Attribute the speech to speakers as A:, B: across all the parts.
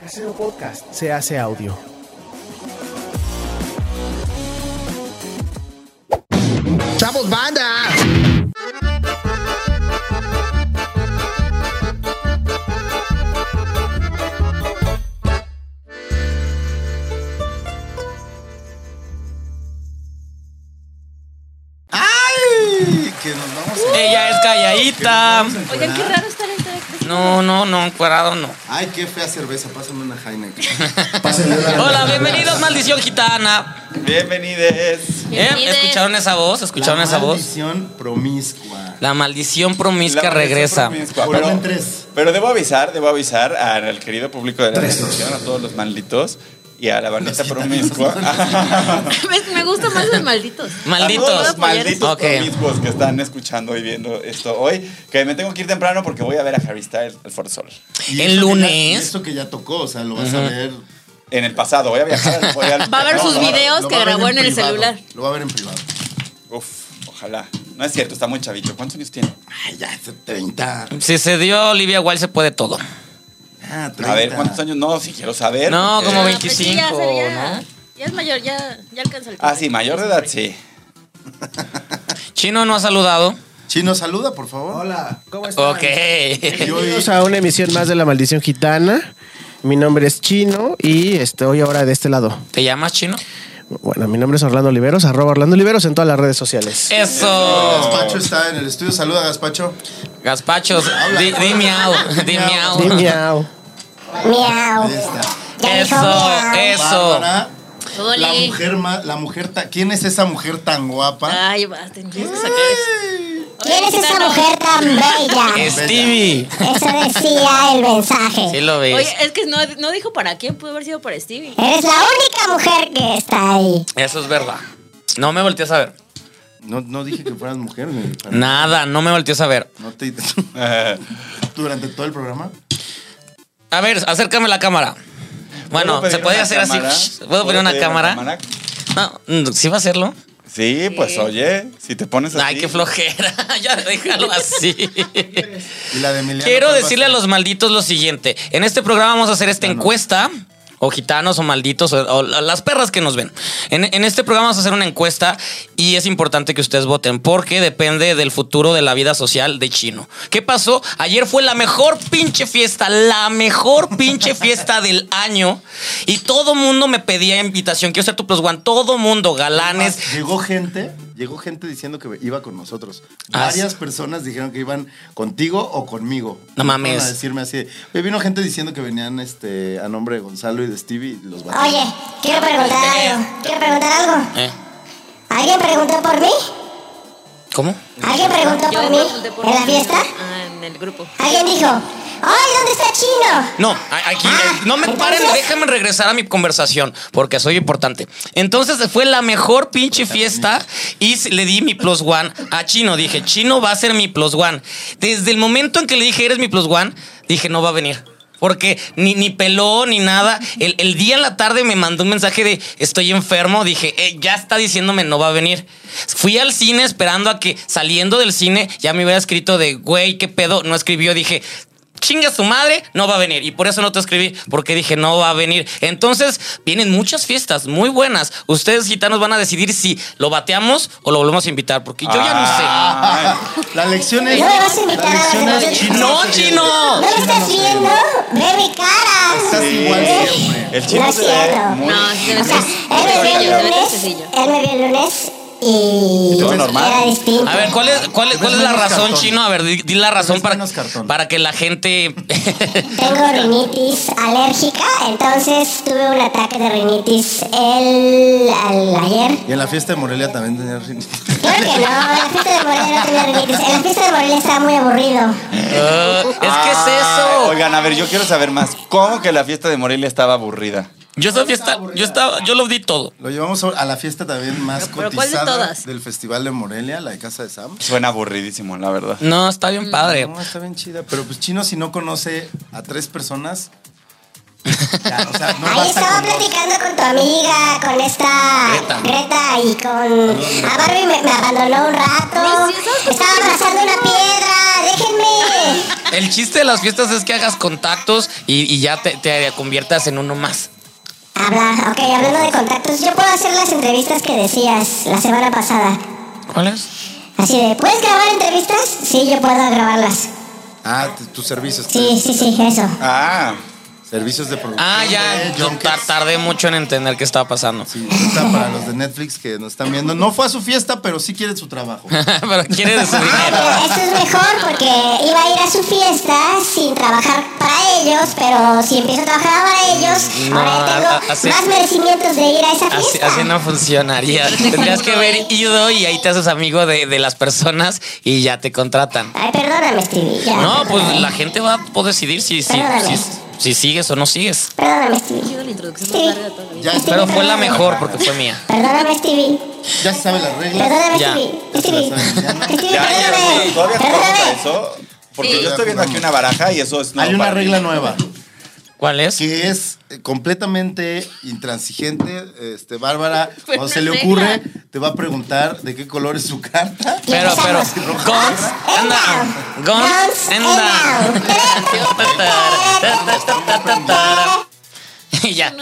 A: Casero Podcast se hace audio. ¡Chavos, banda!
B: ¡Ay! Que nos vamos a...
C: Ella es calladita.
D: Oigan, qué raro estar en directo.
C: No, no, no, encuerado no.
B: Ay, qué fea cerveza, pásame una Heineken.
C: Hola, bienvenidos, maldición gitana.
B: Bienvenides.
C: ¿Eh?
D: Bienvenidos.
C: ¿Escucharon esa voz? ¿Escucharon
B: La
C: esa voz?
B: maldición promiscua.
C: La maldición promisca
E: La
C: regresa.
E: maldición promiscua,
B: Jurado en tres.
E: Pero, pero debo avisar, debo avisar al querido público de la televisión, a todos los malditos y a la bandita promiscua.
D: Me- Me gusta más los malditos.
E: A todos
C: Malditos.
E: los malditos
C: Ok.
E: promiscuos que están escuchando y viendo esto hoy, que me tengo que ir temprano porque voy a ver a Harry Styles al Foro Sol.
B: Y
C: El
B: eso que
C: lunes.
B: ya- y eso que ya tocó, o sea, lo vas a ver.
E: En el pasado, voy a viajar. voy al-
D: Va a ver
E: no,
D: sus
E: no, no.
D: videos
B: lo
D: que
B: va a ver
D: grabó en el
B: privado,
D: celular.
B: Lo va a ver en privado.
E: Uf, ojalá. No es cierto, está muy chavito. ¿Cuántos años tiene?
B: Ay, ya, hace 30.
C: Si se dio Olivia Wilde se puede todo.
B: Ah, 30.
E: A ver, ¿cuántos años? No, si quiero saber. Eh,
C: No,
E: porque-
C: como
D: Ah,
C: 25,
D: sí, ya, sería-
C: ¿no?
D: Ya es mayor, ya, ya alcanza el
E: Ah, sí, mayor de edad, sí.
C: Chino no ha saludado.
B: Chino, saluda, por favor.
A: Hola, ¿cómo están?
C: Ok.
B: Yo-
A: Bienvenidos a una emisión más de La Maldición Gitana. Mi nombre es Chino y estoy ahora de este lado.
C: ¿Te llamas Chino?
A: Bueno, mi nombre es Orlando Oliveros, arroba Orlando Oliveros en todas las redes sociales.
C: Eh, Eso.
B: Gaspacho está en el estudio. Saluda, Gaspacho.
C: Gazpachos, di, di miau, di miau.
A: Di miau.
B: Ahí está.
C: Eso, eso.
B: Bárbara,
D: Oli.
B: la mujer más, la mujer ta- ¿Quién es esa mujer tan guapa?
D: Ay, va, tendrías que sacar eso.
F: ¿Quién es esa mujer tan bella?
C: Stevie.
F: Eso decía el
C: Eh. Sí
F: mensaje.
C: lo ves.
D: Oye, es que no, no dijo para quién, pudo haber sido para Stevie.
F: Eres la única mujer que está ahí.
C: Eso es verdad. No me volteas a ver.
B: No, no dije que fueras mujer, güey. pero
C: Nada, no me volteas a ver.
B: No te durante todo el programa.
C: A ver, acércame la cámara. Bueno,
E: ¿Puedo
C: se
E: pedir
C: puede
E: una
C: hacer
E: cámara?
C: así. ¿Puedo, poner una
E: pedir
C: cámara? No, mm, ¿sí va a hacerlo?
E: Sí, pues oye, si te pones así.
C: Ay, qué flojera. ya déjalo así.
B: Y la de Emiliano.
C: Quiero
B: Calva
C: decirle a
B: está-
C: los malditos lo siguiente. En este programa vamos a hacer esta encuesta. O gitanos o malditos o, o las perras que nos ven. En, en este programa vamos a hacer una encuesta y es importante que ustedes voten porque depende del futuro de la vida social de Chino. ¿Qué pasó? Ayer fue la mejor pinche fiesta, la mejor pinche fiesta del año y todo mundo me pedía invitación. Quiero ser tu plus one. Todo mundo, galanes,
B: Llegó gente, llegó gente diciendo que iba con nosotros.
C: Ah,
B: Varias
C: sí.
B: personas dijeron que iban contigo o conmigo.
C: No
B: Fueron
C: mames.
B: A decirme así. de, "Oye, vino gente diciendo que venían este a nombre de Gonzalo y de Stevie y los vatos.
F: Oye, quiero preguntar algo. Quiero preguntar algo.
C: Eh,
F: ¿Alguien preguntó por mí?
C: ¿Cómo?
F: ¿Alguien preguntó por mí
D: pregunté por
F: en la
D: mí.
F: fiesta?
D: Ah, en el grupo.
F: ¿Alguien dijo, ay, ¿dónde está Chino?
C: No, a- aquí eh, no me paren,
F: entonces-
C: déjame regresar a mi conversación porque soy importante. Entonces fue la mejor pinche fiesta y s- le di mi plus one a Chino. Dije, Chino va a ser mi plus one. Desde el momento en que le dije, eres mi plus one, dije, no va a venir. Porque ni, ni peló ni nada. El, el día en la tarde me mandó un mensaje de estoy enfermo. Dije, "Eh, ya está diciéndome no va a venir. Fui al cine esperando a que saliendo del cine ya me hubiera escrito de güey, qué pedo. No escribió. Dije, chinga su madre, no va a venir. Y por eso no te escribí, porque dije, no va a venir. Entonces, vienen muchas fiestas muy buenas. Ustedes, gitanos, van a decidir si lo bateamos o lo volvemos a invitar, porque yo ya
E: Ah.
B: La lección es.
F: No me vas a invitar
B: la
F: a la
B: lección es
F: reunión.
B: chino.
C: ¡No, chino!
F: ¿No me estás viendo? Ve mi cara.
B: Estás igual siempre.
E: El
F: No
E: chino
F: es
E: se ve
F: cierto.
E: muy
D: No, sí,
F: O sea, él me vio el lunes, él me vio el lunes y
E: Todo normal.
F: era
C: no
F: distinto.
C: sé. A ver, ¿cuál es, cuál es, cuál es la
B: Menos
C: razón,
B: cartón.
C: chino? A ver, di, di la razón para,
B: menos cartón.
C: para que la gente.
F: Tengo rinitis alérgica, entonces tuve un ataque de rinitis el, al- ayer.
B: Y en la fiesta de Morelia también tenía rinitis.
F: Claro que no, en la fiesta de Morelia no tenía rinitis. En la fiesta de Morelia estaba muy aburrido.
C: Ah, es que es
E: Ay,
C: eso.
E: Oigan, a ver, yo quiero saber más. ¿Cómo que la fiesta de Morelia estaba aburrida?
C: Yo estaba fiesta, yo estaba, yo lo di todo.
B: Lo llevamos a a la fiesta también más
D: Pero- pero ¿cuál de
B: cotizada
D: todas?
B: del Festival de Morelia, la de Casa de Sam.
E: Suena aburridísimo, la verdad.
C: No, está bien padre.
B: No, está bien chida. Pero pues Chino, si no conoce a tres personas, ya, o sea, no
F: Ahí
B: basta
F: estaba
B: con dos.
F: platicando con tu amiga, con esta
C: Greta.
F: Greta, y con. A Barbie me, me abandonó un rato.
D: Ni si esas
F: Estaba abrazando una piedra, déjenme.
C: El chiste de las fiestas es que hagas contactos y, y ya te, te conviertas en uno más.
F: Habla, ok, hablando de contactos, yo puedo hacer las entrevistas que decías la semana pasada.
C: ¿Cuál es?
F: Así de, ¿puedes grabar entrevistas? Sí, yo puedo grabarlas.
B: Ah, t- tus servicios.
F: Sí, sí, sí, eso.
E: Ah,
B: Servicios de producción.
C: Ah, ya.
B: de
C: yo
B: Junkers.
C: tar- tardé mucho en entender qué estaba pasando.
B: Sí, neta, para los de Netflix que nos están viendo. No fue a su fiesta, pero sí quiere su trabajo.
C: Pero quiere de su dinero.
F: Pero esto es mejor porque iba a ir a su fiesta sin trabajar para ellos, pero si empiezo a trabajar para ellos,
C: No,
F: ahora ya
C: a-
F: tengo
C: a- así-
F: más merecimientos de ir a esa
C: Así,
F: fiesta.
C: así no funcionaría.
D: Pero te
C: Tendrías que
D: juro,
C: haber
D: ¿eh?
C: ido y ahí te haces amigo de, de las personas y ya te contratan.
F: Ay, perdóname, Stevie. ya,
C: No, pues
F: perdóname.
C: la gente va a poder decidir si, si, si, si sigues o no sigues.
F: Perdóname, Stevie.
D: Yo la introducción más larga de toda la vida.
B: Ya,
C: Pero fue la mejor porque fue mía.
F: Perdóname, Stevie.
B: ya se sabe las reglas.
F: Perdóname,
C: Ya.
F: Stevie. Stevie.
E: ya,
F: Stevie,
E: ya,
F: perdóname.
E: sí, todavía jugamos a
F: Perdóname.
E: eso. Porque
D: Sí.
E: yo estoy viendo aquí una baraja y eso es. no,
B: Hay una
E: para mí.
B: regla nueva
C: ¿Cuál es?
B: que es eh, completamente intransigente. Este, Bárbara,
D: Fue
B: cuando
D: una
B: se le
D: regla.
B: ocurre, te va a preguntar de qué color es su carta.
C: Pero, pero, Guns and down. Guns and down. Y ya.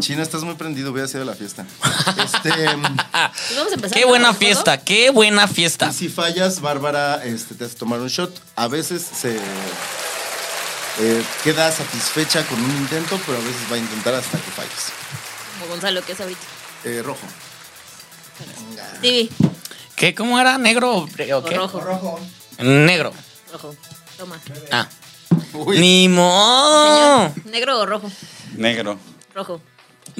B: Chino, estás muy prendido, voy a hacer la fiesta. Este, mm,
C: Ah,
D: Pues vamos a empezar
C: Qué
D: con
C: buena
D: el juego.
C: fiesta, qué buena
B: y
C: fiesta.
B: si fallas, Bárbara, este, te hace tomar un shot. A veces se eh, queda satisfecha con un intento, pero a veces va a intentar hasta que falles.
D: Como Gonzalo, que es ahorita.
B: Eh, rojo.
D: Stevie,
C: ¿Qué? ¿Cómo era? ¿Negro o pre- o
D: o
C: qué?
D: rojo. Rojo.
C: Negro.
D: Toma.
C: Ah. Ni modo.
D: Señor, ¿Negro o rojo?
E: Negro.
D: Rojo.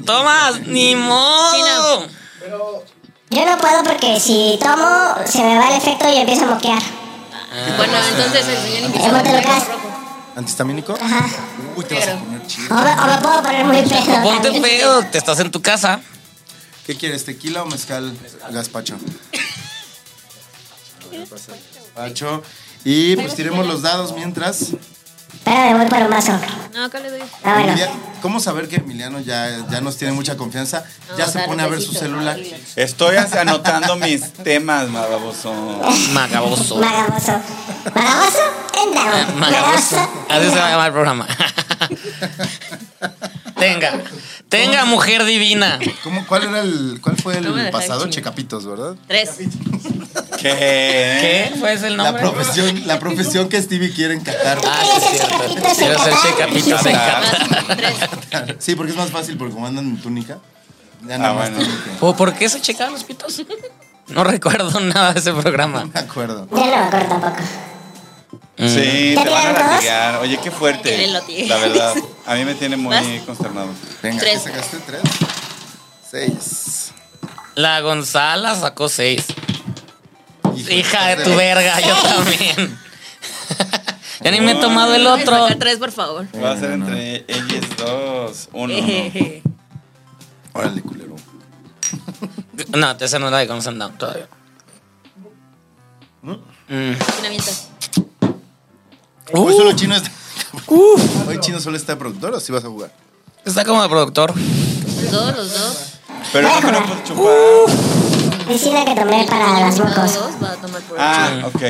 C: Tomás, ni modo.
F: Yo no puedo porque si tomo, se me va el efecto y empiezo a moquear.
D: Bueno, entonces el señor invitado.
F: Hemos de
D: ¿Negro
F: lograr.
D: o rojo?
B: ¿Antihistamínico?
F: Ajá.
B: Uy, te vas a poner chido.
F: O me, o me puedo poner muy pedo.
C: Ponte
F: también.
C: pedo, te estás en tu casa.
B: ¿Qué quieres, tequila o mezcal? Gazpacho. Gazpacho. Y pues tiremos los dados mientras.
F: Pero me voy por un vaso.
D: No, acá le doy.
F: Ah, bueno.
B: Emilia- ¿Cómo saber que Emiliano ya, ya nos tiene mucha confianza?
D: No,
B: Ya se
D: dale
B: pone a ver su
D: besito.
B: celular.
E: Estoy as- anotando mis temas, mababoso.
C: Magaboso.
F: Magaboso. Magaboso and
C: Magaboso.
F: down. Magaboso.
C: Así se va Ah, a llamar el programa. Tenga. Tenga, mujer divina.
B: ¿Cómo, cuál, era el, ¿Cuál fue
D: No me
B: el
D: dejes,
B: pasado?
D: chinga.
B: Checapitos, ¿verdad?
D: Tres.
E: ¿Qué?
C: ¿Qué? ¿Fue ese el
B: La
C: nombre?
B: profesión, la profesión que Stevie quiere encajar.
C: Ah, sí, es cierto. Quiero ser checapitos en Qatar.
D: Más, Tres.
B: Sí, porque es más fácil, porque como andan en túnica. Ya
E: Ah,
B: nada más
E: bueno.
B: tienen que-
C: ¿O Oh, por qué se checaban los pitos? No recuerdo nada de ese programa.
B: De acuerdo.
F: Ya no me acuerdo tampoco.
E: Sí,
F: ¿Ya
E: te van a
F: tiraron todos?
E: latigar. Oye, qué fuerte.
D: Que lo tiene.
E: La verdad, a mí me tiene muy
D: ¿Vas?
E: consternado.
B: Venga, ¿qué
D: Tres.
B: sacaste? ¿Tres? Seis.
C: La Gonzala sacó seis. Hija de tu
B: madre.
C: verga, Oh. yo también. Ya ni me he tomado el otro.
D: Saca Tres, por favor.
E: Va a ser entre ellas dos. Uno.
D: Ejeje.
B: Órale, culero.
C: No, esa no es la de Guns N' Down todavía.
D: Finamiento.
C: Uh.
B: Hoy
C: Pues
B: solo Chino está. Hoy Chino solo está de productor o si vas a jugar.
C: Está como de productor.
D: Los dos, los dos.
E: Pero no creo por chupar.
F: Decida que tomé para las
D: Los
F: mocos.
D: dos va a tomar por
E: Ah, ok.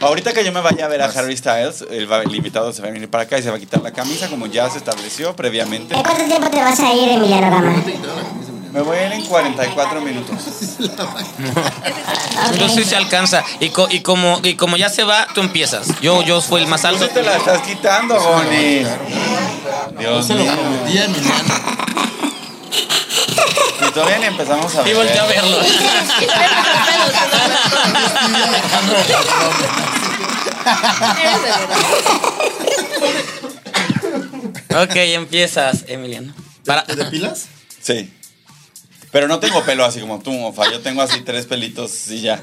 E: Ahorita que yo me vaya a ver a Harry Styles, él va- el invitado se va a venir para acá y se va a quitar la camisa como ya se estableció previamente.
F: ¿En cuánto tiempo te vas a ir, Emiliano Gama?
E: Me voy a ir en 44 minutos.
C: Yo sí se alcanza. Y, co- y, como, y como ya se va, tú empiezas. Yo, yo fui el más
E: Tú
C: alto.
E: sí te la Pues estás quitando, Bonnie. Dios mío.
B: Día Emiliano.
E: Y todavía ni empezamos a
C: Y volteé a
E: ver.
C: verlo.
D: Eres de verdad.
C: ok, empiezas, Emiliano. Para,
B: ¿Te depilas?
E: Sí. Pero no tengo pelo así como tú, Mofa. Yo tengo así tres pelitos y ya.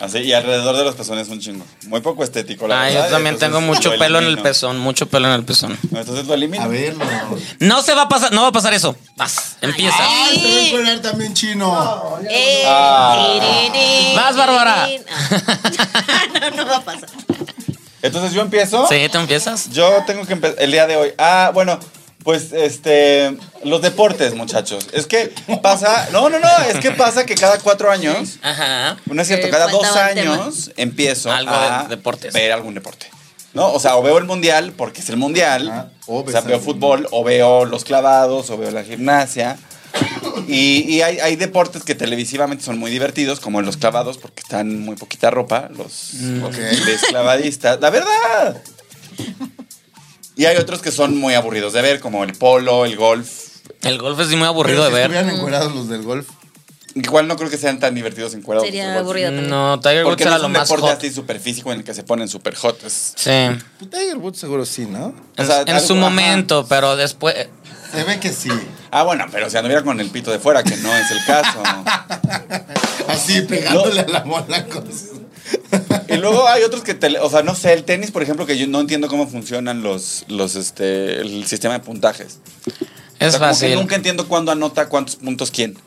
E: Así, y alrededor de los pezones un chingo. Muy poco estético, la
C: Ah,
E: verdad.
C: yo también
E: entonces
C: tengo mucho
E: lo
C: pelo en el
E: elimino.
C: pezón, mucho pelo en el pezón.
E: No, Entonces lo elimino.
B: A ver, no.
C: No se va a pasar, no va a pasar eso. Vas, empieza.
B: Ay, se va a encuerar también chino.
D: Eh, tirirín,
C: Vas, Ah. Bárbara.
D: tirirín. Ah. no, no va a pasar.
E: Entonces yo empiezo.
C: Sí, tú empiezas.
E: Yo tengo que empezar el día de hoy. Ah, bueno, pues este. Los deportes, muchachos. Es que pasa. No, no, no. Es que pasa que cada cuatro años.
C: Ajá.
E: No es cierto,
D: Eh,
E: cada dos
D: faltaba el
E: años empiezo
C: Algo
E: a
C: de deportes.
E: ver algún deporte. ¿No? O sea, o veo el mundial porque es el mundial.
B: Ah, o
E: o, sea,
B: ves
E: veo
B: algo.
E: fútbol, o veo los clavados, o veo la gimnasia. Y, y hay, hay deportes que televisivamente son muy divertidos, como los clavados, porque están muy poquita ropa, los,
B: Mm.
E: los desclavadistas. La verdad. Y hay otros que son muy aburridos de ver, como el polo, el golf.
C: El golf es muy aburrido de
B: Si
C: ver.
B: estuvieran encuerados los del golf.
E: Igual no creo que sean tan divertidos en cuerda.
D: Sería aburrido también.
C: No, Tiger Woods
E: Porque no
C: era
E: es
C: lo
E: un
C: más
E: deporte
C: hot.
E: así súper físico en el que se ponen súper hot. Es-
C: Sí. En,
B: Pues Tiger Woods seguro sí, ¿no?
E: O sea,
C: en su
E: algo- ajá.
C: momento, pero después.
B: Se ve que sí.
E: Ah, bueno, pero si anduviera con el pito de fuera, que no es el caso.
B: Así pegándole a la bola con
E: y luego hay otros que, te- o sea, no sé, el tenis, por ejemplo, que yo no entiendo cómo funcionan los, los, este, el sistema de puntajes. O
C: Es
E: sea, como que
C: fácil.
E: Nunca entiendo cuándo anota cuántos puntos quién.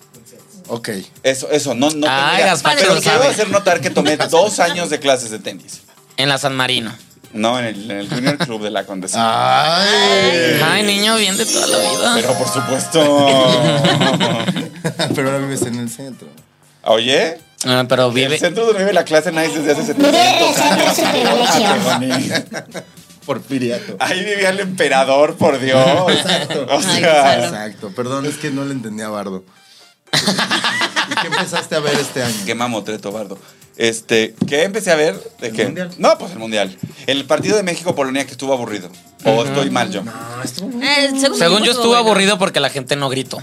B: Ok.
E: Eso, eso, no, no
C: Ay,
E: tengo idea.
C: Gaspar,
E: Pero
C: lo
E: quiero
C: sabe.
E: hacer notar que tomé dos años de clases de tenis.
C: En la San Marino.
E: No, en el, en el Junior Club de la Condesa.
C: Ah.
B: Ay.
C: Ay, niño, bien de toda la vida.
E: Pero por supuesto.
B: Pero ahora vives en el centro.
E: Oye,
C: Ah, pero
E: el
C: vive.
E: centro donde vive la clase nice desde hace
F: Vivir en
E: 700
F: el centro es un privilegio.
E: años. Ah,
B: Porfiriato.
E: Ahí vivía el emperador, por Dios. O
D: Ay,
E: sea,
B: Exacto. Perdón, es que no le entendía a Bardo. ¿Y qué empezaste a ver este año?
E: qué mamotreto, Bardo. Este, ¿qué empecé a ver? ¿De qué?
B: mundial?
E: No, pues el mundial. El partido de México-Polonia que estuvo aburrido. O estoy mal yo.
D: Eh,
C: Según
D: mí
C: yo estuvo
D: bueno.
C: aburrido porque la gente no gritó.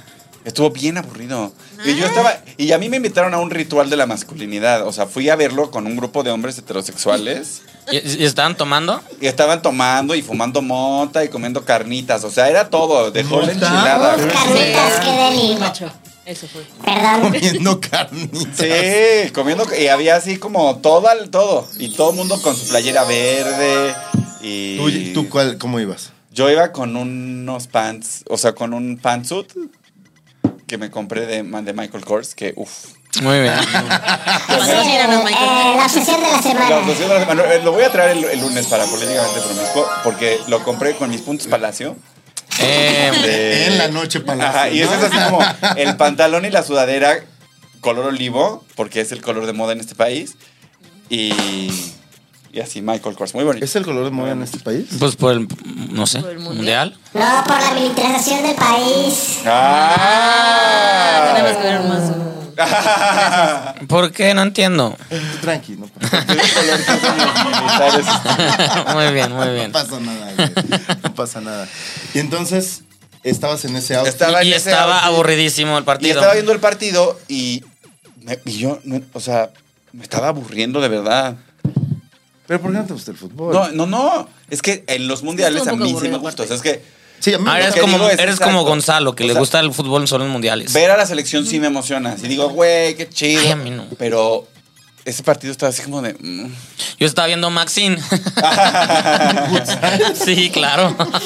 E: Estuvo bien aburrido. Y
F: Ah.
E: yo estaba. Y a mí me invitaron a un ritual de la masculinidad. O sea, fui a verlo con un grupo de hombres heterosexuales.
C: ¿Y, y estaban tomando?
E: Y estaban tomando y fumando mota y comiendo carnitas. O sea, era todo. Dejó la enchilada.
F: Carnitas, qué deli.
D: Macho. Eso fue.
F: Perdón.
B: Comiendo carnitas.
E: Sí, comiendo y había así como todo al- todo y todo el mundo con su playera verde y
B: ¿Tú, tú cuál, cómo ibas?
E: yo iba con unos pants, o sea, con un pantsuit que me compré de, de Michael Kors, que uff.
C: Muy bien.
E: Ah,
F: Sí, eh, la obsesión de la
E: Lo,
F: semana.
E: lo voy a traer el, el lunes para políticamente promiscuo porque lo compré con mis puntos Palacio.
C: Eh,
E: de-
B: En la noche para
E: Ajá, y eso es así como el pantalón y la sudadera color olivo, porque es el color de moda en este país. Y, y así, Michael Kors, muy bonito.
B: ¿Es el color de moda en este país?
C: pues por el. No sé.
D: Por el mundial.
C: mundial.
F: No, por la militarización del país.
D: Ah,
E: ¡Ah!
D: tenemos que ver más.
C: ¿Por qué? No entiendo.
B: Tú tranqui, no pasa
E: Es el color que usan los militares.
C: muy bien, muy bien.
B: No pasa nada, güey. No pasa nada. Y entonces, estabas en ese auto.
E: Estaba en
C: Y
E: ese
C: estaba
E: outfit,
C: aburridísimo el
E: Y
C: partido.
E: estaba viendo el partido y, me- y yo, no- o sea, me estaba aburriendo de verdad.
B: Pero ¿por qué no te gusta el fútbol?
E: No, no, no. Es que en los mundiales
D: Estuvo
E: a
D: un poco
E: mí sí me
D: aburrido el
E: gusta. O sea, es que
B: Sí, a mí me
C: Ah, eres
B: gusta-
E: que
C: como,
E: digo es
C: eres
E: exacto.
C: como Gonzalo, que
E: O
C: le
E: sea,
C: gusta el fútbol solo en mundiales.
E: ver a la selección sí me emociona. Y digo, güey, qué chido.
C: Ay, a mí no.
E: Pero ese partido estaba así como de. mm.
C: Yo estaba viendo Maxine. sí, claro.
F: Todo para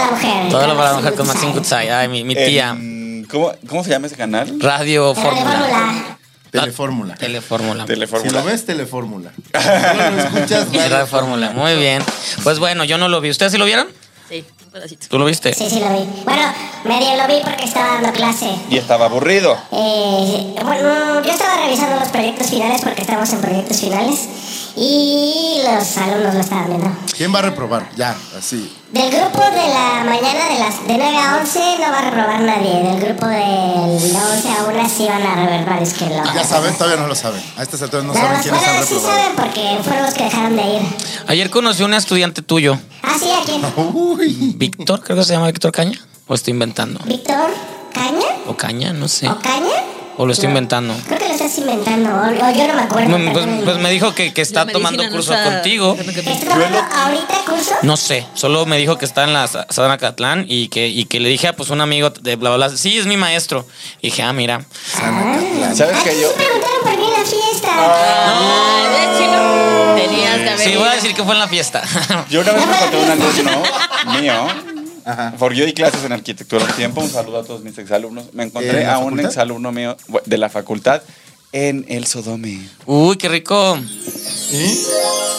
F: la mujer.
C: Oh. Todo lo para la mujer con Maxine Kutsai. Ay, mi, mi tía.
E: En- ¿cómo, ¿Cómo se llama ese canal?
C: Radio
F: La
C: Fórmula.
F: fórmula.
B: Telefórmula.
C: Telefórmula.
B: Si
E: Telefórmula.
B: lo ves, telefórmula. Si no lo escuchas,
C: Y Radio Fórmula. Muy bien. Pues bueno, yo no lo vi. ¿Ustedes sí lo vieron?
D: Sí, un pedacito.
C: ¿Tú lo viste?
F: Sí, sí, lo vi. Bueno, medio lo vi porque estaba dando clase.
E: Y estaba aburrido.
F: Eh, bueno, yo estaba revisando los proyectos finales porque estamos en proyectos finales y los alumnos lo estaban viendo.
B: ¿Quién va a reprobar? Ya, así.
F: Del grupo de la mañana de las de 9 a 11 no va a reprobar nadie. Del grupo de la 11 a 1 sí van a rever varios que lo
B: Ah, Ya saben, todavía no lo saben. A estas alturas no
F: Nada
B: saben
F: más,
B: quiénes han
F: bueno, sí
B: reprobado.
F: saben porque fueron los que dejaron de ir.
C: Ayer conocí a un estudiante tuyo,
F: Ah, sí, ¿a quién?
B: Uy.
C: Víctor, creo que se llama Víctor Caña. ¿O estoy inventando?
F: ¿Víctor Caña?
C: ¿O Caña? No sé.
D: Ah,
F: ¿O Caña?
C: ¿O lo estoy inventando?
F: Creo que lo estás inventando, o, o yo no me acuerdo.
C: Mm, Pues,
F: perdónenme.
C: pues me dijo que, que está
D: La
C: tomando
D: medicina
C: curso
D: no está-
C: contigo.
F: ¿Está tomando ahorita curso?
C: No sé, solo me dijo que está en la Sa- Sadana Catlán y que, y que le dije a pues un amigo de bla bla bla. Sí, es mi maestro. Y dije, ah, mira.
F: Ah.
E: ¿Sabes
F: Aquí
E: que yo?
F: sí preguntaron por mí en la
D: Ah.
F: fiesta.
D: Ay, ¿ves, chino? Tenías que haber
C: Sí, voy
D: ido.
C: a decir que fue en la fiesta.
E: Yo una vez me encontré un alumno mío. Porque yo di clases en arquitectura un tiempo. Un saludo a todos mis exalumnos. Me
B: ¿En
E: encontré
B: la
E: a un
B: facultad?
E: exalumno mío bu- de la facultad en el Sodome.
C: Uy, qué rico.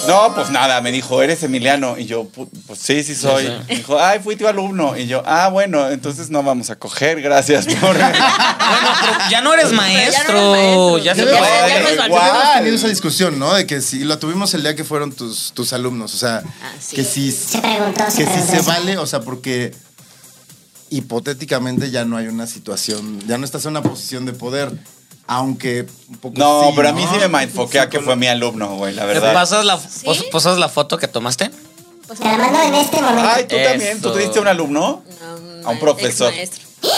E: No, pues nada, me dijo, eres Emiliano. Y yo, "Pu- pues sí, sí soy. Dijo, ay, fui tu alumno. Y yo, ah, bueno, entonces no vamos a coger, gracias por.
C: Bueno, pero ya no eres maestro.
D: maestro.
C: Ya se
D: Ya
B: Debemos-
C: puede.
D: ya no es
B: debemos-
D: igual.
B: debemos tenido esa discusión, ¿no? De que si lo tuvimos el día que fueron tus, tus alumnos, o sea,
D: Ah, sí.
B: que si,
F: Se preguntó, se
B: que si
F: preguntó.
B: se vale, o sea, porque hipotéticamente ya no hay una situación, ya no estás en una posición de poder, aunque un poco
E: No,
B: sí,
E: pero a mí sí me mindfuckea
B: Sí,
E: que
B: con-
E: fue mi alumno, güey, la
C: ¿Te
E: verdad.
C: pasas la, pos- pasas la foto que tomaste?
F: Te
D: Pues,
F: la mando en este momento.
E: Ay, tú también, tú
C: Eso.
E: tuviste un alumno. A un profesor.
D: Um, Exmaestro.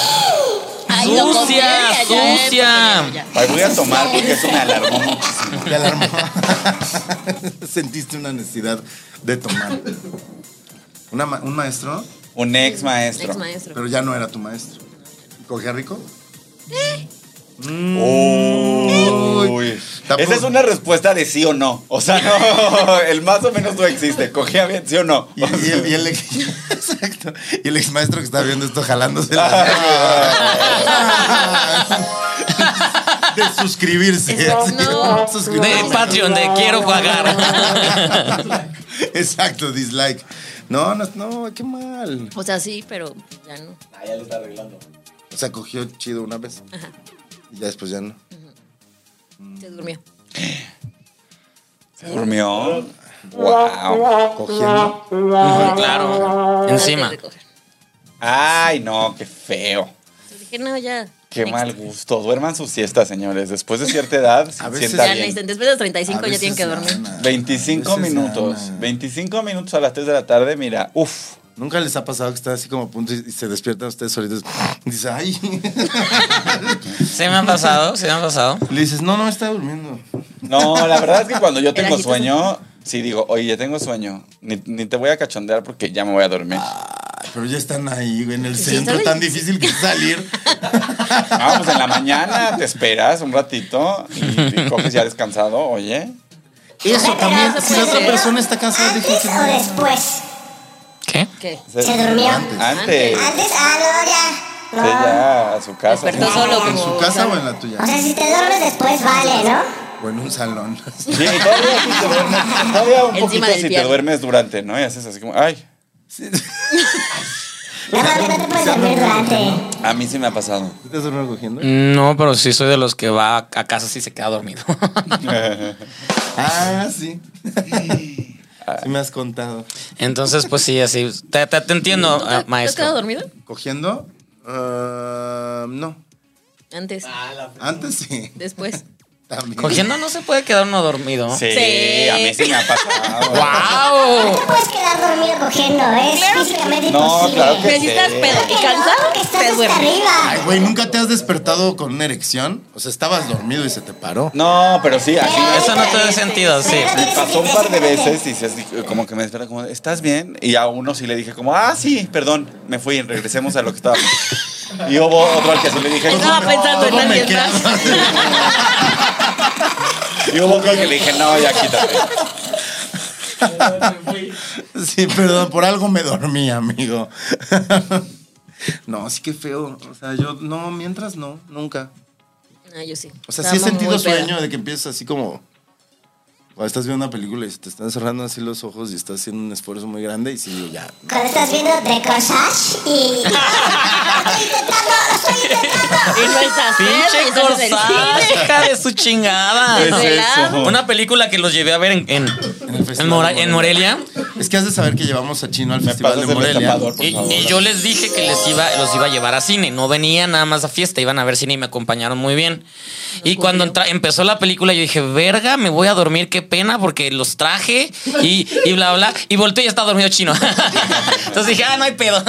D: Ay, lo copié,
C: Sucia,
D: ya, ya, ya,
C: sucia.
D: ya.
E: Ay, voy a tomar porque eso me alarmó muchísimo.
B: Te alarmó. Sentiste una necesidad de tomar. Una ma- un maestro,
E: Un ex maestro.
D: Ex maestro.
B: pero ya no era tu maestro. ¿Cogía rico?
E: Uy.
B: Tampoco-
E: Esa es una respuesta de sí o no. O sea, no, el más o menos no existe. Cogía bien, sí o no.
B: Y, y el, y el- exacto. Y el ex maestro que está viendo esto jalándose la De suscribirse.
D: No.
C: De
B: Suscribirse.
C: Patreon, de quiero pagar.
B: Exacto, dislike. No, no, no, qué mal.
D: O sea, sí, pero ya no.
B: O sea, cogió chido una vez. Y ya después ya no.
D: Se durmió.
E: Se durmió. Wow.
B: Cogiendo.
C: claro. Encima.
D: Antes de coger.
E: Ay, no, qué feo.
D: Entonces Dije, no, ya.
E: Qué mal gusto. Duerman sus siestas, señores. Después de cierta edad,
B: A
E: se
B: veces-
E: sienta
D: Ya
E: bien.
D: necesitan. Después de los
B: A
D: 35 ya tienen
B: veces
D: que dormir.
B: gana,
E: 25
B: a veces
E: minutos.
B: gana.
E: 25 minutos a las 3 de la tarde, mira. Uf.
B: ¿Nunca les ha pasado que están así como a punto y y se despiertan ustedes solitos? Y dices, ay.
C: Se me ha pasado, se me ha pasado.
B: Le dices, no, no, está durmiendo.
E: No, la verdad es que cuando yo tengo
D: ajitos.
E: sueño, sí digo, oye, ya tengo sueño. Ni, ni te voy a cachondear porque ya me voy a dormir.
B: Ah. Ay, pero ya están ahí, güey, en el
D: Sí,
B: centro,
D: ¿sabes?
B: tan difícil que es salir.
E: Vamos, Ah, pues en la mañana te esperas un ratito y, y coges ya descansado, oye.
B: Eso también,
D: eso
B: si la
D: puede
B: otra
D: ser.
B: persona está
D: Ah,
B: cansada, dije
F: ¿Antes o después?
C: ¿Qué?
D: ¿Qué?
E: Se,
F: ¿Se durmió?
D: Ah.
E: Antes. Antes.
F: ¿Antes? Ah, no,
E: Sí,
F: ya.
E: ya a su casa.
D: Despertó
E: sí.
D: solo
B: Ah, ¿En
D: como.
B: su casa o en la tuya?
F: No. O sea, si te duermes después, vale, ¿no?
B: O en un salón.
E: Sí, y todavía, si te duermes- todavía un
D: Encima
E: poquito
D: del
E: si te
D: piano.
E: duermes durante, ¿no? Y haces así como, ay,
B: Sí.
F: No, no, no te puedes dormir durante.
E: a mí sí me ha pasado.
B: ¿Te has dormido cogiendo?
C: No, pero sí soy de los que va a casa si se queda dormido.
B: Ah, sí. Sí me has contado.
C: Entonces, pues sí, así. Te, te- te entiendo,
D: ¿Tú
C: eh,
D: te- ¿Te has quedado
C: maestro.
D: dormido?
B: ¿Cogiendo? Ah, no.
D: Antes,
B: Antes sí.
D: después.
B: También.
C: Cogiendo no se puede quedar uno dormido.
E: Sí,
D: Sí.
E: a mí sí me ha pasado.
C: ¡Wow!
F: Te puedes quedar dormido cogiendo, ¿eh? es físicamente
E: No,
F: imposible.
E: claro que-
D: Pero si estás
E: Sí.
D: pedo y cansado,
F: que estás
D: te
F: hasta
D: duermes.
B: Ay,
F: arriba.
B: güey, ¿nunca te has despertado con una erección? O sea, estabas dormido y se te paró.
E: No, pero sí, así me
C: Eso no tiene sentido, sí.
E: Me pasó un par de veces y se así, como que me espera como, ¿estás bien? Y a uno sí le dije como, ah, sí, perdón, me fui, regresemos a lo que estábamos. Y hubo otro al que sí le dije,
D: Estaba pensando en
B: ¿Cómo me
D: alguien más.
B: quedas?
E: y hubo otro que le dije, no, ya quítate.
B: Sí, perdón, por algo me dormí, amigo. No, sí que feo. O sea, yo no, mientras no, nunca.
D: No, Ah, yo sí.
B: O sea,
D: Estaba
B: sí he sentido
D: muy peda.
B: sueño de que empiezas así como. o estás viendo una película y se te están cerrando así los ojos y estás haciendo un esfuerzo muy grande y sí, digo, ya.
F: Cuando estás viendo The Corsage y... Estoy intentando, estoy intentando.
D: Y no estás pedo, y
C: ¡Pinche
D: estás en el
C: corsaje,
D: cine.
C: hija de su chingada!
E: Es eso.
C: Una película que los llevé a ver en, en,
B: el
C: en,
B: Festival
C: Mora-
B: de
C: en Morelia.
B: Es que has de saber que llevamos a Chino al
E: Me
B: Festival
E: pasas
B: de
E: el
B: Morelia.
E: destapador, por
C: Y,
E: favor.
C: y yo les dije que les iba, los iba a llevar a cine. No venían nada más a fiesta, iban a ver cine y me acompañaron muy bien. y cuando entra- empezó la película, yo dije, verga, me voy a dormir, qué pena, porque los traje y, y bla, bla. Y volteé y ya estaba dormido chino. Entonces dije, ah, no hay pedo.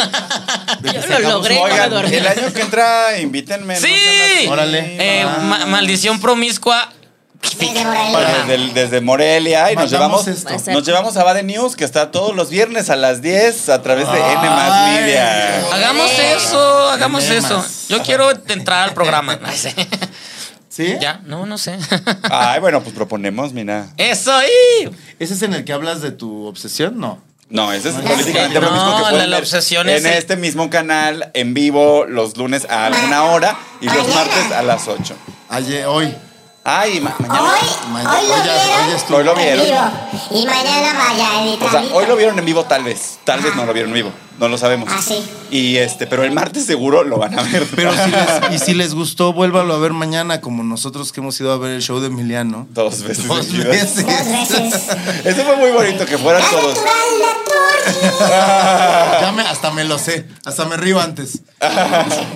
D: Yo lo logré, no me
E: Oigan,
D: dormí.
E: el año que entra, invítenme. ¿no?
C: ¡Sí!
B: Órale.
C: Eh,
E: Ah,
C: ma- maldición promiscua.
F: Desde Morelia.
E: Para desde, desde Morelia y nos
B: Mandamos
E: llevamos,
B: esto.
D: Va a ser.
E: nos llevamos a Bade News, que está todos los viernes a las 10 a través de N
B: Ay.
E: Media.
C: Hagamos eso, hagamos
B: Enemas.
C: eso. Yo quiero entrar al programa. Ay, sí.
B: Sí, ¿Sí?
C: Ya, no, no sé.
E: Ay, bueno, pues proponemos, mira.
C: Eso ahí.
B: ¿Ese es en el que hablas de tu obsesión? No.
E: No, ese es
B: No,
E: políticamente
C: no,
E: lo mismo que
C: la-
E: pueden
C: la
E: ver
C: obsesión
E: En
C: es el-
E: este mismo canal, en vivo, los lunes a una hora y los
F: Mañana.
E: martes a las 8.
B: Ayer, hoy.
E: Ay, ma-
F: Hoy,
E: mañana.
F: hoy
B: Mañana-
F: lo
B: hoy ya- hoy ya
F: vieron
B: estuvo.
E: Hoy lo vi.
F: en
E: vieron.
F: vivo. Y mañana vaya a editar.
E: O sea, hoy lo vieron en vivo tal vez. Tal vez no lo vieron en vivo. No lo sabemos.
F: Ah, sí.
E: Y este, pero el martes seguro lo van a ver.
B: Pero si les- y si les gustó, vuélvalo a ver mañana, como nosotros que hemos ido a ver el show de Emiliano.
E: Dos veces.
B: Dos
E: seguidas.
B: veces.
F: Dos veces.
E: Eso fue muy bonito que fueran
F: ¡Es
E: todos.
F: natural la torre!
B: Ya me- hasta me lo sé. Hasta me río antes.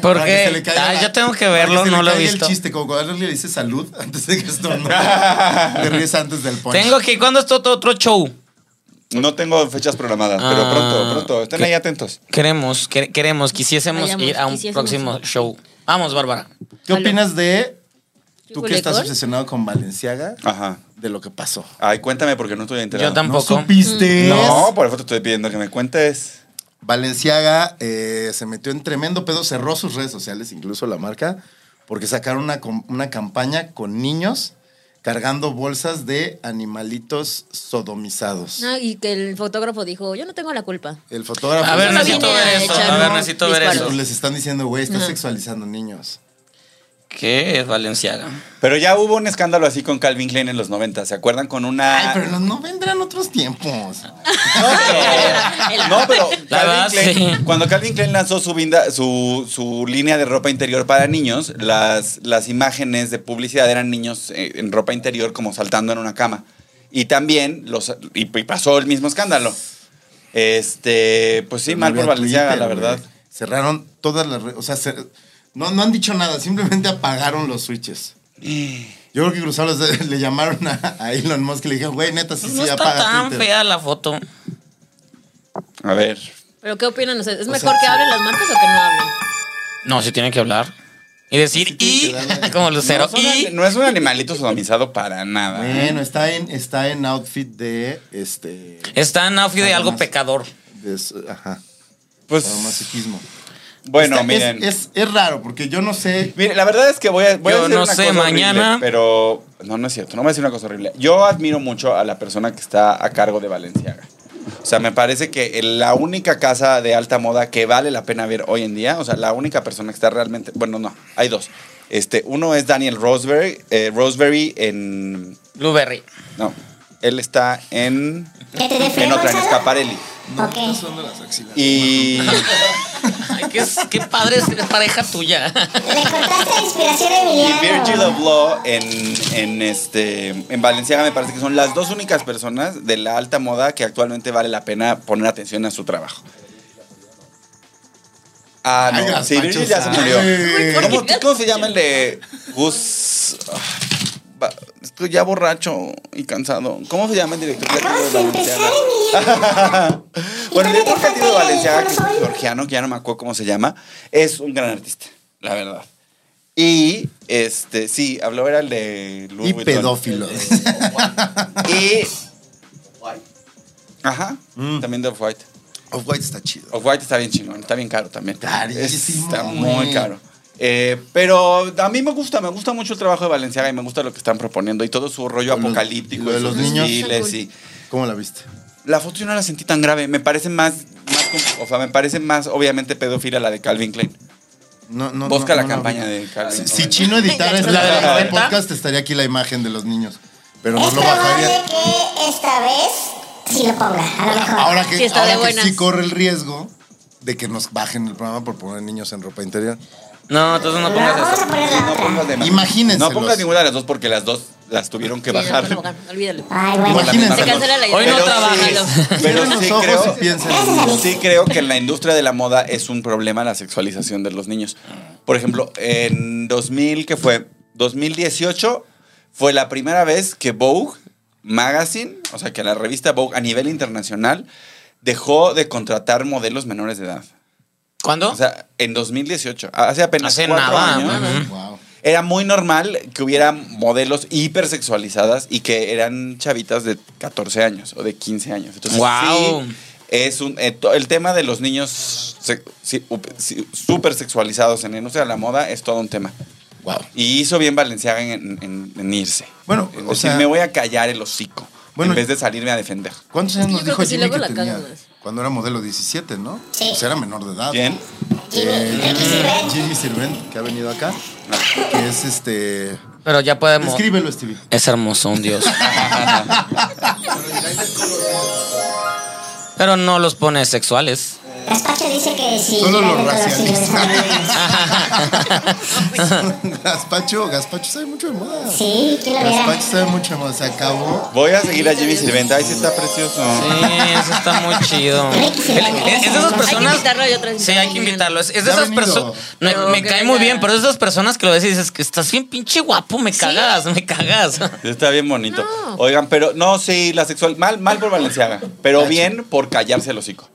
C: ¿Por
B: Para
C: qué?
B: que se le caiga
C: Ay,
B: la-
C: yo tengo que
B: para
C: verlo,
B: se le
C: no lo he
B: caiga
C: visto.
B: el chiste, como cuando alguien le dice salud antes de que esto no. Te ríes antes del punch.
C: Tengo que. ¿Cuándo es todo otro show?
E: No tengo fechas programadas, pero
C: Ah,
E: pronto, pronto. Estén
C: ¿qué?
E: ahí atentos.
C: Queremos, quer- queremos, quisiésemos
D: Vayamos,
C: ir a un
D: quisiésemos.
C: próximo show. Vamos, Bárbara.
B: ¿Qué opinas de tú
D: ¿Yugo
B: que estás
D: Lecor?
B: obsesionado con Valenciaga?
E: Ajá.
B: De lo que pasó.
E: Ay, cuéntame porque no estoy enterado.
C: Yo Tampoco.
B: ¿No
C: Mm,
B: supiste?
E: No, por eso te estoy pidiendo que me cuentes.
B: Valenciaga eh, se metió en tremendo pedo, cerró sus redes sociales, incluso la marca, porque sacaron una, com- una campaña con niños cargando bolsas de animalitos sodomizados.
D: No, y que el fotógrafo dijo, yo no tengo la culpa.
B: El fotógrafo...
C: A ver,
D: Yo no
C: necesito
D: vine
C: ver
D: a
C: esto.
D: echar
C: A ver,
D: un
C: necesito ver
D: disparo.
C: eso.
B: Les están diciendo, güey, está sexualizando niños.
C: ¿Qué es Valenciaga?
E: Pero ya hubo un escándalo así con Calvin Klein en los 90, ¿se acuerdan? Con
B: Ay,
E: una...
B: pero no- no vendrán otros tiempos.
E: No, pero, no, pero
C: La verdad,
E: Calvin Klein-
C: sí.
E: cuando Calvin Klein lanzó su, vinda- su, su línea de ropa interior para niños, las, las imágenes de publicidad eran niños eh, en ropa interior como saltando en una cama. Y también los, y, y pasó el mismo escándalo. Este, pues sí, mal por
B: Había
E: Valenciaga, la
B: Twitter,
E: verdad.
B: güey. Cerraron todas las redes. O sea, cer- no, no han dicho nada, simplemente apagaron los switches. Yo creo que cruzaron los dedos, le llamaron a, a Elon Musk y le dijeron, güey, neta, sí,
C: No
B: sí,
C: está
B: apaga
C: tan
B: Twitter".
C: fea la foto.
E: A ver.
D: ¿Pero qué opinan ustedes? ¿Es
B: O
D: mejor
B: sea,
D: que hablen las marcas o que no hablen?
C: No, se tiene que hablar. Y decir,
B: tiene
C: y.
B: que darle-
C: Como Lucero.
E: no, es
C: y.
E: un, no es un animalito sodomizado para nada.
B: Bueno, está en, está en outfit de este.
C: Está en outfit de
B: Nada
C: algo
B: más.
C: pecador.
B: de su- ajá.
E: Pues,
B: sadomasoquismo. Está-
E: bueno,
B: es-
E: miren.
B: Es, es raro, porque yo no sé.
E: Mire, la verdad es que voy a, voy a
C: Yo
E: decir
C: no
E: una
C: sé,
E: cosa horrible,
C: mañana-
E: pero no, no es cierto. No voy a decir una cosa horrible. Yo admiro mucho a la persona que está a cargo de Valenciaga. O sea, me parece que la única casa de alta moda que vale la pena ver hoy en día, o sea, la única persona que está realmente, bueno, no, hay dos. Este, uno es Daniel Roseberry, eh, Roseberry en,
C: Blueberry.
E: no, él está en,
F: ¿Que te
E: en
F: define
E: otra, en Escaparelli.
F: Ok.
E: Y
C: Ay, qué, qué padre es es pareja tuya.
F: Le cortaste la inspiración a
E: Y
F: Emiliano.
E: Virgil Abloh en, en, este, en Valenciaga me parece que son las dos únicas personas de la alta moda que actualmente vale la pena poner atención a su trabajo. Ah,
B: Ay,
E: no. Sí,
B: gazpachos.
E: Virgil ya se murió.
B: Ay.
E: ¿Cómo, cómo se llama el de Gus? Ah, va- Estoy ya borracho y cansado. ¿Cómo se llama el director creativo
F: Acabas de
E: de
F: empezar,
E: Valenciaga?
F: Emiliano.
E: Bueno, el
F: Y también te
E: director creativo de
F: falta
E: Valenciaga, que es
F: Jennifer Sol.
E: georgiano, que ya no me acuerdo cómo se llama, es un gran artista, la verdad. Y, este, sí, habló era el de Louis
B: Y
E: Vuitton.
B: pedófilos.
E: Y... Ajá,
B: Mm.
E: también de Off-White.
B: Off-White está chido.
E: Off-White está bien chingón, está bien caro también.
B: Carísimo,
E: Está
B: güey.
E: muy caro. Eh, pero a mí me gusta, me gusta mucho el trabajo de Valenciaga y me gusta lo que están proponiendo y todo su rollo
B: Con los-
E: apocalíptico
B: lo de
E: y sus
B: los niños.
E: desfiles y...
B: ¿Cómo la viste?
E: La foto yo no la sentí tan grave. Me parece más, más com- o sea, me parece más obviamente pedófila la de Calvin Klein.
B: No, no,
E: Busca
B: no,
E: la
B: no
E: campaña
B: vi.
E: de
B: Si,
E: Calvin.
B: si Chino editara este
C: ¿La de la
B: programa de
C: noventa?
B: podcast, estaría aquí la imagen de los niños. Pero no
F: Es
B: lo
F: probable
B: bajaría.
F: que esta vez sí lo ponga, a lo mejor.
B: Ahora que,
D: Sí, está
B: ahora
D: de
B: que
D: buenas.
B: sí corre el riesgo de que nos bajen el programa por poner niños en ropa interior.
C: No, entonces no
B: Ah.
F: No,
C: pongas
F: vamos
C: eso.
F: a poner la
E: No
F: otra.
E: pongas de-
B: Imagínenselos.
E: No pongas ninguna de las dos porque las dos las tuvieron que
D: Sí,
E: bajar.
D: no, no, no, Olvídalo.
E: pues.
F: Ay, bueno.
B: Imagínense.
D: Se cancela la idea.
C: Hoy no
D: Pero
C: trabaja,
D: sí.
C: lo-
E: Pero
B: Cierren los
E: sí
B: ojos
E: creo,
B: y piensen.
E: sí creo que en la industria de la moda es un problema la sexualización de los niños. Por ejemplo, en 2000, que fue? 2018 fue la primera vez que Vogue Magazine, o sea, que la revista Vogue a nivel internacional dejó de contratar modelos menores de edad.
C: ¿Cuándo?
E: O sea, en 2018, hace apenas
C: Hace
E: cuatro
C: nada,
E: años,
C: ajá.
B: Wow.
E: era muy normal que hubiera modelos hipersexualizadas y que eran chavitas de 14 años o de 15 años. Entonces,
C: Wow.
E: sí, es un, eh, to- el tema de los niños se- sí, up- sí, supersexualizados en la industria de la moda es todo un tema.
B: Wow.
E: Y hizo bien Valenciaga en, en- en irse.
B: Bueno,
E: En
B: o
E: decir,
B: sea-
E: me voy a callar el hocico.
B: Bueno,
E: en vez de salirme a defender.
B: ¿Cuántos años
D: Yo
B: nos
D: creo
B: dijo
D: que sí,
B: Jimmy
D: luego
B: que
D: la
B: tenía?
D: cagan más.
B: Cuando era modelo 17, ¿no?
F: Sí.
B: Pues era menor de edad.
E: ¿Quién?
B: Eh,
F: Jimmy Sirvent.
B: Jimmy Sirvent, que ha venido acá. Que es este.
C: Pero ya podemos.
B: Escríbelo, Stevie.
C: Es hermoso, un dios. Pero no los pone sexuales.
F: Gaspacho dice que si
B: Solo los
F: realmente
B: raciales.
C: Ajá.
B: Gaspacho, Gaspacho sabe mucho de moda.
F: Sí, ¿quién lo viera?
B: Gaspacho sabe mucho de moda. Se acabó.
E: Voy a seguir a Jimmy Sirventa. Ay, sí está precioso.
C: Sí, eso está muy chido.
F: Ricky Sirvent.
C: Es, es de esas
D: Hay que
C: personas.
D: invitarlo y otra vez
C: Sí, hay que invitarlo. Es, es de
B: Ya ha
C: esas
B: venido.
C: personas. Me, me
D: Ok,
C: cae muy
D: ya.
C: bien, pero es de esas personas que lo ves y dices que estás bien pinche guapo, me cagas, me cagas.
E: Está bien bonito.
D: No.
E: Oigan, pero no, sí, la sexual. Mal, mal por Valenciaga. Pero bien por callarse el hocico.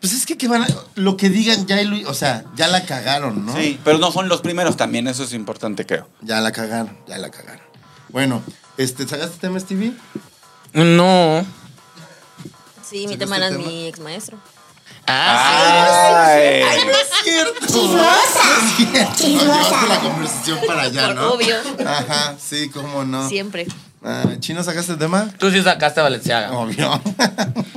B: Pues es que, que van a- lo que digan ya, Luis, o sea, ya la cagaron, ¿no?
E: Sí. Pero no son los primeros también, eso es importante, creo.
B: Ya la cagaron, ya la cagaron. Bueno, este, ¿sacaste tema, Stevie?
C: No.
D: Sí, mi
B: ¿Sacaste
D: tema era
B: tema?
D: mi ex maestro.
C: Ah,
E: Ay.
B: Es cierto.
F: Chismosa.
B: Llevaste la
F: Chismosa.
B: conversación para allá,
D: Por
B: ¿no?
D: obvio.
B: Ajá, sí, cómo no.
D: Siempre.
B: Ah, ¿Chino sacaste el tema?
C: tú sí sacaste a Valenciaga.
B: Obvio.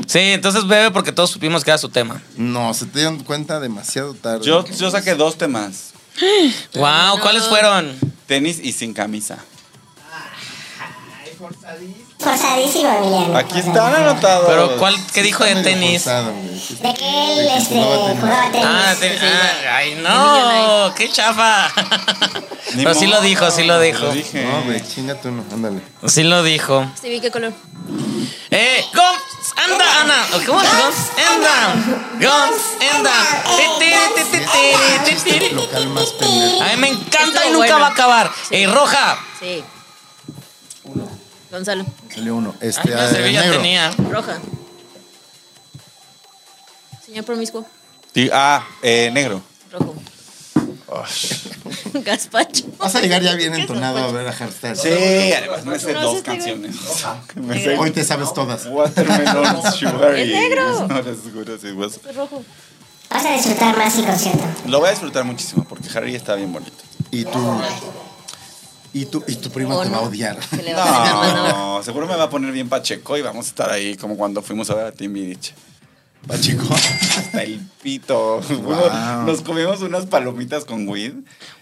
C: Sí, entonces bebe porque todos supimos que era su tema.
B: no, se te dieron cuenta demasiado tarde.
E: Yo, yo saqué dos temas.
C: Wow, ¿cuáles fueron?
E: Tenis y sin camisa.
F: Forzadísimo, Emiliano.
E: Aquí están anotados.
C: Pero ¿cuál qué dijo de
B: Medio
C: tenis?
B: forzado, güey. Sí, sí.
F: De que él, este, jugaba tenis.
C: Ah, te- ah, ay, no, qué chafa.
E: Ni
C: Pero sí lo
E: modo,
C: dijo, sí lo dijo.
E: Lo dije.
B: No, güey, chinga tú uno, ándale.
C: Sí lo dijo.
D: Stevie, ¿qué color?
C: Eh, Gomps, anda, Ana. ¿O ¿Cómo es? Gomps, anda. Gomps, anda. Ti, ti, ti, ti, ti, ti, ti, ti.
B: Local más pendejo.
C: A mí me encanta y
D: Estuvo
C: nunca
D: bueno.
C: va a acabar. Eh, roja.
D: Sí. Gonzalo.
B: Salió uno. Este,
C: Ay, una
B: ah,
C: servilla
B: negro.
C: tenía.
D: Roja. Señor promiscuo.
E: Sí, ah, eh, negro.
D: Rojo. Gaspacho.
B: Vas a llegar ya bien
D: ¿Qué es
B: entonado a
D: gazpacho?
B: ver a Hardstyle.
E: Sí, además me sé
D: No, sí
E: dos
D: está bien.
E: canciones. Ah, Me sé
B: Hoy te sabes todas.
E: Watermelon Sugar.
D: Es
E: y
D: negro.
E: it's not as good as it was.
D: Es rojo.
F: Vas a disfrutar más el concierto.
E: pues. Lo voy a disfrutar muchísimo porque Harry está bien bonito.
B: Y tú. Y tu, y tu primo
D: O
B: te va a
D: Oh, no.
B: odiar.
D: Se le va a caer la mano.
E: No, no, seguro me va a poner bien Pacheco y vamos a estar ahí como cuando fuimos a ver a Timbiriche.
B: Pachico.
E: Hasta el pito.
B: Wow.
E: Nos comimos unas palomitas con weed.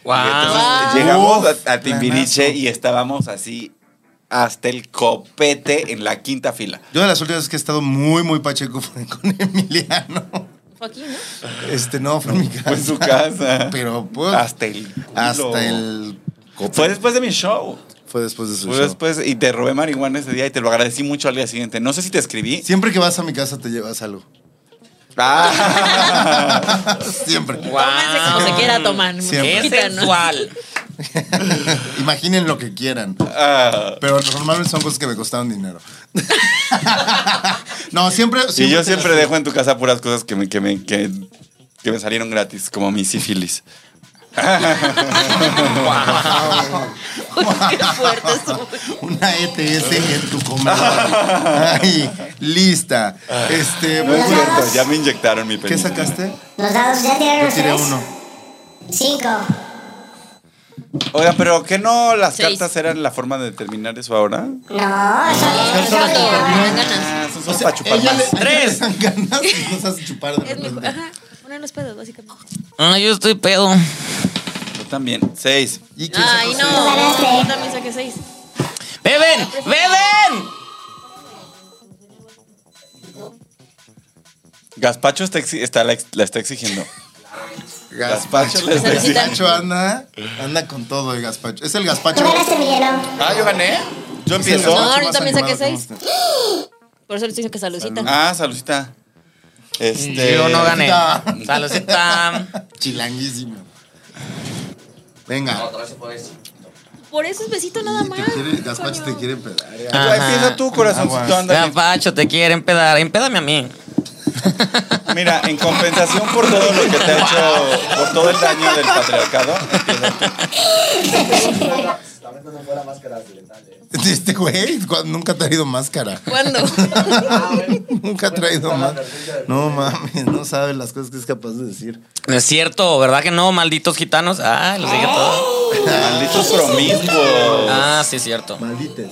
C: Wow.
E: Y entonces
D: Wow.
E: Llegamos a, a
B: Uf,
E: Timbiriche
B: planazo.
E: y estábamos así hasta el copete en la quinta fila.
B: Yo de las últimas veces que he estado muy, muy pacheco fue con Emiliano.
D: Fue aquí, ¿no?
B: Este no, fue en mi casa.
E: Fue en su casa.
B: Pero pues,
E: Hasta el. hilo.
B: Hasta el.
E: Fue después de mi show.
B: Fue después de su
E: Fue
B: show.
E: después y te robé marihuana ese día y te lo agradecí mucho al día siguiente. No sé si te escribí.
B: Siempre que vas a mi casa te llevas algo.
E: Ah.
B: Siempre.
D: Tómense como se quiera tomar.
B: Ah, Siempre.
C: Qué
D: Quita, ¿no?
C: sensual.
B: Imaginen lo que quieran.
E: Ah.
B: Pero normalmente son cosas que me costaron dinero. no, siempre.
E: Y yo
B: te
E: siempre
B: las-
E: dejo en tu casa puras cosas que me, que me, que, que me salieron gratis, como mi sífilis.
D: Uy, qué fuerte estuvo.
B: Una ETS en tu comedor. Ay, lista. Este,
E: No es
B: pues,
E: cierto, ya me inyectaron mi
B: ¿Qué
E: penicilina.
B: sacaste?
F: Los dados ya tiraron
B: Yo
F: los
B: tiré
F: tres.
B: uno.
F: Cinco.
E: Oiga, pero ¿qué no las
D: Seis.
E: cartas eran la forma de terminar eso ahora?
F: No, son
B: cartas
F: son de
B: no.
F: ahora.
E: Ah, son solo para chupar
B: Ella
E: más.
B: le- ella le
C: Tres.
B: dan ganas y nos hace chupar de
D: Es mi,
B: repente.
D: ajá, poner los pedos, básicamente.
C: Ah, yo estoy pedo.
E: Yo también. Seis.
B: ¿Y quién
D: Ay,
B: sacó
D: no.
B: seis?
F: ganaste.
D: Yo también saqué seis.
C: ¡Beben! ¡Beben!
E: Gaspacho está, exi- está la, ex- la está exigiendo. Gaspacho les
D: decía.
B: Gaspacho anda, anda con todo el gazpacho. Es el
F: Tú
B: gazpacho.
F: ganaste, Emiliano.
E: Ah, yo gané. Yo
B: Es el
E: empiezo.
B: gazpacho
D: No, yo
B: más
D: también saqué
B: animado que este.
D: seis.
B: hemos
D: Por eso les dije que saludcita.
E: Ah, saludcita. Este,
C: Yo no gané.
B: Saludcita.
C: Saludcita.
B: tenido. Chilanguísimo. Venga.
D: Por eso es besito nada
B: Te
D: más.
B: quiere, gazpacho te quiere pedar. eh.
E: Tú, Empieza tú, corazoncito.
B: Aguas.
E: Anda,
C: Pacho, te quiere empedar. Empédame a mí.
E: Mira, en compensación por todo lo que te ha hecho, por todo el daño del patriarcado. empieza tú.
G: también cuando fuera máscara de
B: Este güey cu- nunca ha traído máscara.
D: ¿Cuándo?
B: nunca ha traído
G: Ah, Bueno,
B: máscara. No mames, no sabe las cosas que es capaz de decir.
C: No es cierto, ¿verdad que no, malditos gitanos? Ah, les dije
E: Oh.
C: todo.
E: Malditos promiscuos.
C: Ah, sí, cierto.
B: Maldites.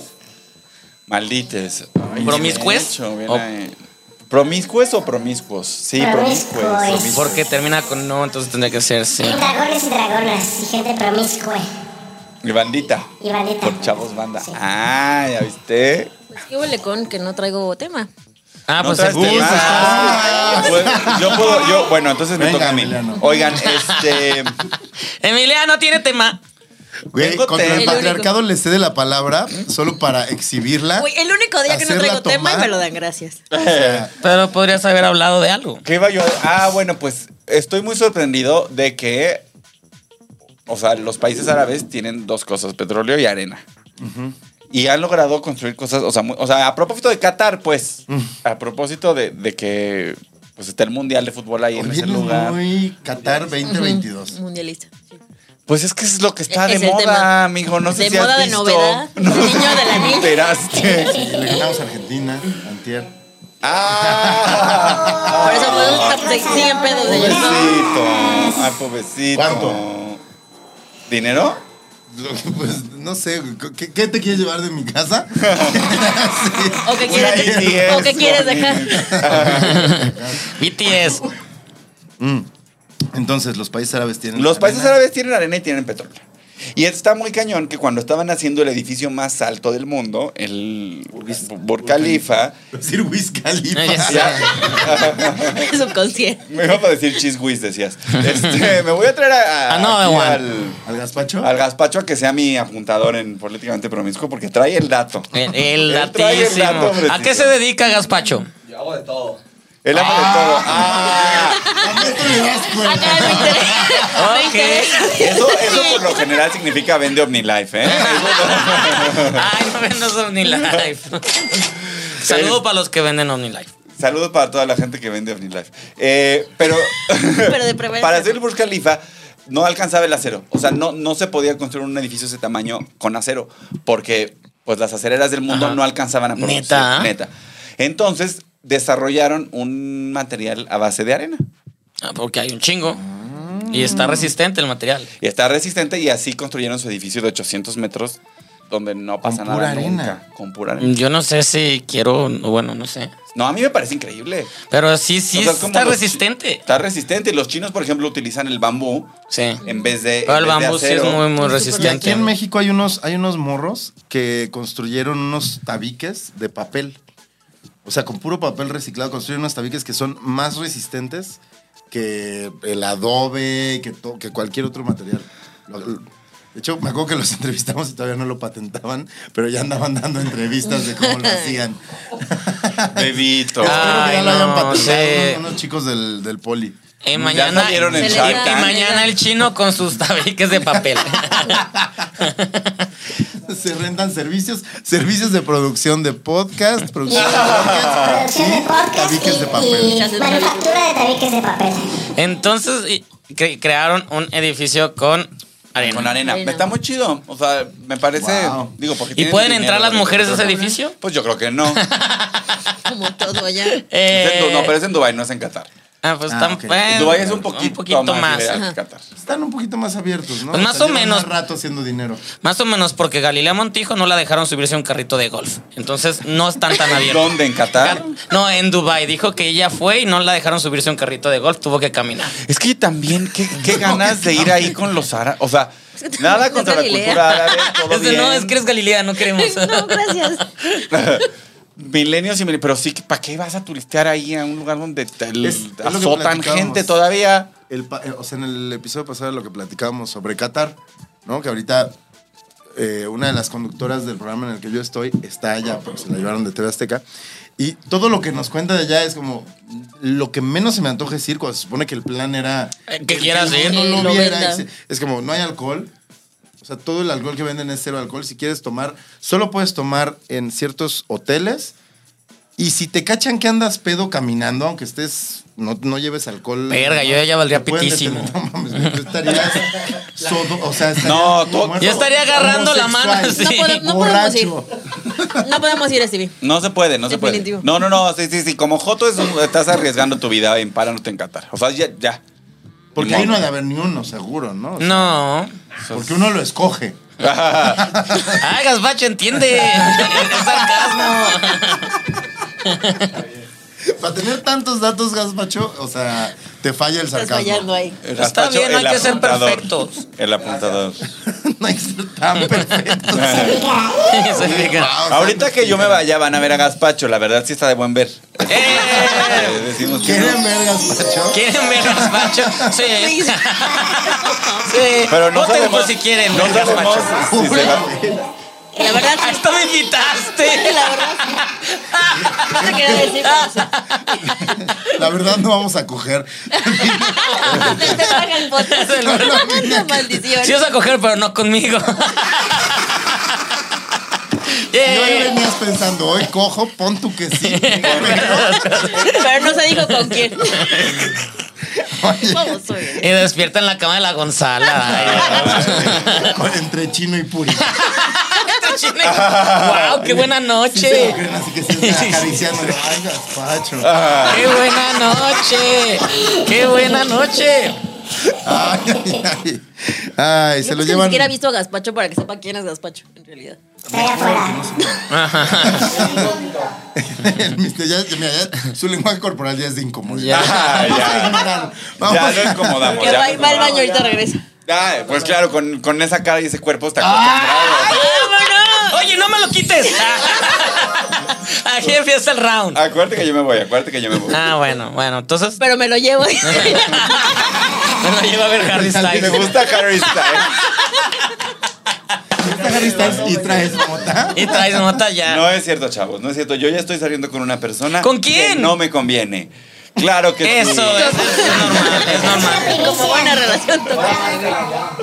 E: Maldites.
C: ¿Promiscues?
E: Bien hecho, bien
C: O-
E: ahí. ¿Promiscues o promiscuos? Sí, promiscues.
F: Promiscues.
C: Porque termina con no, entonces tendría que ser sí.
F: Y dragones y dragonas. Y gente promiscua.
E: Y bandita.
F: Y bandita.
E: Por chavos banda. Ah, ya viste.
D: Pues qué huele con que no traigo tema.
C: Ah,
E: No
C: pues
E: traes
C: seguro.
E: tema. Pues, yo puedo, yo, bueno, entonces me
B: Venga,
E: toca a mí.
B: Emiliano.
E: Oigan, este.
C: Emiliano tiene tema.
B: Güey,
E: Tengo
B: contra el
E: tema.
B: patriarcado le cede la palabra solo para exhibirla.
D: Güey, el único día que no
B: Ah. Hacerla
D: traigo tema y
B: tomar.
D: me lo dan gracias.
C: Pero podrías haber hablado de algo.
E: ¿Qué iba yo? a- Ah, bueno, pues estoy muy sorprendido de que. O sea, los países árabes tienen dos cosas: petróleo y arena. Y han logrado construir cosas. O sea, mu- o sea, a propósito de Qatar, pues.
B: Mm.
E: A propósito de, de que. Pues está el mundial de fútbol ahí en
B: Oye,
E: ese lugar.
B: muy Qatar 2022.
D: Mundialista. sí.
E: Pues es que es lo que está
D: E-, Es
E: de
D: el
E: moda,
D: tema.
E: amigo. No sé
D: De
E: si
D: moda
E: has
D: de
E: visto.
D: novedad.
E: No,
D: El niño de la niña.
E: ¿Te enteraste?
B: Sí, le ganamos a Argentina, antier.
E: ¡Ah!
D: Por eso fue un top 6 en pedos de ellos.
E: Pobrecito. Ay, pobrecito.
B: ¿Cuánto?
E: ¿Dinero?
B: Lo que, Pues no sé, güey, ¿qué, qué te quieres llevar de mi casa?
D: ¿O qué
E: Una
D: quieres,
E: BTS,
D: ¿o qué quieres
E: no,
D: dejar?
C: eh. BTS.
B: Entonces, los países árabes tienen.
E: Los países
B: arena.
E: árabes tienen arena y tienen petróleo. Y está muy cañón que cuando estaban haciendo el edificio más alto del mundo, el Burj Khalifa,
B: Decir Wiz Khalifa.
C: Ay, ya sé.
D: Es un concierto.
E: me iba a decir chisguis, decías. Este, me voy a traer a,
D: Ah,
E: a-
C: Another
E: aquí
C: one.
E: al,
B: ¿Al gazpacho?
E: al gazpacho a que sea mi apuntador en políticamente promiscuo porque trae el dato.
D: Eh.
C: El, el
E: Él trae el dato,
C: latísimo. ¿A
E: Bretito.
C: qué se dedica Gaspacho?
G: Yo hago de todo.
E: Él ama de todo. Ah,
D: Acá me interesa. Me
C: Ok.
D: interesa.
E: eso, eso por lo general significa vende OmniLife, ¿eh?
C: Ay, no vendas OmniLife. Saludo
E: Es-
C: para los que venden OmniLife.
E: Saludos para toda la gente que vende OmniLife. Eh, pero
D: Pero de preferencia.
E: para hacer el Burj Khalifa no alcanzaba el acero. O sea, no, no se podía construir un edificio de ese tamaño con acero porque pues las acereras del mundo
C: Ajá.
E: no alcanzaban a producir.
C: Neta. ¿ah?
E: Neta. Entonces desarrollaron un material a base de arena.
C: Ah, Porque hay un chingo. Y está resistente el material.
E: Y está resistente y así construyeron su edificio de 800 metros donde no pasa
B: pura
E: nada
B: arena.
E: nunca. Con pura arena.
C: Yo no sé si quiero, o bueno, no sé.
E: No, a mí me parece increíble.
C: Pero sí, sí,
E: O sea, como
C: está
E: los chi-
C: resistente.
E: Está resistente. Los chinos, por ejemplo, utilizan el bambú
C: Sí.
E: en vez de.
C: Pero el
E: en vez de
C: bambú sí es
E: Em, acero.
C: muy, muy
B: Y Pues aquí
C: resistente.
B: en México hay unos, hay unos morros que construyeron unos tabiques de papel. O sea, con puro papel reciclado construyeron unos tabiques que son más resistentes que el adobe, que, to- que cualquier otro material. Lo- lo- De hecho, me acuerdo que los entrevistamos y todavía no lo patentaban, pero ya andaban dando entrevistas de cómo lo hacían.
E: Bebito.
C: Ah.
B: Espero que ya
C: Ay,
B: lo hayan
C: no,
B: patentado
C: sí.
B: unos, unos chicos del, del poli.
C: Y
E: Ya
C: mañana,
E: salieron en
C: y-
D: Shark
C: y
D: Tank.
C: mañana el chino con sus tabiques de papel.
B: Se rentan servicios, servicios de producción de podcast, producción de podcast
F: Producción de
B: y
F: podcast
B: tabiques de
F: y,
B: papel.
D: Muchas
F: y
D: de
F: manufactura de tabiques de papel.
C: Entonces y- cre- crearon un edificio con arena.
E: Con arena.
D: Arena.
E: Está muy chido. O sea, me parece.
B: Wow.
E: Digo, porque
C: ¿Y
E: tienen
C: pueden
E: dinero,
C: entrar las
E: güey.
C: mujeres a ese edificio?
E: Pues yo creo que no.
D: Como todo allá.
E: Es en Du-
C: Eh,
E: no, pero es en Dubái, no es en Qatar.
C: Ah, pues
B: Ah,
C: tan-
B: ok.
C: bueno,
E: Dubái es un poquito,
C: más.
E: liberal
C: Ajá.
E: que Qatar.
B: Están un poquito más abiertos, ¿no?
C: Pues más
B: O sea,
C: o
B: llevan
C: menos.
B: Más rato haciendo dinero.
C: Más o menos porque Galilea Montijo no la dejaron subirse a un carrito de golf. Entonces no están tan abiertos.
E: ¿Dónde? ¿En Qatar?
C: No, en Dubai dijo que ella fue y no la dejaron subirse a un carrito de golf, tuvo que caminar.
E: Es que también, qué, qué ganas de ir ahí con los árabes. O sea, nada
D: es
E: contra la
D: Galilea.
E: cultura árabe. Todo
C: Es de, no,
E: bien.
C: es que eres Galilea, no queremos.
D: No, gracias.
E: Milenios y milenios, pero sí, ¿para qué vas a turistear ahí a un lugar donde te l-
B: Es- es lo que
E: azotan
B: platicábamos.
E: gente todavía?
B: El pa- eh, o sea, en el episodio pasado lo que platicábamos sobre Qatar, ¿no? Que ahorita eh, una de las conductoras del programa en el que yo estoy está allá, porque se la llevaron de TV Azteca. Y todo lo que nos cuenta de allá es como lo que menos se me antoja es ir cuando se supone que el plan era.
C: Eh, que quieras
B: el
C: ir.
B: mundo
D: Y
B: No
D: lo
B: hubiera,
D: venda.
B: y se- es como, no hay alcohol. O sea, todo el alcohol que venden es cero alcohol. Si quieres tomar, solo puedes tomar en ciertos hoteles Y si te cachan que andas pedo caminando, aunque estés, no, no lleves alcohol.
C: Verga, yo ya valdría
B: te pueden
C: pitísimo.
B: detener. No mames, güey, tú estarías sodo, o sea, estarías
E: No,
B: como
E: tú-
B: muerto.
C: Yo estaría agarrando la mano
B: Homosexual,
C: así.
D: No podemos- no podemos ir.
B: borracho.
D: No podemos ir, Stevie.
E: No se puede, no se puede.
D: Definitivo.
E: No, no, no, sí, sí, sí. Como Joto es un- estás arriesgando tu vida en parándote en Qatar. O sea, ya, ya.
B: Porque ahí no ha de haber ni uno, seguro, ¿no? O sea,
C: No.
B: Porque uno lo escoge.
C: Ah. Ay, Gaspacho, entiende. Es sarcasmo.
B: Para tener tantos datos, Gaspacho, o sea, te falla el
D: Estás
B: sarcasmo.
D: fallando ahí.
E: El
C: Está
E: gazpacho,
C: bien, no hay
E: el
C: que ser
E: apuntador.
C: perfectos.
E: El apuntador.
B: no hay que ser tan perfecto.
C: Se fija.
E: Ahorita que yo me vaya, van a ver a Gaspacho. La verdad sí está de buen ver. Eh, decimos que
B: ¿Quieren
E: no.
B: ver Gaspacho?
C: ¿Quieren ver Gaspacho? Sí.
D: Sí.
C: Sí.
E: Pero no
C: Voten
E: sabemos-
C: por si quieren
E: No
C: ver
E: sabemos
C: Gaspacho.
E: si se va.
D: La verdad,
C: Ah, Esto me invitaste.
D: la verdad. No te quería decir, pero sí.
B: La verdad no vamos a coger.
D: Te- te paga el podcast.
C: Es el verdadero.
D: Una maldición.
C: Sí vas a coger, pero no conmigo.
B: Yo
D: Eh.
B: ahí
C: Yeah.
B: venías pensando, hoy cojo, pon tu que sí. pero-
D: Pero no se dijo con quién.
B: Oye,
D: Vamos, soy.
C: Y despierta en la cama de la Gonzala.
B: con- entre chino y puri.
D: Ah,
C: wow, qué buena
B: Se lo
C: noche.
B: creen, Así que se está acariciando. Ay, Gaspacho.
E: Ah.
C: Qué buena noche. Qué buena noche.
B: Ay, ay, ay. Ay, se
D: Yo
B: lo
D: creo que Ni
B: llevan.
D: siquiera he visto a Gaspacho para que sepa quién es Gaspacho, en realidad.
F: Estoy afuera.
B: El mister- ya- ya- mira, ya- su lenguaje corporal ya es de incomodidad.
E: Ah,
B: Vamos a
E: ya.
B: ignorar. Vamos
E: Ya
B: a-
E: lo incomodamos.
D: Que va,
E: ya lo
D: va al
E: incomodamos.
D: baño y ahorita regresa.
E: Ah, pues claro, con, con esa cara y ese cuerpo está acostumbrado
C: Oye, no me lo quites. Aquí empieza el round.
E: Acuérdate que yo me voy, acuérdate que yo me voy.
C: Ah, bueno, bueno. Entonces,
D: Pero me lo llevo.
C: me lo lleva a ver Harry
E: Me
C: Styles.
E: gusta Harry Styles.
B: Harry Styles y traes mota.
C: Y traes nota ya.
E: No es cierto, chavos, no es cierto. Yo ya estoy saliendo con una persona
C: ¿Con
E: que
C: quién?
E: no me conviene. Claro que sí.
C: Eso es, es normal, es normal.
D: Como buena relación tóxica.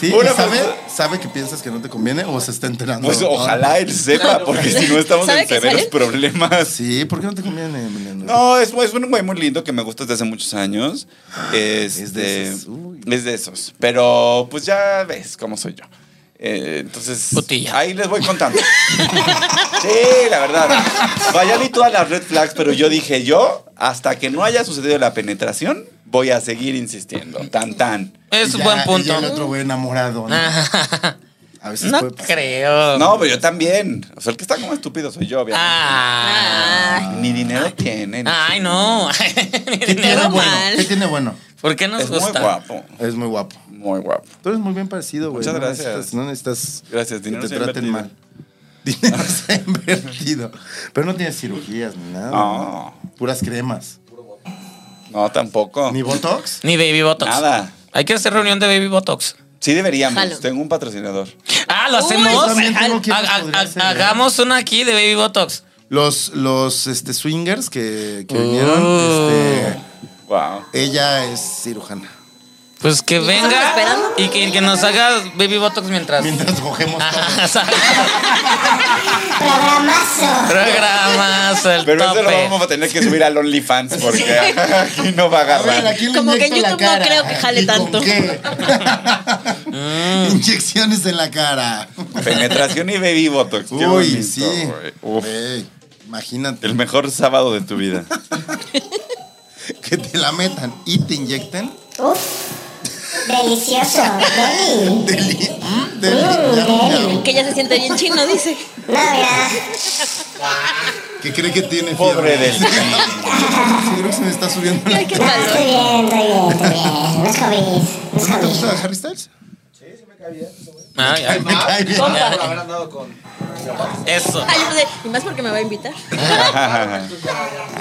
B: Sí,
E: Una
B: ¿y ¿sabe,
E: persona-
B: ¿Sabe que piensas que no te conviene o se está enterando?
E: Pues
B: Ah,
E: ojalá él sepa, porque si no estamos
D: ¿Sabe
E: en
D: que
E: severos
D: salen?
E: problemas.
B: Sí, ¿por qué no te conviene, Emiliano?
E: No, es, es un güey muy lindo que me gusta desde hace muchos años. Este,
B: Ah, Es de esos, uy.
E: es de esos. Pero pues ya ves cómo soy yo. Eh, entonces,
C: Putilla.
E: ahí les voy contando. sí, la verdad. O sea, ya vi todas las red flags, pero yo dije, yo, hasta que no haya sucedido la penetración, voy a seguir insistiendo. Tan, tan.
C: Es
B: Y
C: un
B: ya-
C: buen
B: y ya el
C: punto. Ah,
B: otro güey enamorado. ¿no? A veces
C: No
B: puede pasar.
C: creo.
E: No, pero yo también. O sea, el que está como estúpido soy yo, obviamente.
C: Ah.
E: Ni dinero tiene. ni
C: Ay, no.
B: ¿Qué tiene
C: Dinero
B: bueno?
C: mal.
B: ¿Qué tiene bueno?
C: ¿Por qué nos
E: Es muy
C: gusta?
E: guapo.
B: Es muy guapo.
E: Muy guapo.
B: Tú eres muy bien parecido, güey.
E: Muchas
B: No
E: gracias.
B: necesitas- No necesitas
E: Gracias, dinero
B: que te
E: se ha
B: traten
E: invertido.
B: mal. Dinero se ha invertido. Pero no tienes cirugías ni nada.
E: No.
B: ¿no? Puras cremas.
E: No, tampoco.
B: ¿Ni Botox?
C: Ni Baby Botox.
E: Nada.
C: Hay que hacer reunión de Baby Botox.
E: Sí deberíamos.
D: Jalo.
E: Tengo un patrocinador.
C: Ah, lo
D: Uy,
C: hacemos.
B: también tengo que-
C: Ha- ha-
B: podría
C: ha-
B: ser.
C: hagamos una aquí de Baby Botox.
B: Los, los este, swingers que, que
C: Uh.
B: vinieron, este,
E: Wow.
B: ella es cirujana.
C: Pues que
D: estamos
C: venga
D: esperando?
C: y que, que nos haga Baby Botox mientras.
B: Mientras cogemos
C: Ah, saca
F: Programazo.
C: Programas el
E: Pero eso lo
C: tope.
E: vamos a tener que subir al OnlyFans porque aquí no va a
B: A ver,
E: agarrar.
B: aquí le
D: Como que
B: inyecto
D: en
B: la
D: YouTube no
B: cara.
D: creo que jale
B: ¿Y con
D: tanto.
B: qué? Inyecciones en la cara.
E: Mm. Penetración y baby botox. Qué
B: Uy,
E: bonito,
B: sí.
E: güey. Uf.
B: Ey, imagínate
E: El mejor sábado de tu vida.
B: que te la metan y te inyecten.
F: Uf. Delicioso. Deli.
B: Deli. mm, deli, ya, ya.
D: Que ya se siente bien chino, dice.
F: No, mira.
B: Que cree que tiene
E: Pobre
B: fiebre.
E: del
B: Seguro que se me está subiendo. la-
D: Ay, qué
F: No, estoy
D: calor.
F: bien, estoy bien, estoy bien. No es COVID. No es
B: ¿No te gusta
F: COVID.
B: Harry Styles?
C: Ah, ya.
B: Me cae bien.
G: Lo habrán dado con.
C: Eso.
D: Ay, Ah, yo pensé, y más porque me va a invitar.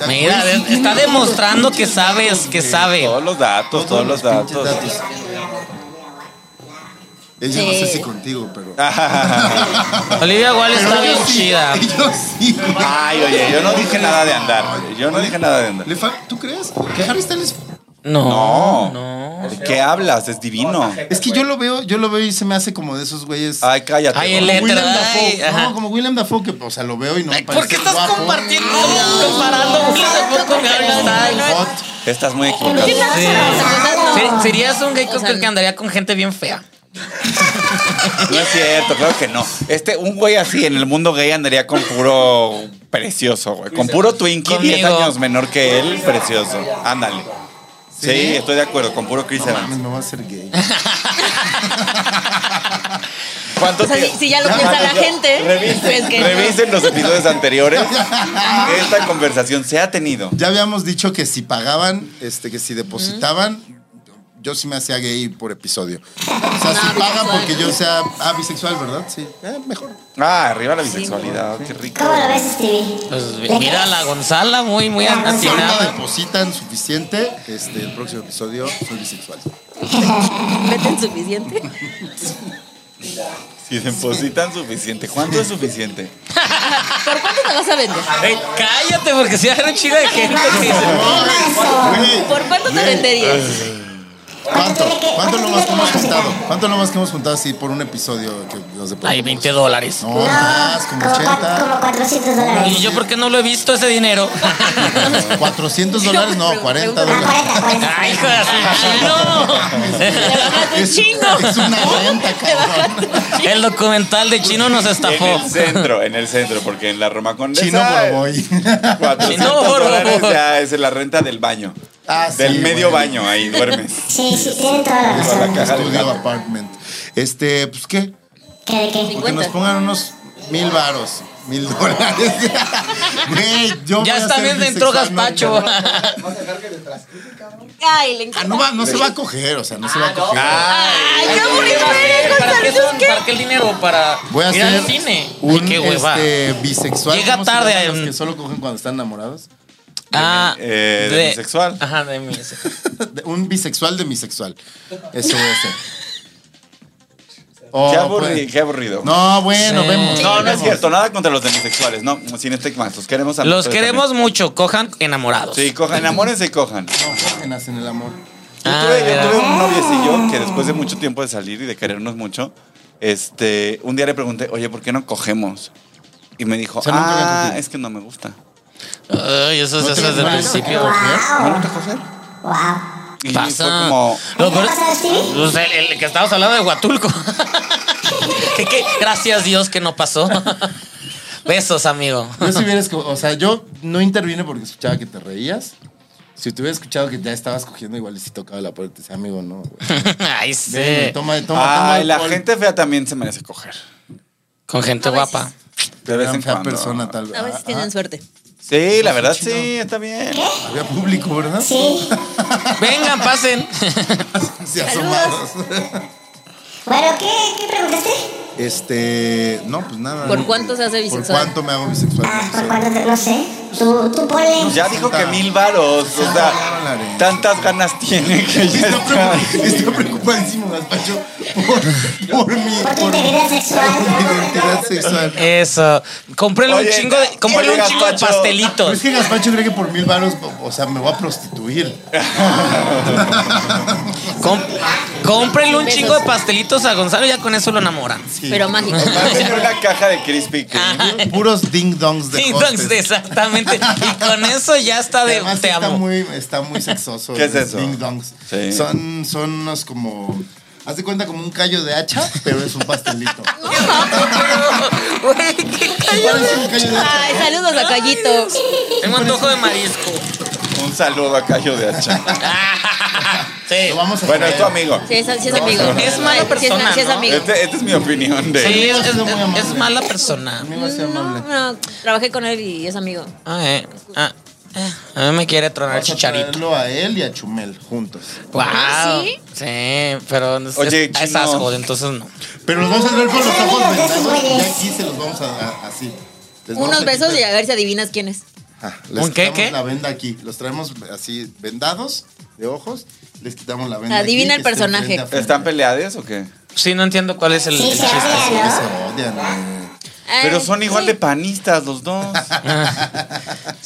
C: Mira,
B: Güey, sí,
C: está
B: tiene
C: demostrando que sabes, que sabe.
E: Todos los datos, todos los
B: pinches
E: datos.
B: Ella no sé
D: Sí.
B: si contigo, pero.
C: Olivia Wall
B: Pero
C: está
B: yo
C: bien
B: sí,
C: chida.
B: Yo sí.
E: Ay, oye, yo no dije nada de andar. güey. Yo no dije nada de andar.
B: Le fa- ¿Tú crees? Que Harry Styles
C: No.
E: No.
C: No.
E: ¿De qué hablas? Es divino.
B: Es que yo lo veo, yo lo veo y se me hace como de esos güeyes.
E: Ay, cállate.
C: Ay,
E: güey.
C: el
B: como Willem
C: letra,
B: Dafoe.
C: ay, ajá.
B: No, como William Dafoe, que, o sea, lo veo y no me
C: ¿Por
B: parece
C: qué estás
B: guapo.
C: compartiendo? comparando Willem Dafoe con Harry Styles?
B: Hot.
E: Estás muy equivocado.
C: Sí.
D: Ah, No.
C: Se- Serías un gay
D: O sea,
C: que andaría con gente bien fea.
E: No es cierto, claro que no. Este, un güey así en el mundo gay andaría con puro precioso, güey. Con puro Twinkie, 10
C: Conmigo.
E: años menor que él, precioso. Ándale. Sí,
B: ¿Sí?
E: estoy de acuerdo, con puro Chris
B: No
E: Evans.
B: mames, me va a hacer gay.
E: ¿Cuánto
D: O sea,
E: tiempo-
D: si- si ya lo piensa la gente,
E: Revisen,
D: pues que no.
E: revisen los episodios anteriores. Esta conversación se ha tenido.
B: Ya habíamos dicho que si pagaban, este, que si depositaban, yo sí me hacía gay por episodio. O sea, si
D: No,
B: pagan
D: bisexual.
B: porque yo sea ah, bisexual, ¿verdad? Sí. Eh, mejor.
E: Ah, arriba la bisexualidad, qué rico.
F: ¿Cómo lo ves, Stevie?
C: Pues
F: ¿Le
C: mira
F: crees?
C: la Gonzala, muy, muy
B: Si no
C: atinada.
B: depositan suficiente, este, el próximo episodio soy bisexual.
D: Meten suficiente.
E: Si depositan suficiente, ¿cuánto es suficiente?
D: ¿Por cuánto te vas a vender?
C: Ey, cállate, porque si hay un chingo de gente que dice.
B: Güey,
D: ¿Por cuánto te venderías?
B: ¿Cuánto? ¿Cuánto es lo más que hemos juntado? ¿Cuánto es lo más que hemos juntado así por un episodio que los depositamos?
C: Ay, 20 dólares.
B: No, más, como
F: como, cua-
B: 80.
F: como 400 dólares.
C: ¿Y yo por qué no lo he visto ese dinero?
B: 400 dólares, no, 40
F: Ah,
B: dólares.
F: 40, 40.
C: ¡Ay, hijo de su chino!
D: Bajaste un chingo.
B: es una renta, cabrón.
C: El documental de Chino nos
E: En
C: estafó.
E: el centro, en el centro, porque en la Roma Condesa...
B: Chino Borboy.
E: 400
C: No, por
E: dólares
C: favor.
E: ya es la renta del baño.
B: Ah, sí,
E: del medio
B: güey.
E: baño, ahí duermes.
F: Sí, sí, tienen toda la
E: Con la
F: razón.
E: caja de
B: Estudio
E: gato.
B: apartment. Este, pues qué,
F: ¿Qué de qué?
B: porque nos pongan unos mil varos, mil dólares. Güey, yo
C: Ya
B: voy a
C: está
B: ser
C: bien dentro
B: bisexual, no,
C: Gaspacho.
B: cabrón.
D: Ay, le
B: Ah,
D: encanta.
B: no, va, no se va a coger, o sea, Ah, no se va a coger.
D: Ay, qué aburrido.
C: ¿Para qué, son- para qué el dinero? Para
B: Voy a
C: ir al
B: ser
C: cine. Ay,
B: un
C: qué hueva.
B: este, bisexual.
C: Llega
B: ¿Cómo se
C: tarde
B: llaman los
C: en-
B: que solo cogen cuando están enamorados.
C: Ah,
E: eh, de bisexual.
C: Ajá, de mi.
B: De- un bisexual de bisexual. Eso voy a ser. Oh,
E: qué, aburri-
B: pues.
E: qué aburrido. No,
B: No, bueno,
C: Sí.
B: vemos.
E: no, es
B: vemos.
E: cierto. Nada contra los demisexuales. No, sin estigmas. Los queremos a
C: Los
E: nosotros
C: queremos mucho, cojan enamorados.
E: también. Sí, cojan, enamórense y cojan. Yo
B: No, cogen, hacen el amor.
C: Ah,
E: tuve, yo
C: mira.
E: tuve un noviecillo que después de mucho tiempo de salir y de querernos mucho, este, un día le pregunté, oye, ¿por qué no cogemos? Y me dijo,
B: O sea, nunca habían
E: ah,
B: cogido.
E: es que no me gusta.
C: Ay, eso es
B: ¿No te
C: eso es desde el
B: van a
C: principio.
B: coger?
F: Wow.
E: Y fue
C: Pasa.
E: como,
C: Lo
F: ¿Qué
C: peor-
F: pasa, Stevie?
C: pues, el, el que estábamos hablando de Huatulco. Que- que- Gracias Dios que no pasó. Besos, amigo.
B: Yo si hubiera escu- o sea, yo no intervine porque escuchaba que te reías. Si te hubiera escuchado que ya estabas cogiendo, igual y si tocaba la puerta, te decía, amigo, no, güey.
C: Ay, sí.
B: Ven, Toma, toma, toma.
E: ay, la
B: alcohol".
E: gente fea también se merece coger.
C: Con gente guapa.
E: De vez
B: Gran
E: en
B: fea
E: cuando.
B: persona, tal vez.
D: A veces tienen suerte.
E: Sí, la verdad sí, está bien.
B: Ah, Había público, ¿verdad?
F: Sí.
C: Vengan, pasen.
B: Sí, asomados.
F: Bueno, ¿qué, qué preguntaste?
B: Este. No, pues nada.
D: ¿Por cuánto se hace bisexual?
B: ¿Por cuánto me hago bisexual?
F: Ah, por cuánto te- no sé. Tú, tú ponle.
E: Ya dijo que mil varos, o sea, tantas ganas tiene que ya
B: Está,
E: está.
B: preocup- está preocupadísimo, Gaspacho, por, por mi.
F: Por tu
B: por-
F: integridad sexual.
B: por mi identidad sexual.
C: Eso. Compréle un
E: Oye,
C: chingo de, cómprale
E: oye,
C: un chingo de
E: gazpacho.
B: Pero es
C: pastelitos.
B: que Gaspacho cree que por mil varos, o sea, me voy a prostituir.
C: Com- cómprenle un chingo de pastelitos a Gonzalo, ya con eso lo enamoran.
D: Pero mágico.
E: Va a tener una caja de Krispy Kreme.
B: Puros ding dongs de
C: Sí,
B: hostes.
C: entonces, exactamente. Y con eso ya está de
B: Además,
C: te
B: está
C: amo.
B: Muy, está muy sexoso.
E: ¿Qué es
B: los
E: eso?
B: Ding dongs.
E: Sí.
B: Son, son unos como. Haz de cuenta como un callo de hacha, pero es un pastelito.
C: Pero, güey, qué callado.
B: Parece un callo de hacha.
D: Ay, saludos a Callito.
C: Tengo antojo de marisco.
E: Un saludo a Cayo de Hacha.
C: Sí.
B: Lo vamos a
E: Bueno, es tu
B: comer.
E: amigo.
D: Sí, es, sí es amigo.
C: Es mala
D: Ay, sí es-
C: persona,
D: Sí es
C: ¿no?
D: amigo.
E: Este- Esta es mi opinión
C: Sí,
E: de
C: es,
B: Ha sido
C: es-
B: muy amable.
C: es mala persona.
B: Amigo, sea amable.
D: No, no, trabajé con él y es amigo.
C: Ah, eh, ah, eh, A mí me quiere tronar
B: Vamos a
C: chicharito.
B: traerlo a él y a Chumel juntos.
C: Wow.
D: ¿Ah,
C: ¿Sí?
D: sí?
C: pero es,
E: Oye,
C: es- es
E: chino.
C: asco, entonces no.
B: Pero los vamos a traer con los
F: Son
B: ojos
F: amigos de esos
B: vendados y
F: güeyes.
B: aquí se los vamos a, a- así. Les vamos
D: Unos
B: a
D: besos y
B: quitar-
D: a ver si adivinas quién es.
B: Ah, les
C: ¿Un qué,
B: quitamos
C: qué?
B: la venda aquí. Los traemos así vendados de ojos. Les quitamos la venda.
D: Adivina
B: aquí,
D: el
B: que estén
D: personaje.
B: frente a frente.
E: ¿Están peleadas o qué?
D: Eh,
C: Sí, no entiendo cuál es el,
F: Sí,
C: el
F: se
C: chiste.
F: habla, ¿no?
B: Se odian. eh.
D: Ay,
E: Pero son igual
D: sí.
E: de panistas los dos.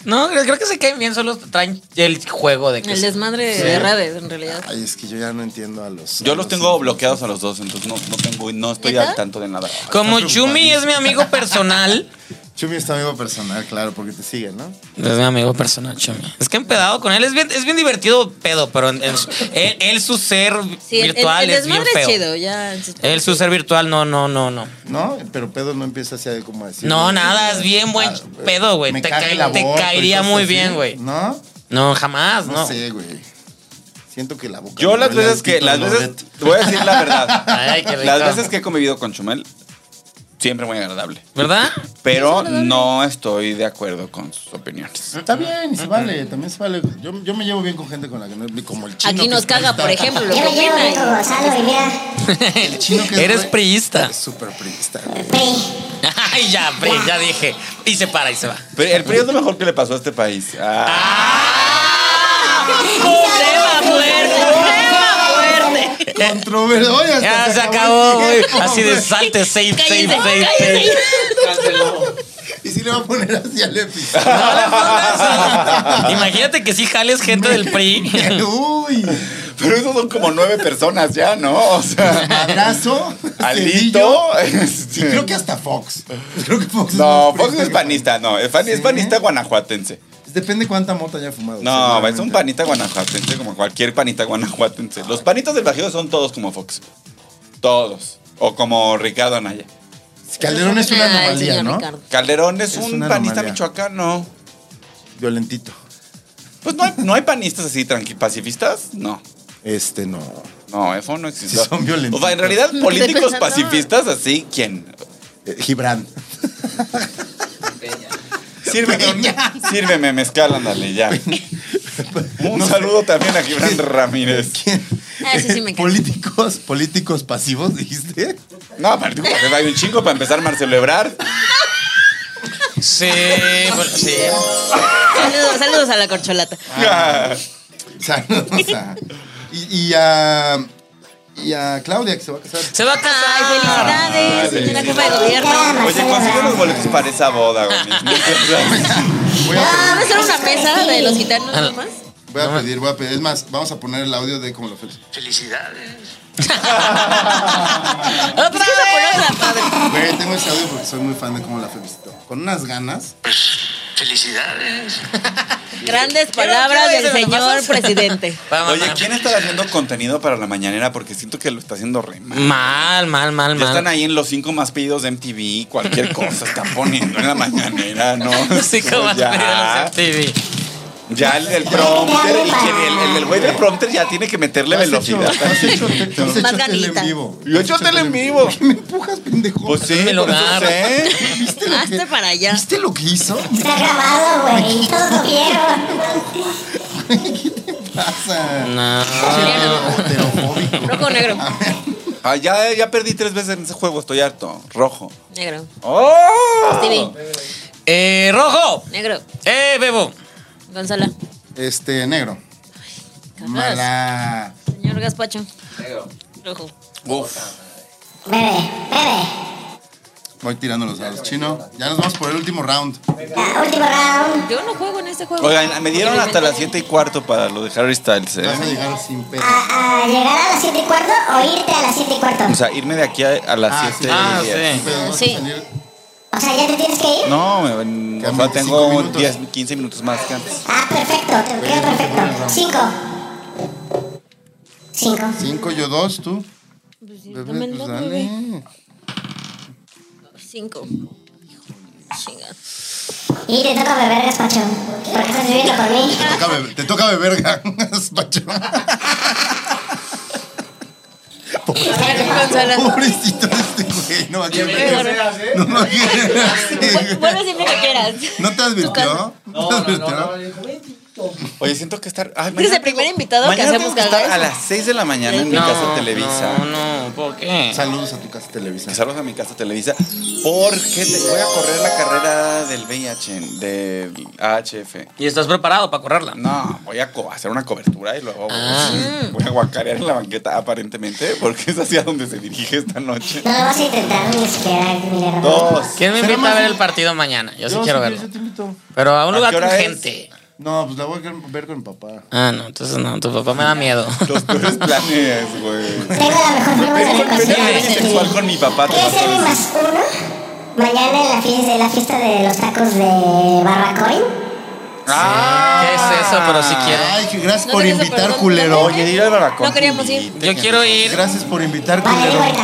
C: No, creo, creo que se caen bien, solo traen el juego de que.
D: El
C: se-
D: desmadre de Rades, en realidad.
B: Ay, es que yo ya no entiendo a los.
E: Yo los tengo bloqueados a los dos, entonces no, no tengo, no estoy
D: ¿Neta?
E: al tanto de nada.
C: Como
B: Está
C: Chumi es mi amigo personal.
B: Chumi es tu amigo personal, claro, porque te sigue, ¿no?
C: Es mi amigo personal, Chumi. Es que he empedado con él. Es bien, es bien divertido pedo, pero en- en su- él, él, su ser
D: Sí, el, el-
C: virtual
D: el
C: es bien
D: desmadre es
C: feo.
D: chido, ya. en sus-
C: Él, su ser virtual, no, no, no, no.
B: No, pero pedo no empieza hacia de como decir. ah,
C: No, nada, es bien buen pedo, güey.
B: me
C: Te
B: caga el
C: cae- te
B: aborto y
C: caería
B: cosas
C: muy
B: así.
C: bien, güey.
B: ¿No?
C: No, jamás,
B: no,
C: no.
B: sé, güey. Siento que la boca.
E: Yo
B: me
E: las
B: huele
E: veces
B: a
E: que,
B: Tito
E: las veces,
B: Loret.
E: te voy a decir la verdad.
C: Ay, qué rico.
E: Las veces que he convivido con Chumel, siempre muy agradable.
C: ¿Verdad?
E: Pero no estoy de acuerdo con sus opiniones.
B: Está bien, y se vale, también se vale. Yo, yo me llevo bien con gente con la que no. Como el chino.
D: Aquí
B: que
D: nos
B: está-
D: caga, por ejemplo, lo
F: Yo
D: que
F: me llevo bien con
D: opina.
F: Gonzalo y mira,
B: El chino que
C: Eres
B: es-
C: priista.
B: Es súper priista, güey.
F: PRI.
C: Ay, ya, pre, ya dije. Y se para y se va.
E: Pero el PRI es lo mejor que le pasó a este país. Ah,
C: ¡Tema fuerte! ¡Tema fuerte!
B: Controversia. Oye, hasta
C: Eh, Ya se acabó,
B: el
C: güey.
B: tiempo,
C: Así de
B: güey.
C: salte, safe, safe,
D: Cállense,
C: safe, safe.
D: cállense.
B: Y si le va a poner hacia el episodio.
C: No le pongas- Imagínate que sí jales gente del PRI.
B: Uy,
E: pero esos son como nueve personas ya, ¿no? O sea,
B: abrazo. Cedillo,
E: Alito.
B: Y
E: este,
B: creo que hasta Fox. Creo que Fox
E: No,
B: más
E: Fox
B: priista
E: es
B: que-
E: panista, no. Es pan- es
B: ¿Sí?
E: panista guanajuatense.
B: Depende cuánta mota haya fumado.
E: No, es un
B: seguramente.
E: panita guanajuatense, como cualquier panita guanajuatense. Los panitas del Bajío son todos como Fox. Todos. O como Ricardo Anaya.
B: Calderón es una
D: Ah, el
B: anomalía,
D: señor
B: ¿no?
D: Ricardo.
E: Calderón es,
B: Es
E: un
B: una
E: panista
B: anomalía.
E: michoacano.
B: Violentito.
E: Pues no hay, no hay panistas así tranqui pacifistas, no.
B: Este no.
E: No, eso no existe.
B: Sí, son violentos.
E: O sea, en realidad,
D: Estoy
E: políticos
D: pensando.
E: pacifistas así, ¿quién?
B: Eh, Gibran.
E: Sírveme, sírveme mezcal, ándale, ya. Un saludo también a Gibran Ramírez.
D: Ah, sí, sí, me encanta.
B: Políticos, políticos pasivos, dijiste.
E: No, para hay un chingo para empezar Marcelo Ebrard.
C: Sí, bueno, sí.
D: Saludos, saludos a la corcholata.
E: Ah,
B: Saludos a. Y, y a. Y a Claudia, que se va a casar.
C: Se va a
D: Ay,
C: casar.
D: felicidades, señora
E: sí.
D: jefa de gobierno.
E: Oye, consigue los boletos para esa boda, güey.
B: Voy a
D: Ah, ¿Va a hacer una mesa de los gitanos nomás?
B: pedir,
E: Ah.
B: voy a pedir, voy a pedir. Es más, vamos a poner el audio de cómo lo feliz.
C: ¡Otra
D: Pues que esa
C: vez!
D: polola, padre.
B: Güey, tengo ese audio porque soy muy fan de cómo la felicito. Con unas ganas.
D: Grandes
C: Quiero-
D: palabras
C: quiero
D: del
C: ese, ¿me lo
D: señor
C: pasas?
D: presidente.
C: Va, va,
E: Oye,
C: va.
E: ¿quién está haciendo contenido para la mañanera? Porque siento que lo está haciendo re mal.
C: Mal, mal, mal,
E: Ya están
C: mal.
E: ahí en los cinco más pedidos de MTV, cualquier cosa están poniendo en la mañanera, ¿no?
C: Sí, como has
E: ya,
C: pedido los MTV.
E: ya el del prompter, y que el- el del güey del prompter ya tiene que meterle velocidad.
B: Ah. Has hecho, has
D: Más
B: hecho tele en
D: ganita.
B: vivo.
E: Yo he hecho tele en vivo.
B: ¿Qué me empujas, pendejo?
E: Pues sí,
C: Déjame
E: por
C: lograr.
E: eso sé.
B: ¿Viste lo
D: Hazte
B: que,
D: para allá.
B: ¿Viste lo que hizo?
F: Está grabado, güey. Todos lo vieron.
B: ¿Qué te pasa?
C: No.
B: Heterofóbico.
D: Rojo o negro.
E: Ah, ya, ya perdí tres veces en ese juego, estoy harto. Rojo.
D: Negro.
E: ¡Oh!
D: Stevie.
C: Eh, rojo.
D: Negro.
C: Eh, Bebo.
D: Gonzala.
B: Este, negro.
D: Cagadas.
B: Mala.
D: Señor Gaspacho. Negro. Rojo.
E: Uf.
F: Bebe, bebe.
B: Voy tirando los dados. Chino, ya nos vamos por el último round.
F: Ya, último round.
D: Yo no juego en este juego.
E: Oigan, me dieron hasta las siete y cuarto para lo de Harry Styles,
B: Vas a
E: ¿eh?
B: llegar sin pedo.
F: A, a llegar a las 7 y cuarto o irte a las 7 y cuarto.
E: O sea, irme de aquí a, a las
B: Ah,
E: siete
C: Ah,
E: y diez.
B: Sin
C: sí.
B: pedo, vas a
D: Sí.
B: salir.
F: O sea, ya te tienes que ir.
E: No, me- en- o
B: Quedan
E: sea,
B: 25
E: tengo un
B: minutos.
E: 10, 15 minutos más que antes.
F: Ah, perfecto. Te queda perfecto. 5. 5.
B: Cinco, yo dos, tú.
D: Pues sí,
B: Bebé,
D: dame el
B: pues
D: dos,
B: dale.
D: bebé. Cinco. Chinga.
F: Y te toca beber gazpacho. Porque estás viviendo por mí.
B: Te toca beber- Te toca beber ganas, Pacho.
F: Espera que pase.
D: Gonzala.
B: Pobrecito de este güey. No, aquí no lo quieren así,
D: Vu-
B: güey.
D: Vuelve siempre que quieras.
B: ¿No te advirtió?
D: casa.
B: ¿No te advirtió?
E: Oye, siento que estar. ay,
D: Eres el primer invitado que
E: mañana
D: hacemos
E: tengo
D: que haga
E: estar a
D: eso.
E: las 6 de la mañana en mi casa Televisa.
C: No, no, ¿por qué?
B: Saludos a tu casa Televisa.
E: Saludos a mi casa Televisa. Porque te voy a correr la carrera del VIH, del AHF.
C: ¿Y estás preparado para correrla?
E: No, voy a co- hacer una cobertura y luego
C: Ah.
E: voy a guacarear en la banqueta, aparentemente, porque es hacia donde se dirige esta noche.
F: No lo vas a intentar ni siquiera, mi hermano.
E: Dos.
C: ¿Quién me
B: Será
C: invita a
B: más-
C: ver el partido mañana? Yo sí
B: Yo,
C: quiero
B: si
C: verlo.
B: quieres, Yo te invito.
C: Pero a un
E: ¿A
C: lugar
E: qué
C: con
E: hora es?
C: gente.
B: No, pues la voy a ver con mi papá.
C: Ah, no, entonces no, tu papá me da miedo.
E: Los peores planes, güey.
F: Tengo la mejor forma de
E: Tengo un
F: reconciliarme
E: plan
F: contigo.
E: sexual con mi papá. te lo
F: ¿Quieres ser mi
E: juro.
F: más uno? Mañana en la fiesta, en la fiesta de los tacos de Barbacoin.
E: Ah.
C: ¿Qué es eso? Pero sí quiero.
B: Ay, que gracias
D: No
B: por
D: te digas,
B: invitar,
D: perdón,
B: culero.
D: no te-
E: Oye, Ah. ir al baracón.
D: No queríamos ir.
C: Yo quiero ir.
B: Gracias por intar,
F: Vale, di
B: culero.
F: vuelta.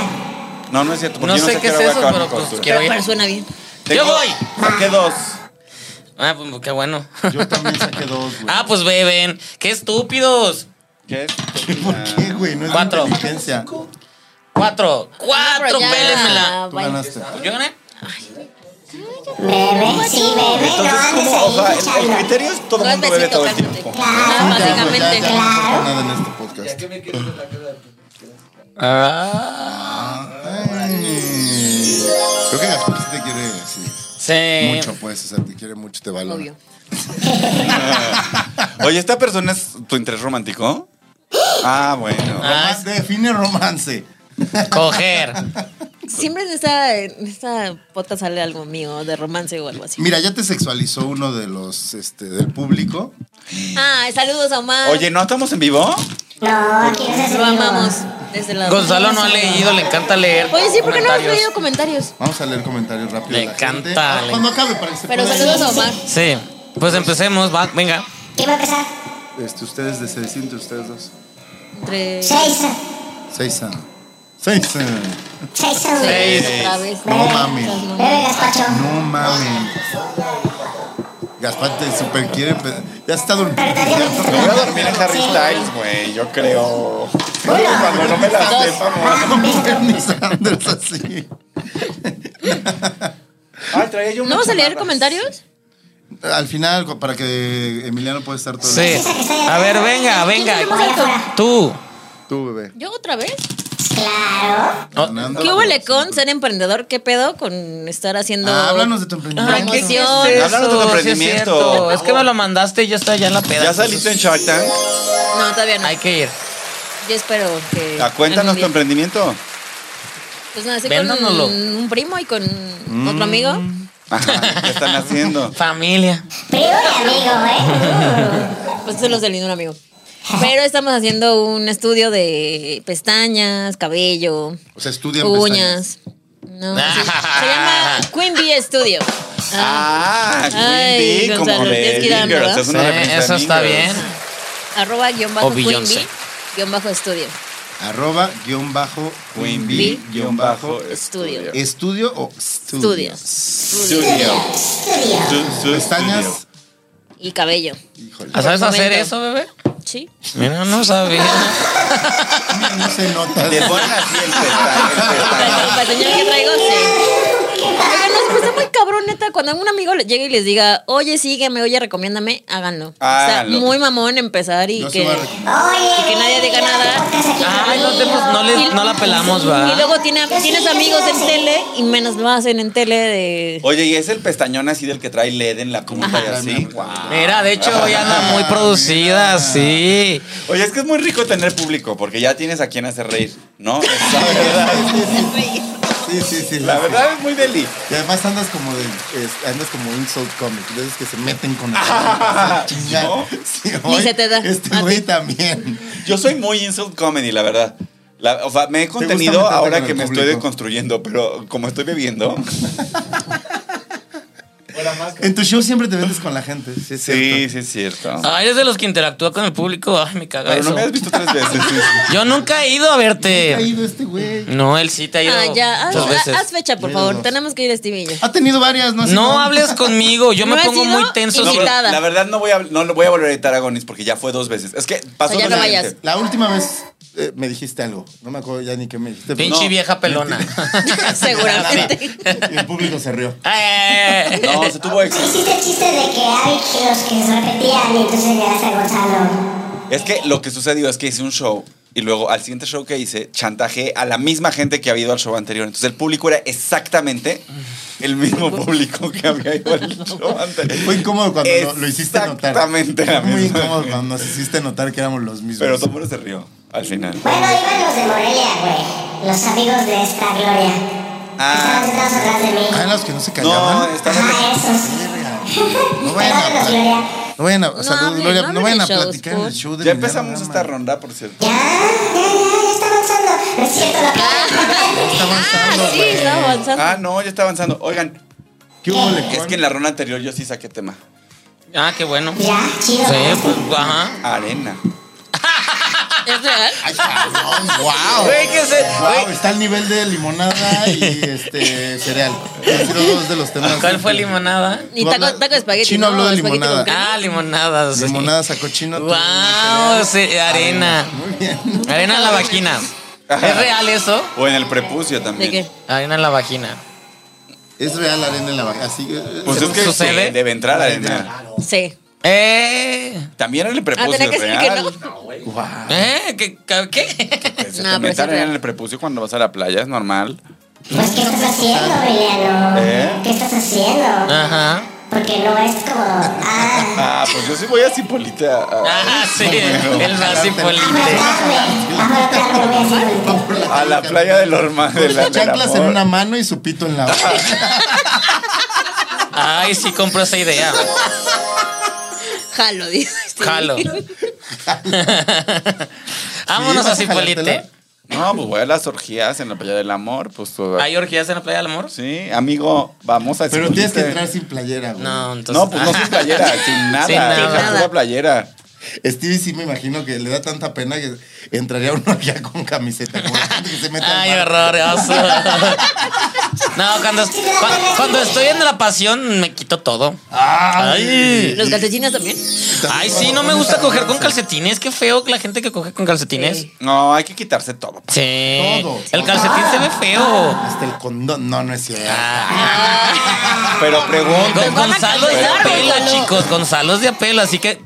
E: No, no es cierto. porque
C: No
E: yo
C: sé qué es
E: hora voy a
C: eso,
E: acabar
C: pero
E: mi
C: pues
E: costura.
C: quiero ir.
D: Pero suena bien.
C: ¡Yo voy!
E: Saqué dos.
C: Ah, pues qué bueno.
B: Yo también saqué dos, güey.
C: Ah, pues beben. ¡Qué estúpidos!
E: ¿Qué es?
B: ¿Por qué, güey? No es
C: Cuatro.
B: Cuatro. inteligencia. Tú
C: Cuatro. ¡Cuatro!
D: Ah, Pero ya,
C: ¡Pélenmela!
D: bye.
B: ganaste.
C: ¿Yo gané?
F: Bebe, sí, bebe, no
E: Entonces,
F: andes
E: como, o sea, el,
F: ahí
E: el
F: luchando.
E: criterio es todo
D: No
E: el
D: es
E: mundo bebe
D: besito,
E: todo el
D: cálmate.
E: tiempo.
D: Ah,
F: Claro.
B: Ya, güey, ya,
D: básicamente.
B: ya no pasa nada en este podcast.
G: ¿Qué me quieres contar?
C: Ah,
B: Ay. Creo que Gaspar sí te quiere sí,
C: sí.
B: mucho, pues. O sea, te quiere mucho, te valora.
D: Obvio.
E: Oye, ¿esta persona es tu interés romántico? Ah, bueno.
C: Ah,
B: Romance, define romance.
C: es coger.
D: Siempre en esta, en esta podcast sale algo mío de romance o algo así.
B: Mira, ya te sexualizó uno de los este, del público.
D: Ah, saludos a Omar.
E: Oye, ¿no estamos en vivo?
F: No, aquí no se hace
D: lo
F: vivo.
D: amamos. Desde la
C: Gonzalo no ha leído, le encanta leer.
D: Oye, sí, ¿por qué no has
C: comentarios.
D: leído comentarios?
B: Vamos a leer comentarios rápido.
C: Me
B: de la
C: encanta,
B: gente. Ah,
C: le-
B: Cuando acabe, para que se
D: Pero
B: pueda-
D: saludos a Omar.
C: Sí. Pues empecemos, va, venga.
F: ¿Quién va a empezar?
B: Este, ustedes de 600, ustedes dos.
D: Entre.
F: Seis.
B: Seis a. Seis ah. a.
F: Seis hombres.
C: Seis.
D: Otra vez.
B: No mames.
F: Bebe, gazpacho.
B: No mames. Gaspar te super quiere. pe- Ya está durmiendo.
F: Pero todavía no
E: Me voy a dormir en
F: está
E: Harry Styles, güey, yo creo.
F: Uno.
E: Cuando no me la sepa,
B: Como Bernie Sanders así.
E: Ay, traía yo
D: ¿No vas a leer comentarios?
B: Al final, cu- para que Emiliano pueda estar todo el
C: Sí. A ver, venga, venga. Tú.
B: Tú, bebé.
D: ¿Yo otra vez?
F: Claro.
C: Oh,
B: Ganando.
D: ¿Qué huele con ser emprendedor? ¿Qué pedo con estar haciendo.
B: Ah, háblanos de tu
C: Ay,
B: emprendimiento.
C: ¿qué es
D: Promoción.
C: eso?
E: Háblanos de tu
C: Sí, es
E: emprendimiento.
C: cierto. es, que me lo mandaste y yo estoy allá en la peda.
E: ¿Ya saliste en Shark Tank?
D: No, todavía no.
C: Hay que ir.
D: Yo espero que.
E: Ah, Cuéntanos tu
D: algún día.
E: emprendimiento.
D: Pues nada, sí,
C: Véndanoslo.
D: con un primo y con otro amigo.
E: Ajá, ¿Qué están haciendo?
C: Familia.
F: Primo y amigo, ¿eh?
D: Pues se los del un amigo. Pero estamos haciendo un estudio de pestañas, cabello,
B: O sea, estudian
D: uñas. No, sí. Se llama Queen Bee Studio. Ah,
E: Ah,
D: Ay,
E: Queen Bee, como
D: Gonzalo,
E: de
D: tienes que ir a
E: Mean Girls, es
C: Sí,
E: una referencia de
C: eso
E: Mean
C: está
E: Girls.
C: bien.
D: arroba guión
C: O
D: bajo Queen
C: Beyoncé.
D: Bee guión bajo estudio.
B: Arroba guión bajo
E: Queen
B: Bee,
E: Bee, guión bajo,
D: eh, Estudio.
B: Estudio o estudio.
D: Estudios.
E: Studio. Su- su
B: Pestañas.
E: estudio.
D: Y cabello.
B: Híjole.
C: Ah, ¿Sabes hacer
D: momento.
C: eso, bebé?
D: Sí.
C: Mira, no sabía.
B: No se nota.
E: Le ponen así el pesta- el pestaña.
D: Para el señor que traigo, sí. Oigan, no, pues está muy cabrón, neta. Cuando un amigo le- llegue y les diga, oye, sígueme, oye, recomiéndame, háganlo.
E: Háganlo.
D: Está muy mamón empezar y
B: Ah, No se
D: que.
B: va a recuperar.
F: Oye,
D: Y que nadie diga nada.
C: Ay, no, te, pues, no, le- no la pelamos, va.
D: Y luego tiene, tienes amigos en tele y menos lo hacen en tele de.
E: Oye, y es el pestañón así del que trae LED en la punta y
B: Ah,
E: así. Guau.
C: Mira, de hecho, hoy anda muy producida, sí.
E: Oye, es que es muy rico tener público porque ya tienes a quien hacer reír, ¿no? La verdad,
B: Sí, sí, sí.
E: la
B: sí.
E: verdad es muy deli.
B: Y además andas como de. es- andas como insult comic. De esos que se meten con la chingada.
E: ¿no?
B: Sí,
D: Ni
B: hoy,
D: se te da.
B: Este
D: A
B: güey
D: ti.
B: también.
E: Yo soy muy insult comedy, la verdad. La- o sea, me he
B: gusta
E: contenido
B: meterte con
E: ahora
B: el
E: que me
B: público?
E: estoy deconstruyendo, pero como estoy bebiendo,
B: En tu show siempre te vendes con la gente. Sí, es
E: sí,
B: cierto.
E: sí es cierto. Ah,
C: Ay, eres de los que interactúa con el público. Ay, me caga
E: Pero no
C: eso.
E: me has visto tres veces. sí, sí.
C: Yo nunca he ido a
B: Ha
C: verte.
B: ido este güey.
C: No, él sí te ha ido
D: Ah, ya. Haz,
C: muchas veces.
D: haz fecha, por favor. Tenemos que ir a Stevie y yo.
B: Ha tenido varias, ¿no?
C: No hables conmigo, yo me
D: No has
C: pongo
D: ido
C: muy tenso. si-
D: y
E: No, pero
D: Invitada.
E: la verdad no voy a no lo voy a volver a editar a Gonis porque ya fue dos veces. Es que pasó
D: O sea, ya
E: dos
D: no
E: veces.
D: vayas.
B: La última vez eh, me dijiste algo. No me acuerdo ya ni qué me dijiste. pero-
C: Pinche
B: No,
C: vieja pelona.
D: Seguramente.
B: Y el público se rió.
C: Eh.
E: No, se tuvo éxito.
F: Hiciste el chiste de que había los que se repetían y entonces llegaste a Gonzalo.
E: Es que lo que sucedió es que hice un show y luego al siguiente show que hice chantajeé a la misma gente que había ido al show anterior. Entonces el público era exactamente el mismo público que había ido al show anterior.
B: Fue incómodo cuando lo, lo hiciste notar.
E: Exactamente la
B: Fue muy
E: misma.
B: incómodo cuando nos hiciste notar que éramos los mismos.
E: Pero todo el mundo se rió al final.
F: Bueno, iban los de Morelia, güey. Los amigos de esta gloria. Estaban
E: Ah,
F: sentados atrás de mí.
B: Ah, los que no se
E: no,
B: callaban.
E: estaba...
F: Ah, esos.
B: Verga. No vayan a
E: pues.
F: Perdónenos,
B: hablar.
F: Gloria.
B: No vayan a,
D: No
B: salud,
D: hablen,
B: Gloria,
D: no
B: no
D: hablen
B: vayan
D: de
B: a
D: shows,
B: platicar en el
D: por-
B: show de
E: Ya
B: mi
E: empezamos
B: programa.
E: esta ronda, por cierto.
F: Ya, ya, ya, ya está avanzando. No es cierto, la
B: Está avanzando,
D: Ah, sí,
B: güey.
C: Eh,
D: está avanzando.
E: Ah, no, ya está avanzando. Oigan,
B: ¿Qué hubo, le-
E: es que en la ronda anterior yo sí saqué tema.
C: Ah, qué bueno. Sí,
F: Ya, chido.
C: pues, ajá.
E: Arena.
D: ¿Es real?
B: Ay, cabrón, guau.
C: Güey, que se-
B: Guau,
C: güey.
B: está al nivel de limonada y este cereal. Han sido dos de los temas.
C: ¿Cuál fue limonada?
D: Ni
B: Tú
D: taco,
B: habla-
D: taco de espagueti.
B: Chino habló
D: ¿no?
B: de
D: Espagueti con
B: limonada.
D: crema.
C: Ah, limonadas. sí.
B: Limonada sacó chino. tú, cereal.
C: Wow, sí, arena.
B: Muy bien.
C: Arena en la vagina. ¿Es real eso?
E: O en el prepucio
D: eh. ¿De
E: también.
D: qué?
C: Arena en la vagina.
B: Es real arena en la vaca. Así eh,
E: Pues
B: se-
E: es que
C: ¿Sucede?
E: debe entrar arena.
D: Sí.
C: Eh,
E: También en el
D: Ah,
E: prepucio
D: tenía que
E: es
D: decir que
E: real.
D: no.
B: Guau.
C: eh, ¿qué? ca- qué?
E: Que Eh, se
D: No, pero
E: te metan
D: sí es
E: en
D: real.
E: el prepucio cuando vas a la playa, es normal.
F: Pues, ¿qué estás haciendo, Emiliano?
E: ¿Eh?
F: ¿Qué estás haciendo?
C: Ajá.
F: Porque no es como. Ah,
E: Ah, pues yo sí voy a Cipolita.
C: Ah, sí, el vasipolite.
F: aflotarme. Aflotarme, voy a decir ahorita.
B: Ah,
E: A la playa del Orma de la
B: Sus chanclas en una
E: una...
B: mano y su pito en la otra.
C: Ay, sí compro esa idea.
D: Jalo, dice. Sí.
C: Jalo. Vámonos
B: Sí,
C: a
B: vas a
C: Cipolite.
B: jalártela.
E: No, pues voy a las orgías en la playa del amor, pues todo.
C: ¿Hay orgías en la playa del amor?
E: Sí, amigo, vamos a
B: Pero tienes que
E: Cipolite.
B: entrar sin playera, güey.
C: No, entonces.
E: No, pues no sin playera,
C: Ajá.
E: sin nada,
C: Sin nada.
E: sin pura playera.
B: Stevie sí me imagino que le da tanta pena que entraría uno allá con camiseta. Como la gente que se mete al
C: Ay,
B: mar.
C: horroroso. No, cuando, cua- cuando estoy en la pasión me quito todo. Ay.
D: Los calcetines también.
C: Ay, sí, no me gusta coger con calcetines. Qué feo la gente que coge con calcetines.
D: Sí.
E: No, hay que quitarse todo.
C: Sí.
B: Todo.
C: El calcetín se ve feo.
B: Hasta el condón. No, no es cierto.
C: Ah.
E: Pero pregunto.
C: Con- Gonzalo es de
D: cancelar,
C: apelo,
D: Gonzalo.
C: chicos. Gonzalo es de apelo, así que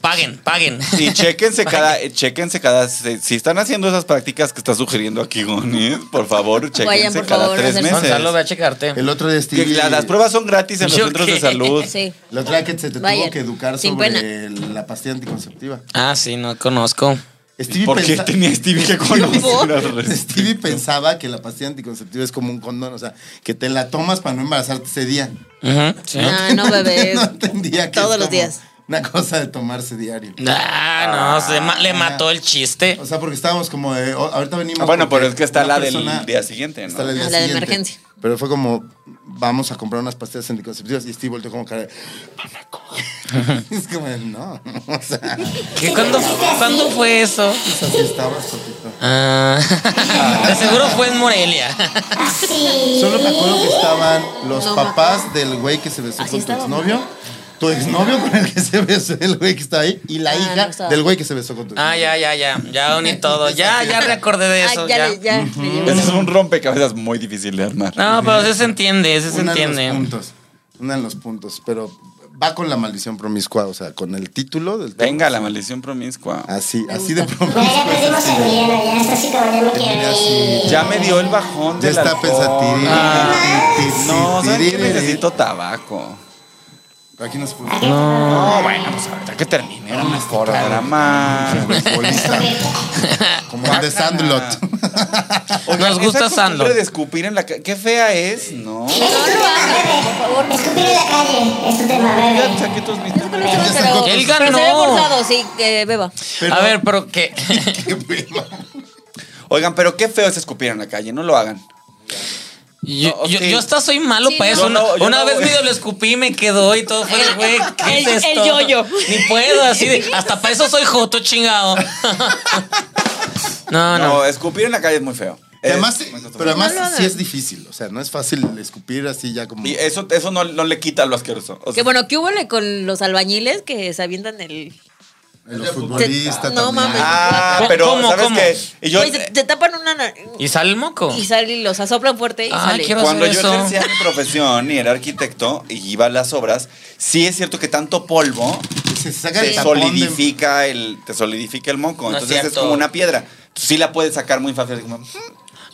C: paguen, paguen.
E: Y chéquense cada, eh, chéquense cada, si si están haciendo esas prácticas que está sugiriendo aquí Gonis, por favor, chéquense
D: por
E: cada
D: favor,
E: tres
D: hacer-
E: meses.
C: Gonzalo, ve a checarte.
B: El otro día
E: Que
B: Stevie.
E: la- las pruebas son gratis en los
C: ¿Yo
E: centros
C: qué?
E: de salud.
D: Sí.
B: La otra que se te
D: Vayan,
B: tuvo que educar
D: sin
B: sobre
D: pena.
B: el- la pastilla anticonceptiva.
C: Ah, sí, no conozco.
B: Stevie
E: ¿Por qué
B: pensa-
E: tenía Stevie que conocer al respecto?
B: Stevie pensaba que la pastilla anticonceptiva es como un condón, o sea, que te la tomas para no embarazarte ese día.
C: Ujú, sí.
D: Ah, no, bebé.
B: no entendía que
D: Todos
B: es
D: los
B: como
D: días.
B: Una cosa de tomarse diario.
C: Ah, no, se ma- le mató el chiste.
B: O sea, porque estábamos como de, o- ahorita venimos.
E: Ah, bueno,
B: porque
E: pero es que está
B: una
E: la del
B: persona-
E: día siguiente, ¿no?
B: Está la del día
D: Ah, La de
B: siguiente.
D: emergencia.
B: Pero fue como, vamos a comprar unas pastillas anticonceptivas y Steve volteó como cara de, es como, de, no, o sea,
C: ¿Qué, ¿Cuándo, ¿Cuándo fue eso?
B: pues así estabas, papito.
C: Ah, de seguro fue en Morelia.
F: Así.
B: Solo me acuerdo que estaban los
D: No,
B: papás del güey que se besó con
D: Así
B: tu
D: estaba,
B: exnovio, tu exnovio con el que se besó el güey que estaba ahí y la
D: Ah, no
B: hija
D: estaba.
B: del güey que se besó con tu
C: Ah, ya, ya, ya. Ya uní todo. Ya, ya me acordé de
D: Ah,
C: eso.
D: ya,
C: ya.
D: le- ya. le llevo.
E: Ese es un rompecabezas muy difícil de armar.
C: No, pero sí se entiende, sí se
B: Unan los
C: entiende.
B: puntos, unan los puntos, pero va con la maldición promiscua, o sea, con el título del tema.
E: Venga, la maldición promiscua.
B: Así, así de
F: Ya, ya
B: promiscua.
F: perdimos a Emiliano, ya está así como ya me quiero ir.
E: Ya me dio el bajón
B: Ya
E: del
B: está
E: alcohol.
B: pensativo.
E: No, ¿sabes qué? Necesito tabaco.
B: Aquí nos puso
E: No, bueno, pues ahorita que termine era mejor era más.
B: futbolista. Como el de Sandlot.
E: Oigan,
C: Nos gusta
E: esa costumbre
C: Sandlot.
E: de escupir en la ca- Qué fea es, ¿no.
F: Es tu tema, bebé. Escupir en la calle. Es tu tema,
E: Ya
F: bebé.
E: saqué todos mis.
D: Pero, pero
C: Él
D: se ve
C: ganó.
D: forzado, sí, que beba.
C: A ver, pero que.
E: Oigan, pero qué feo es escupir en la calle, no lo hagan.
C: Yo,
E: No,
C: yo,
E: ok.
C: yo hasta soy malo
D: Sí,
C: para
D: no.
C: eso.
E: Yo no,
C: una
E: yo
C: una
E: no,
C: vez
E: güey.
C: medio lo escupí y me quedó y todo fue, güey, ¿qué
D: El-
C: es
D: el
C: esto?
D: yoyo.
C: Ni puedo, así de. Hasta para eso soy joto, chingado. No,
E: No, eh.
C: no.
E: escupir en la calle es muy feo.
B: Y Además,
E: Es muy costoso.
B: pero además
D: No lo hagas.
B: sí es difícil, o sea, no es fácil escupir así ya como...
E: Y eh, eso, eso no, no le quita lo asqueroso. O sea,
D: Que bueno, ¿qué hubo con los albañiles que se avientan el,
B: Los futbolistas.
D: No
B: también.
D: mames.
E: Ah,
C: ¿Cómo,
E: pero
C: cómo,
E: ¿sabes
C: cómo?
E: qué? Y yo,
D: Güey, se- te tapan una nar-
C: ¿Y sale el moco?
D: y sale y los asoplan fuerte y
C: Ah,
D: sale.
C: quiero-
E: cuando yo
C: hacer eso.
E: ejercía mi profesión y era arquitecto y iba a las obras, sí es cierto que tanto polvo
B: Se saca
E: te
B: el tapón de-
E: solidifica el, te solidifica el moco.
C: No es
E: Entonces es
C: cierto.
E: como una piedra. Tú sí la puedes sacar muy fácil. como,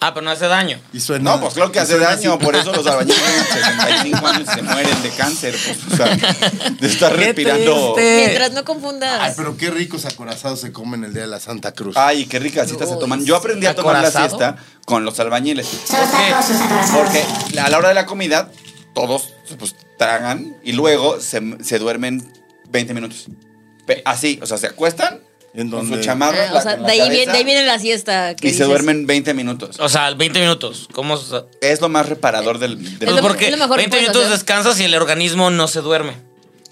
C: Ah, pero no hace daño.
B: Y suena-
E: No, pues claro que
B: y
E: hace
B: suena
E: daño,
B: así.
E: por eso los albañiles tienen 65 años y se mueren de cáncer. pues, o sea, de estar
C: Qué
E: respirando.
C: triste.
D: Mientras no confundas.
B: Ay, pero qué ricos acorazados se comen el día de la Santa Cruz.
E: Ay, qué rica siesta se toman. Yo aprendí a tomar la
C: ¿Acorazado?
E: siesta con los albañiles.
F: Son los tacos, sus acorazados.
E: Porque a la hora de la comida, todos pues, tragan y luego se, se duermen 20 minutos. Pe- Así, o sea, se acuestan
B: ¿En
E: con
B: dónde?
E: su chamarra.
D: Ah,
E: la-
D: o sea,
E: con la
D: de ahí, viene,
E: cabeza,
D: de ahí viene la siesta. que
E: Y se
D: dices.
E: duermen 20 minutos.
C: O sea, 20 minutos. ¿Cómo? se-
E: Es lo más reparador del. del-
D: Es lo-
C: porque
D: es lo mejor que
C: 20
D: puedes
C: minutos
D: hacer.
C: descansas y el organismo no se duerme.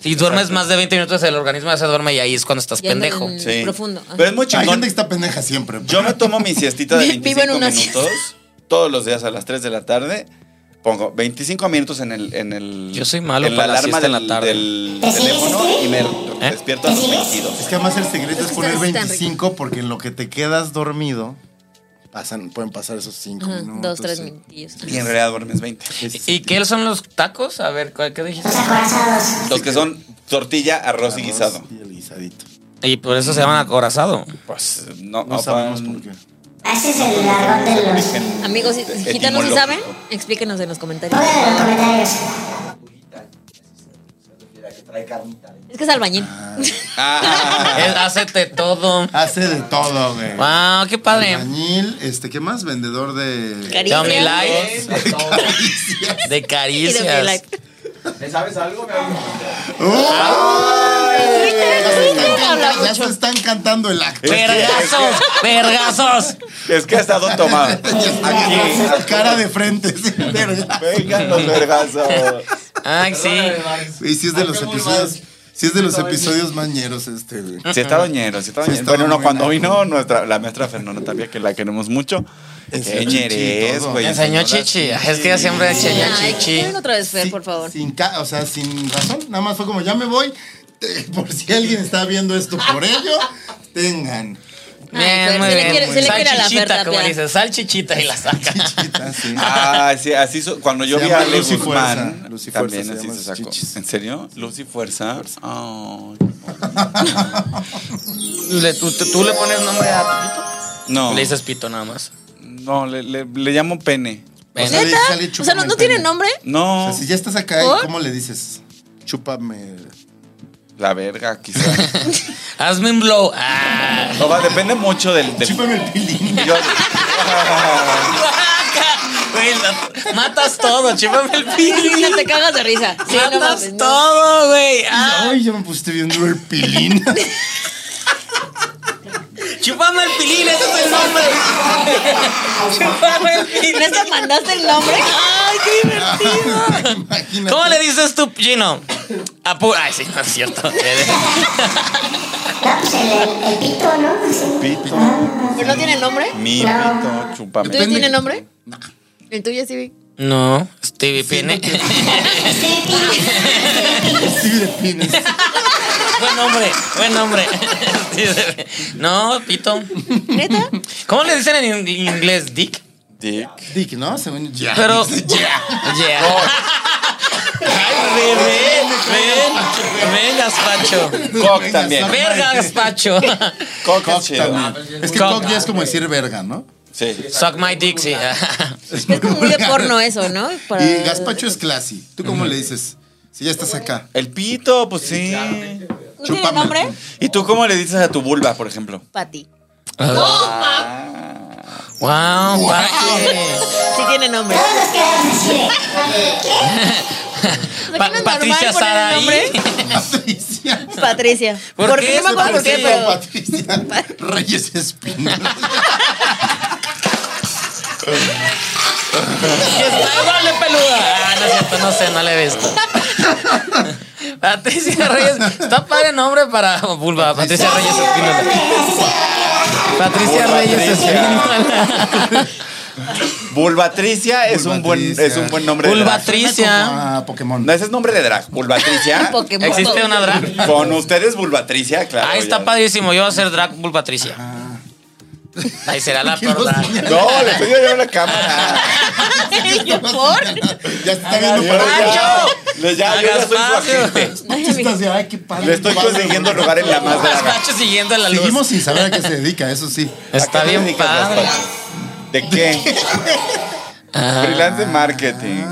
C: Si duermes más de 20 minutos, el organismo ya se duerme y ahí es cuando estás
D: Ya andan
C: pendejo.
D: en-
E: Sí.
D: profundo, ajá.
E: Pero es muy
B: Hay
E: chingón.
B: gente que está pendeja siempre.
E: Yo me tomo mi siestita de
D: Vi- vivo en
E: 25
D: una
E: minutos todos los días a las 3 de la tarde. Pongo 25 minutos en el. En el
C: Yo soy malo
E: en
C: para la siesta en la
E: del-
C: tarde.
E: del
F: ¿Te sigues,
E: teléfono
F: Steve?
E: y me
C: ¿Eh?
E: despierto a
F: ¿Te
E: los
F: sigues?
E: 22.
B: Es que además el secreto es
D: Es que
B: poner
D: está- está rico.
B: 25 porque en lo que te quedas dormido pasan, pueden pasar esos 5
D: Ajá,
B: minutos. eh,
D: Dos, tres
B: sí.
D: minutillos.
E: Y en realidad duermes 20.
C: ¿Y qué son los tacos? A ver, ¿cuál- ¿qué dijiste?
F: Los acorazados.
E: Los que son tortilla, arroz y
B: Arroz
E: Pues guisado.
B: Y el guisadito.
C: Y por eso se llaman acorazado.
E: Pues no,
B: No
E: opa,
B: sabemos por qué.
F: Ese es el largón de los.
D: Amigos, si-
E: Etimológico. Ah.
D: gitanos, si saben, explíquenos en los comentarios.
F: Pónganlo en los comentarios.
D: Es que es albañil.
E: Ah,
C: Él hácete todo.
B: Hace de todo, güey.
C: Wow, qué padre.
B: Albañil, este, ¿qué más? Vendedor de.
D: Cari-
C: De Omnilife,
G: De todo.
C: de
D: Y de
C: caricias.
D: Omnilife.
G: ¿Le sabes algo? Me
B: Ya se están cantando el acto.
C: ¡Vergazos! ¡Vergazos!
E: es que ha estado tomado.
B: Aquí, cara de frente. sí, verga.
E: Vengan los vergazos.
C: Ay, sí.
B: Y si es de los episodios. Si es de los episodios mañeros, este, güey.
E: Sí está doñero, sí está doñero.
B: está
E: bueno, no,
B: doñero.
E: cuando vino nuestra, la maestra Fernanda Tapia, que la queremos mucho.
B: Enseñó
E: Qué
B: chichi y
E: ñerez,
B: todo.
E: güey.
C: Me enseñó
E: enseñó las
C: chichi. Es que ella siempre enseña
D: Ay,
C: chichi.
D: pongan otra vez, Fer,
B: Sin-
D: por favor.
B: Sin ca- o sea, sin razón. Nada más fue como, ya me voy. Te- Por si alguien está viendo esto por ello, tengan.
C: Bien,
D: Fer,
C: muy
D: se le
C: bien.
D: quiere- se le quiere a la
C: salchichita,
D: Fer
C: como
D: Tapia.
C: dice, salchichita y la saca.
B: Chichita, sí.
E: Ah, sí, así so- cuando yo
B: Se
E: vi a
B: llama
E: Ale
B: Lucy
E: Guzmán,
B: Fuerza. Lucy Fuerza
E: también
B: se
E: así
B: llama
E: se
B: sus
E: sacó.
B: chichis.
E: ¿En serio? Lucy Fuerza. Ay,
C: Le- tú, tú- tú le pones nombre a
E: no,
C: Le dices pito nada más.
E: no, le, le- le llamo pene.
B: O sea,
D: ¿Neta?
B: sale
D: O sea, ¿no,
B: chúpame
D: no
B: el
D: tiene
B: pene.
D: nombre?
B: O
E: No,
B: sea, si ya estás acá,
D: ¿Por?
B: ¿cómo le dices? Chúpame.
E: la verga, quizá.
C: Hazme un blow. Ah.
E: No, va, depende mucho del... del-
B: Chúpame el pilín.
E: yo-
C: Güey, la- matas todo, chípame el pili.
D: Te cagas de risa. Sí, no
C: matas
D: mames, no.
C: todo, güey. Ah,
B: Ay, yo me puse viendo el pilín.
C: chúpame el pilín, ese es el nombre. chúpame el pilín.
D: ¿Neta mandaste el nombre?
C: Ay, qué divertido.
B: Imagínate.
C: ¿Cómo le dices tú, Gino? Apu- Ay, sí, no es cierto.
F: No, pues el, el, el pito, ¿no? Así.
E: Pito.
D: ¿Pero no tiene nombre?
E: Mi pito,
D: ¿El
E: chúpame.
D: tuyo tiene nombre? ¿El tuyo sí vi?
C: No, Stevie Pene.
F: Este pito.
B: Sí, de pines.
C: buen hombre, buen hombre. no, pito.
D: ¿Neta?
C: ¿Cómo le dicen en ing- inglés, Dick?
E: Dick.
B: Dick, ¿no? Según ya.
C: Pero.
B: Ya.
C: Yeah. Oh. Ay, bebé. Ven, ven, gazpacho.
E: Cock también.
C: Verga, gazpacho.
E: Cock
B: Cock
E: es chido. Ah, pues
B: también. Es que
C: Cock.
B: cock ya es como decir verga, ¿no?
E: Sí.
C: Suck my dick, sí.
D: Es como muy de porno eso, ¿no? Para-
B: Y gazpacho es classy. ¿Tú cómo le dices? Si ya estás acá.
E: El pito, pues sí.
D: ¿No tiene
B: chúpame.
D: nombre?
E: ¿Y tú cómo le dices a tu vulva, por ejemplo?
D: Pati.
C: Wow, Pati.
D: Sí tiene nombre.
F: Todos nos quedamos así de. ¿Qué?
D: ¿No
C: Pa-
D: es normal
C: Patricia
D: poner el
C: Sara ahí.
D: nombre?
B: Patricia.
D: Patricia.
C: ¿Por
D: Porque
C: qué
D: no me
C: se
D: acuerdo Ah, por qué,
C: parece
D: pero.
B: Patricia. Reyes Espinosa.
C: Que está igual de peluda. Ah, no es cierto, no sé, no la he visto. Patricia Reyes. Está padre nombre para vulva. Patricia Reyes Espínola. Patricia
E: Vulva
C: Reyes
E: Patricia.
C: Espínola.
E: Bulbatricia es un buen es un buen nombre. de drag.
C: Bulbatricia.
B: Ah, Pokémon.
E: No, ese es nombre de drag. Bulbatricia.
D: Pokémon.
C: ¿Existe una drag?
E: Con ustedes Bulbatricia, claro.
C: Ah, está
E: ya. Ah.
C: padrísimo. Yo voy a ser drag Bull Patricia. Ahí será la peor drag.
E: No, le pedí yo la cámara.
D: ¿Yo por?
B: Ya se está viendo
E: Yo
B: para allá.
E: Ah, ya, le- ya, yo ya
C: Hagas
E: soy su
C: espacio.
E: agente.
D: Ay,
B: Chiste,
D: amigo.
B: así, ay, qué padre.
E: Le estoy
B: Qué padre.
E: consiguiendo lugar en la más
C: Las
E: draga.
C: machos siguiendo a la luz.
B: Seguimos sin saber a qué se dedica, eso sí.
C: Está
E: ¿A qué te
C: bien
E: dedicas,
C: padre.
E: Rafa? ¿De qué?
C: Ah.
E: Freelance de marketing.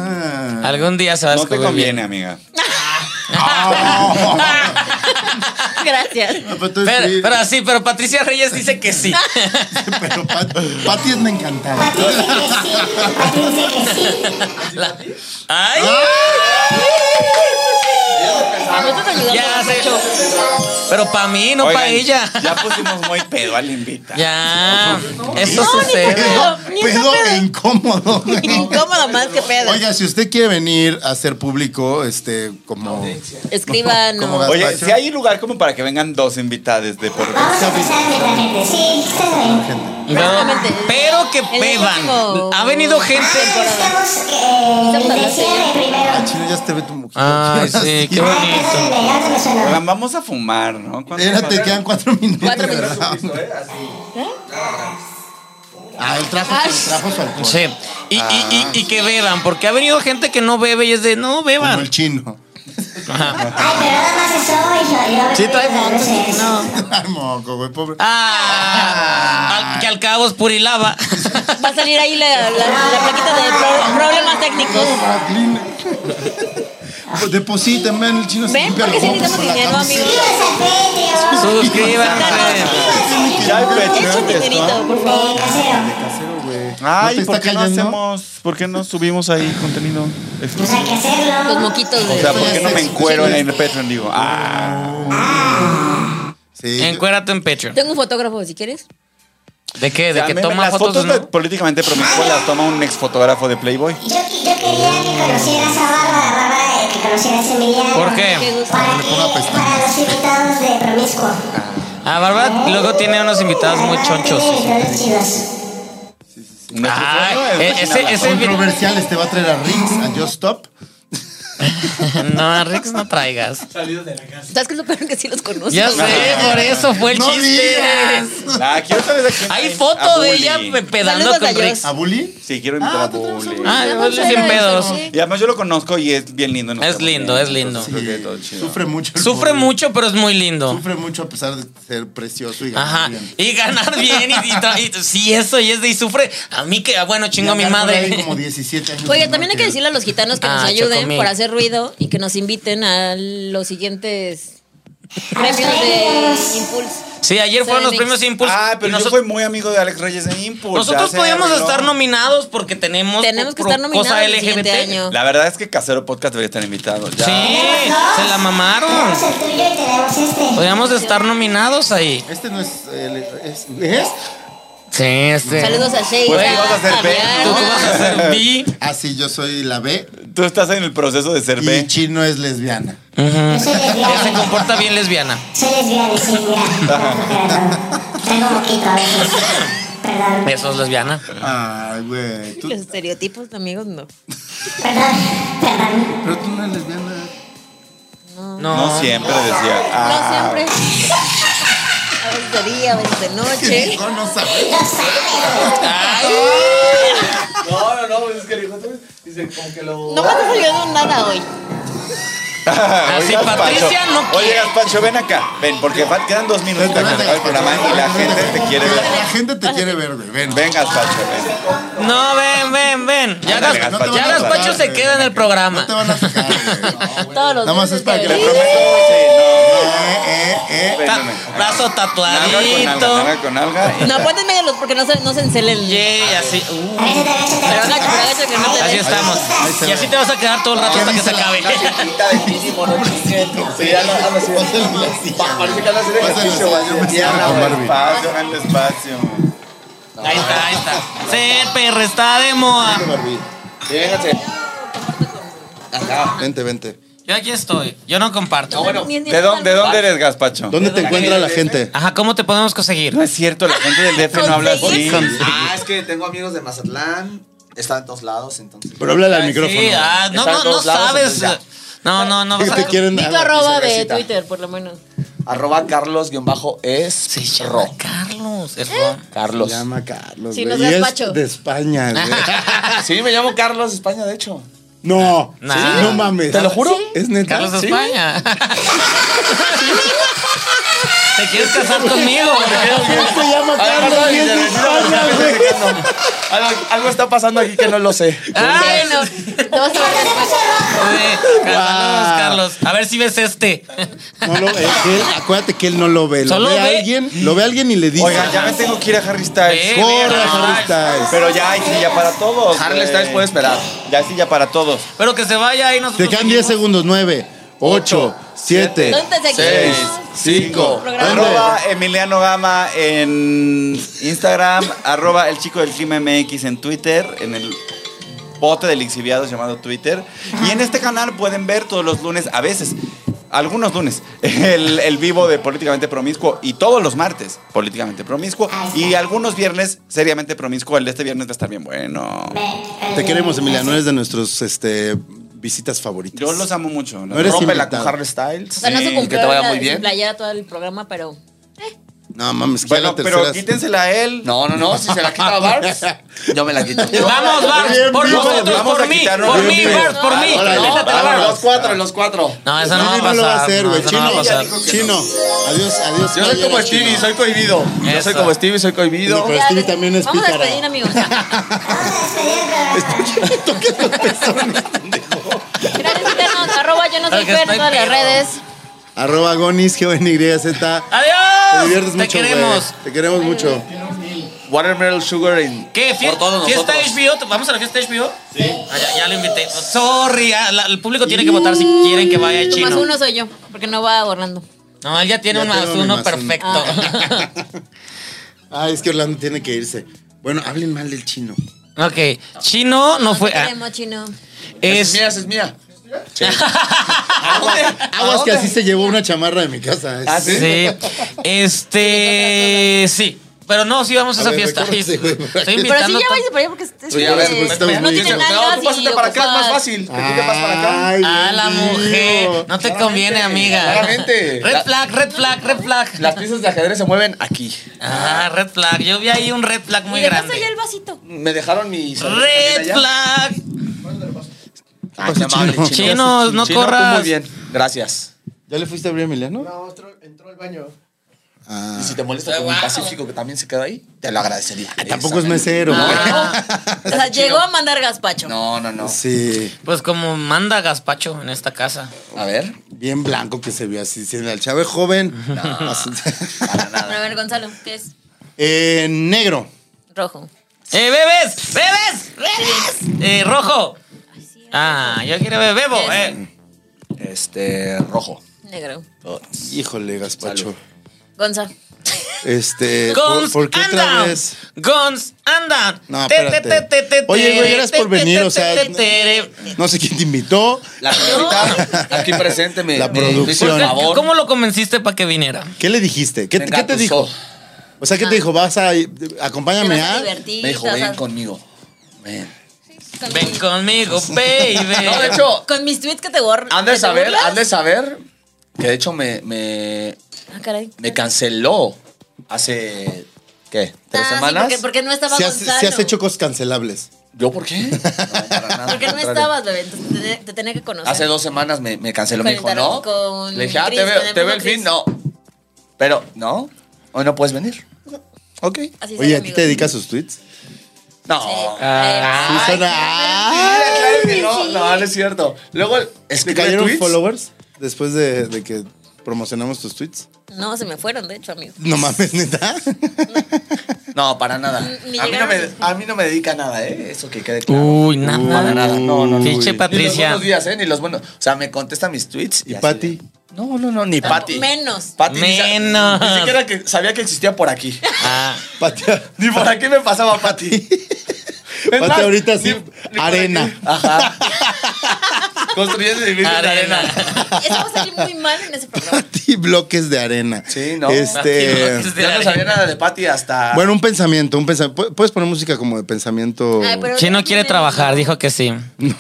C: Algún día se va a
E: No te
C: descubrir Ah. bien.
E: conviene, amiga. Ah,
D: Gracias.
B: Ah, No, pero tú
C: Pero,
B: sí,
C: pero sí, pero Patricia Reyes dice que sí.
B: pero Pat- Pati es me encantaba.
F: Pati dice que sí. Pati dice que sí.
C: La- ¡Ay!
D: Nosotros ayudamos
C: Ya se-
D: mucho.
C: Pero para mí, no
E: Oigan,
C: para ella.
E: Ya pusimos muy pedo al invitado.
C: Ya. Eso
D: No, ni
C: sucede.
D: pedo. Ni
B: Pedo
D: pedo.
B: e incómodo. güey.
D: Incómodo más que pedo.
B: Oiga, si usted quiere venir a hacer público, este, como.
D: Escríbanos.
B: como Gaspacho.
E: Oye, si hay lugar como para que vengan dos invitadas de por vez.
F: Vamos a empezar de la gente. Sí, está bien.
C: Pero, pero que
D: El
C: beban.
D: próximo-
C: Ha venido gente.
F: Estamos eh, el de cierre primero.
B: Al chile Ah, ya se te ve tu mujer.
E: Ah.
C: Ay, sí, qué
F: Ah, ya
C: bonito.
F: estoy bien, ya se me suena.
E: Oigan, vamos a fumar, ¿no? ¿Cuánto ¿eh?
B: Espérate,
E: falta?
B: quedan cuatro minutos.
D: Cuatro minutos.
B: ¿verdad? Ah, el trajo,
D: Ay.
B: el trajo su alcohol.
C: Sí. Y, y, y, y que beban, porque ha venido gente que no bebe y es de no
B: Como
C: beban.
B: el chino.
F: Ay, pero nada más eso y yo. yo
C: Sí, trae
F: no
C: fotos,
F: sé.
B: Ay, moco, güey, pobre.
C: Ah, al- que al cabo es purilava.
D: Va a salir ahí la, la, la plaquita de pro- problemas técnicos.
B: Para Kleenex. Pues Deposítame en el chino. se
D: Ven,
B: limpia
D: porque
B: los
D: sí
B: mocos
D: necesitamos
B: con la
D: dinero,
B: camiseta.
D: amigo.
F: Suscríbanse al Patreon.
C: Suscríbanse.
D: Echa un
E: Ya hay pechotes, ¿no?
D: dinerito, por
F: De
D: favor.
F: casero.
B: Cero, güey. ¿No te
E: Ay, ¿por
B: está
E: qué no
B: cayendo?
E: hacemos, por qué no subimos ahí contenido
F: Pues
E: exclusivo?
F: hay que hacerlo.
D: Los moquitos
E: O sea,
D: de.
B: Pues
E: ¿por qué no me encuero en el Patreon? Digo, ah,
B: Sí.
C: Encuérate en pecho.
D: Tengo un fotógrafo, si quieres.
C: ¿De qué? ¿De
E: O sea,
C: que
E: me-
C: toma
E: las
C: fotos?
E: fotos
C: no?
E: de políticamente promiscuas las toma un exfotógrafo de Playboy.
F: Yo, qui- yo quería que conocieras a Bárbara, Bárbara, eh, que conocieras a Emiliano.
C: ¿Por qué?
D: Qué gusto.
F: Para que, para los invitados de Promiscuo.
C: Ah, Bárbara luego tiene unos invitados muy
F: Bárbara
C: chonchos.
F: tiene invitados chidos.
C: Ay,
E: Nuestro sueño es
C: Ah, e- ese-
E: Regina
C: ese-
E: Blandón.
B: Controversiales te este va a traer a Rix, a Just Stop.
C: No, a Rix no traigas.
D: ¿Sabes qué es lo peor que sí los conozco?
C: Ya sé, por eso fue el
B: No
C: chiste.
B: digas.
E: Ah, quiero saber a quién
C: Hay
E: traen. A
C: foto de
E: Bully.
C: ella pe- pedando
D: Saludos a
C: con
D: Joss.
C: Rix.
B: ¿A Bully?
E: Sí, quiero invitar a Bully.
C: Ah, vale,
D: Ya no
C: sin
D: era
C: pedos.
D: eso, ¿sí?
E: Y además yo lo conozco y es bien lindo. nos
C: Es
E: llevamos
C: lindo,
E: bien.
C: es lindo.
E: Entonces, creo que todo chido.
B: Sufre mucho. el
C: Sufre
B: pobre.
C: mucho, pero es muy lindo.
B: Sufre mucho a pesar de ser precioso y ganar
C: Ajá.
B: bien.
C: Y ganar bien y, y tra- y- sí, eso, y es de y sufre. A mí que, ah, bueno, chingo a mi
B: Y andar por ahí
C: madre.
B: como 17 años.
D: Oye,
B: ¿no?
D: también hay que decirle a los gitanos que nos
C: Ah,
D: ayuden
C: Chocomil.
D: por hacer ruido y que nos inviten a los siguientes premios de Impulse.
C: Sí, ayer fueron los premios Impulse.
E: Ah, pero
C: y
E: yo
C: nosotros-
E: fui muy amigo de Alex Reyes de Impulse.
C: Nosotros
E: Pues ya se
C: podíamos
E: arregló.
C: estar nominados porque tenemos,
D: Tenemos que
C: pro-
D: estar nominados
C: cosa
D: el siguiente
C: LGBT.
D: año.
E: La verdad es que Casero Podcast debería estar invitado. Ya.
C: Sí, ¡Eh! se la mamaron.
F: Tenemos el tuyo y tenemos este.
C: Podríamos estar nominados ahí.
B: Este no es. el- es, ¿Es?
C: Sí, este.
D: Saludos a Sheila.
E: Pues tú vas a hacer
D: a
E: B.
D: Diana.
C: Tú vas a ser bi.
B: Ah, sí, yo soy la B.
E: Tú estás en el proceso de ser
B: Y
E: B.
B: Chino es lesbiana.
F: Yo soy
C: Ella mm. se
F: lesbiana.
C: comporta bien lesbiana.
F: Soy lesbiana, sí, mira. Tengo un poquito a veces. Perdón.
C: Eso es lesbiana.
E: Ah.
B: Ay, güey. tú-
D: Los estereotipos de amigos no.
F: Perdón, perdón.
B: Pero tú no eres lesbiana.
C: No.
E: No siempre decía.
D: No
E: Ah,
D: siempre. A veces de día, a veces de noche.
B: No, no sabes.
F: Lo sabes.
G: No, no, no, pues es que le dijo tú. Dice, como que lo.
D: No me está saliendo nada hoy.
C: Así Patricia no quiere.
E: Oye, Gaspacho, ven acá. Ven, porque Pat, quedan dos minutos para que acabe el programa y la gente te quiere ver.
B: La gente te quiere ver, güey. Ven,
E: Ven, Gaspacho, ven.
C: No, ven, ven, ven. Ya,
E: Ándale,
C: Gas-
E: Gaspacho.
C: ya Gaspacho se queda en el programa.
B: No te van a sacar, güey.
D: Todos los
B: Nada más
D: meses
B: es para que
D: de
E: Te
B: Sí.
D: abril.
E: prometo. Sí,
B: Eh, eh, eh.
E: no.
C: Ta-
E: Ven,
C: brazo
E: ven, ven. Nalga
C: tatuadito.
E: con alga, nalga con alga.
D: No, ponte en medio de los porque no se, no se encelen.
C: Yeah, así. uh,
F: Agáchate, agáchate.
D: Pero agacha, pero agacha que no te
C: así
D: vean.
C: estamos.
B: se
C: Y así
B: ve.
C: te vas a quedar todo el rato hasta que se
B: dice la
C: acabe.
G: Chiquita de mínimo, no chiquito. Sí, ya no, anda así. Pa- Parece que anda haciendo
B: Pásale,
G: ejercicio,
B: yo me
G: güey.
B: siento con Barbie.
E: Despacio, ven despacio.
C: Ahí está, ahí está. Ser perro está de moda.
B: Barbie.
G: Sí, véngase.
B: Vente, vente.
C: Yo aquí estoy. Yo no comparto.
G: No, bueno.
D: Ni- ni
E: ¿De, dónde-
D: tal.
E: de dónde eres, Gazpacho?
B: ¿Dónde te encuentra la gente?
C: Ajá, ¿cómo te podemos conseguir?
E: No es cierto, la gente del DF no habla así.
G: Ah, es que tengo amigos de Mazatlán. Está en todos lados, entonces.
B: Pero háblale al
C: Sí,
B: micrófono.
C: ah,
G: Está
C: no,
G: en
C: no, no
G: todos lados,
C: sabes.
G: entonces
C: No, no, no.
B: Que
C: vas a-
B: te quieren
D: Di tu
B: dar-
D: arroba de
G: cervecita.
D: Twitter, por lo menos.
G: Arroba Carlos-es.
C: Se
G: Ro.
C: llama Carlos. Es Ro.
G: Carlos.
B: Se llama Carlos.
D: Sí,
B: güey,
D: no es
B: y
D: gazpacho.
B: de España, güey.
G: Sí, me llamo Carlos España, de hecho.
B: No,
C: Nah.
B: sí, no mames.
G: ¿Te lo juro?
B: ¿Es neta?
C: Carlos de
B: ¿Sí?
C: España. ¿Te quieres casar conmigo?
B: Se llama Carlos y es de España, güey.
G: Algo, algo está pasando aquí que no lo sé.
C: Ay,
D: Bueno, te vas a ver después.
C: Eh, Carlos, Carlos. A ver si ves este.
B: No lo ve. Él- acuérdate que él no lo ve. Lo
C: Solo
B: ve, a
C: ve-
B: alguien, lo ve a alguien y le dice.
E: Oigan, ya me tengo que ir a Harry Styles.
C: Ve, ve,
B: Corre,
C: no,
B: Harry Styles.
E: Pero ya, ahí sí, ya para todos.
G: Harley
E: güey.
G: Styles puede esperar.
E: Ya sí, ya para todos.
C: Pero que se vaya y
B: Te
C: nosotros.
B: quedan 10 segundos. 9, 8, 7,
D: ¿Dónde te
E: Seis,
D: seguimos?
E: cinco.
D: Programa.
E: Arroba Emiliano Gama en Instagram. arroba El Chico del Clima MX en Twitter. En el bote de lixiviados llamado Twitter. Y en este canal pueden ver todos los lunes, a veces, algunos lunes, el, el vivo de Políticamente Promiscuo y todos los martes, Políticamente Promiscuo. Y algunos viernes, seriamente promiscuo. El de este viernes va a estar bien bueno.
B: Te queremos, Emiliano. Eres de nuestros este, visitas favoritas.
E: Yo los amo mucho. la
B: No eres
E: verdad.
G: Rómpela
B: invitado.
G: con Harley Styles.
D: O sea, no se
E: Sí,
D: cumplió
G: que te vaya
D: la-
G: muy bien.
D: sin playera todo el programa, pero
B: No mames, que ya
E: Bueno,
B: la tercera.
E: pero quítensela a él.
G: No, no, no. Si se la quita Barbs, yo me la quito.
C: Vamos, vamos.
B: Bien
C: Por
B: vivo,
C: nosotros,
E: vamos
C: por
E: a
C: mí.
E: quitarnos
C: Por
B: bien
C: mí,
B: vivo.
C: Bart, por mí.
B: Órale,
C: Quítate la
B: vámonos.
C: barba.
G: los cuatro, los cuatro.
C: No, eso no va a
B: No, no
C: pasar.
B: lo va a hacer,
C: no,
B: güey.
C: eso no va a
B: Chino,
C: pasar.
B: chino. Adiós, adiós.
G: Yo soy
B: playera,
G: como
B: chino.
G: Stevie, soy cohibido. Yo soy
C: Eso.
G: como Stevie, soy
B: No,
G: cohibido.
B: pero Stevie también es
D: vamos a
B: pícara.
D: despedir, amigos. Gracias, Internos. Arroba yo no soy
C: Porque
D: Fer en
C: estoy
D: todas las
C: pedo.
D: redes.
B: Arroba Gonis, G-O-N-Y-Z. Te diviertes
C: Adiós. Te
B: mucho, güey.
C: queremos.
B: Te queremos mucho.
G: Watermelon Sugar en.
C: ¿Qué? ¿Fie-
G: Por todos
C: ¿Fiesta
G: nosotros.
C: HBO? ¿Te- ¿Vamos a la fiesta HBO? Sí. Ah, ya, ya lo invité. Sorry, ah, la- el público tiene que votar si quieren que vaya
D: Tu Más
C: chino.
D: uno soy yo, porque no va Orlando.
C: No, él ya tiene
B: Ya
C: un más
B: tengo mi
C: uno
B: más uno.
C: perfecto.
B: Ay, es que Orlando tiene que irse. Bueno, hablen mal del chino.
C: ok, chino Ah. no fue.
D: Te
C: ah,
D: queremos, chino.
G: Es
C: es. Ah,
G: mía, esa es mía.
B: Aguas que así se llevó una chamarra de mi casa. ¿eh?
G: Ah, sí.
C: Sí. Este. Sí. Pero no, sí vamos a,
B: A
C: esa
B: ver,
C: fiesta.
B: recórrese, güey, por
C: Estoy
B: aquí.
D: Pero sí,
C: invitando.
D: ya
C: a-
D: vais para allá porque este-
B: ya ves, pues, estamos
D: no
B: muy
D: tienen
B: bien.
D: nalgas
G: No, tú
D: y
G: pásate para acá, es más
D: ocupas-
G: fácil. Te picas más para acá.
B: Ay,
C: A la
B: Dios mío.
C: mujer. No te conviene, amiga.
G: claramente.
C: Red flag, red flag, red flag.
G: Las piezas de ajedrez se mueven aquí.
C: Ah, red flag. Yo vi ahí un red flag muy
D: Y dejaste ya
C: grande.
D: el vasito.
G: Me dejaron mi.
C: Red flag.
G: Ay, Ah, qué amable,
B: Chino.
C: Chino, no
G: Chino, tú
C: corras.
G: Muy bien, gracias.
B: ¿Ya le fuiste a abrir a Emiliano? No, entró, al baño.
G: Y
B: Ah,
G: si te molesta con un pacífico que también se queda ahí, te lo agradecería.
B: tampoco es mesero.
D: O sea, llegó a mandar gazpacho.
G: No, no, no.
B: Sí,
C: Pues como manda Gaspacho en esta casa.
G: A ver.
B: bien blanco que se vio así. Si el chavo es joven. Así-
D: Bueno, a ver, Gonzalo, ¿qué es?
B: eh, negro.
D: Rojo.
C: ¡Eh, bebes! ¡Bebes! ¡Bebes! Eh, rojo. Ah, yo quiero beber. Bebo, eh.
G: Este, rojo.
D: Negro.
B: Híjole, Gaspacho.
D: Gonza.
B: Este. ¿por,
C: Gons,
B: por qué otra
C: andan.
B: vez?
C: Gons, andan.
B: No, espérate. Oye, güey, gracias por venir, o sea, No sé quién te invitó.
G: La señorita aquí presente me.
B: La
G: me hizo
B: producción.
G: el favor.
C: ¿Cómo lo convenciste para que viniera?
B: ¿Qué le dijiste? ¿Qué,
G: Me
B: qué te
G: engatusó.
B: dijo? O sea, ¿qué te dijo? Vas a.
D: Te
B: Acompáñame
D: vas Ah. a
B: a.
D: divertir,
G: Me dijo,
D: te vas
G: ven
D: a-
G: conmigo. Ven.
D: con
C: Ven
D: mis-
C: conmigo, baby.
G: No, de hecho,
D: Con mis tweets que te borran.
G: han de saber, han de saber que de hecho me, me,
D: Ah, caray.
G: me Eh, canceló hace. ¿Qué? ¿Tres
D: Ah, sí,
G: semanas?
D: porque, porque no estaba
B: Si has,
D: Gonzalo.
B: si has hecho cosas cancelables.
G: ¿Yo por qué? No, para nada,
D: Porque
G: al
D: no
G: contrario.
D: estabas, bebé. Entonces te, te tenía que conocer.
G: Hace dos semanas me, me canceló,
D: Con
G: me
D: el
G: dijo,
D: tarot,
G: ¿no?
D: con
G: Le dije, ah,
D: Chris,
G: te
D: con
G: veo,
D: el
G: te veo
D: mismo
G: el fin,
D: Chris.
G: no. Pero, ¿no? Hoy no puedes venir. Ok.
D: Así son,
B: Oye, ¿a ti
D: amigos.
B: te dedicas sus tweets?
G: No.
D: Sí.
B: Sí,
D: Ah,
B: son-
G: Mira, claro que no,
D: sí.
G: no, no es cierto. Luego,
B: ¿Te
G: escribe
B: cayeron
G: tweets.
B: followers después de, de que promocionamos tus tweets?
D: No, se me fueron, de hecho, amigo.
B: No mames, neta.
G: No, para nada.
D: Ni
G: A mí, no
D: llegaron
G: me,
D: a-
G: a mí no me dedica nada, ¿eh? Eso que quede claro.
C: Uy,
G: para
C: nada.
G: nada. No, no, no.
B: Uy.
C: Pinche
G: Ni los
C: Patricia.
G: buenos días, ¿eh? Ni los buenos. O sea, me contesta mis tweets.
B: ¿Y
G: así
B: Patty?
G: de- No, no, no, ni Patty.
D: Ah, Menos.
G: Patty ni sa-
C: Menos.
G: Ni siquiera que sabía que existía por aquí.
C: Ah,
B: Patea.
G: Ni por aquí me pasaba Patty. Es
B: Patty
G: más,
B: ahorita
G: ni- Ah.
B: sí.
G: ni por
B: Arena.
G: aquí. Ajá.
B: Construyendo edificios de arena.
D: Eso va a salir muy mal en ese programa.
B: Pati bloques de arena.
G: Sí, no.
B: Este.
G: Ya no sabía nada de Patty hasta.
B: Bueno, un pensamiento, un pensamiento. ¿Puedes poner música como de pensamiento?
D: Ay, pero-
C: Chino quiere trabajar, dijo que sí.
B: No.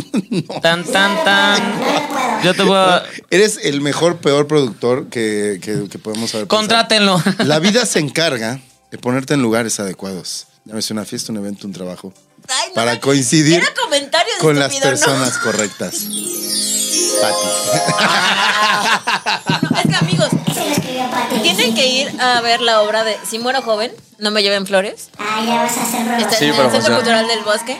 C: Tan, tan, tan. Yo te puedo.
B: Eres el mejor, peor productor que, que- que podemos haber. pensado.
C: Contrátenlo.
B: La vida se encarga de ponerte en lugares adecuados. Llámese una fiesta, un evento, un trabajo.
D: Ay, no,
B: para
D: no.
B: coincidir
D: Era comentario
B: con las
D: estúpido,
B: personas correctas. Pati.
D: No, no, es que amigos,
F: Eso lo escribió Pati.
D: tienen que ir a ver la obra de Si muero joven, no me lleven flores.
F: Ah, ya vas a hacer bromas.
D: Está
G: Sí,
D: en el
G: pero
D: Centro
G: funciona.
D: Cultural del Bosque.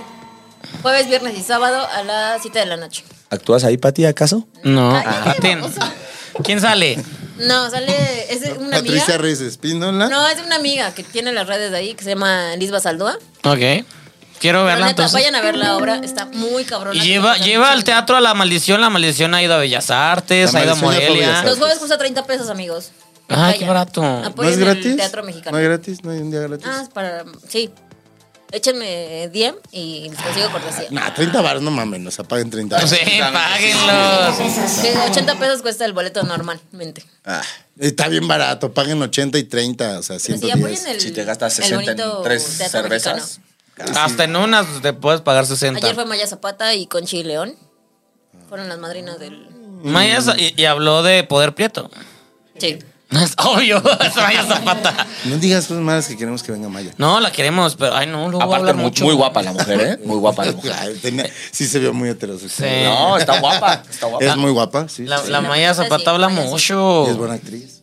D: Jueves, viernes y sábado a las 7 de la noche.
G: ¿Actúas ahí, Patty, acaso?
C: No,
D: Ay, qué
C: Paten.
D: baboso.
C: ¿Quién sale?
D: No, sale. Es de una amiga.
B: Patricia Reyes Espínola.
D: No, es de una amiga que tiene las redes de ahí que se llama Liz Basaldúa.
C: Ok. Quiero
D: Pero
C: verla
D: neta,
C: entonces.
D: vayan a ver la obra, está muy
C: Y
D: cabrona.
C: Lleva,
D: Está
C: lleva al
D: mucho.
C: teatro a la maldición. La maldición ha ido a Bellas Artes,
B: La
C: ha ido a
B: Maldición ya fue a Bellas
C: Morelia.
B: Artes.
D: Los jueves cuesta 30 pesos, amigos.
C: Ay, qué
D: Vayan.
C: barato.
B: ¿No es
D: Apoyen
B: gratis?
D: el teatro mexicano.
B: No es gratis, no hay un día gratis.
D: Ah, es para. Sí. Échenme DM y les consigo cortesía.
B: Nah, 30 baros, no mames, nos apaguen 30
C: No
B: baros.
C: sé, páguenlos.
D: Que 80 pesos cuesta el boleto normalmente.
B: Ah, está bien barato, paguen 80 y 30, o sea,
D: Pero si
B: 110.
D: apoyen el.
G: Si te gastas
D: el
G: 60 en
D: bonito
G: tres
D: teatro
G: cervezas.
D: mexicano.
C: Hasta en unas te puedes pagar 60.
D: Ayer fue Maya Zapata y Conchi León. Fueron las madrinas del.
C: Maya Za- y, y habló de poder prieto.
D: Sí.
C: Es obvio, es Maya Zapata.
B: No digas cosas malas que queremos que venga Maya.
C: No, la queremos, pero ay no, luego va a
G: Aparte,
C: hablar
G: muy,
C: mucho.
G: muy guapa la mujer, ¿eh? Muy guapa la mujer.
B: Ay, tenía- sí se vio muy heterosexual.
C: Sí.
G: No, está guapa. Está guapa.
B: Es muy guapa, sí.
C: La,
B: sí.
C: la Maya Zapata
D: Sí,
C: habla
D: Maya sí.
C: mucho.
B: Y es buena actriz.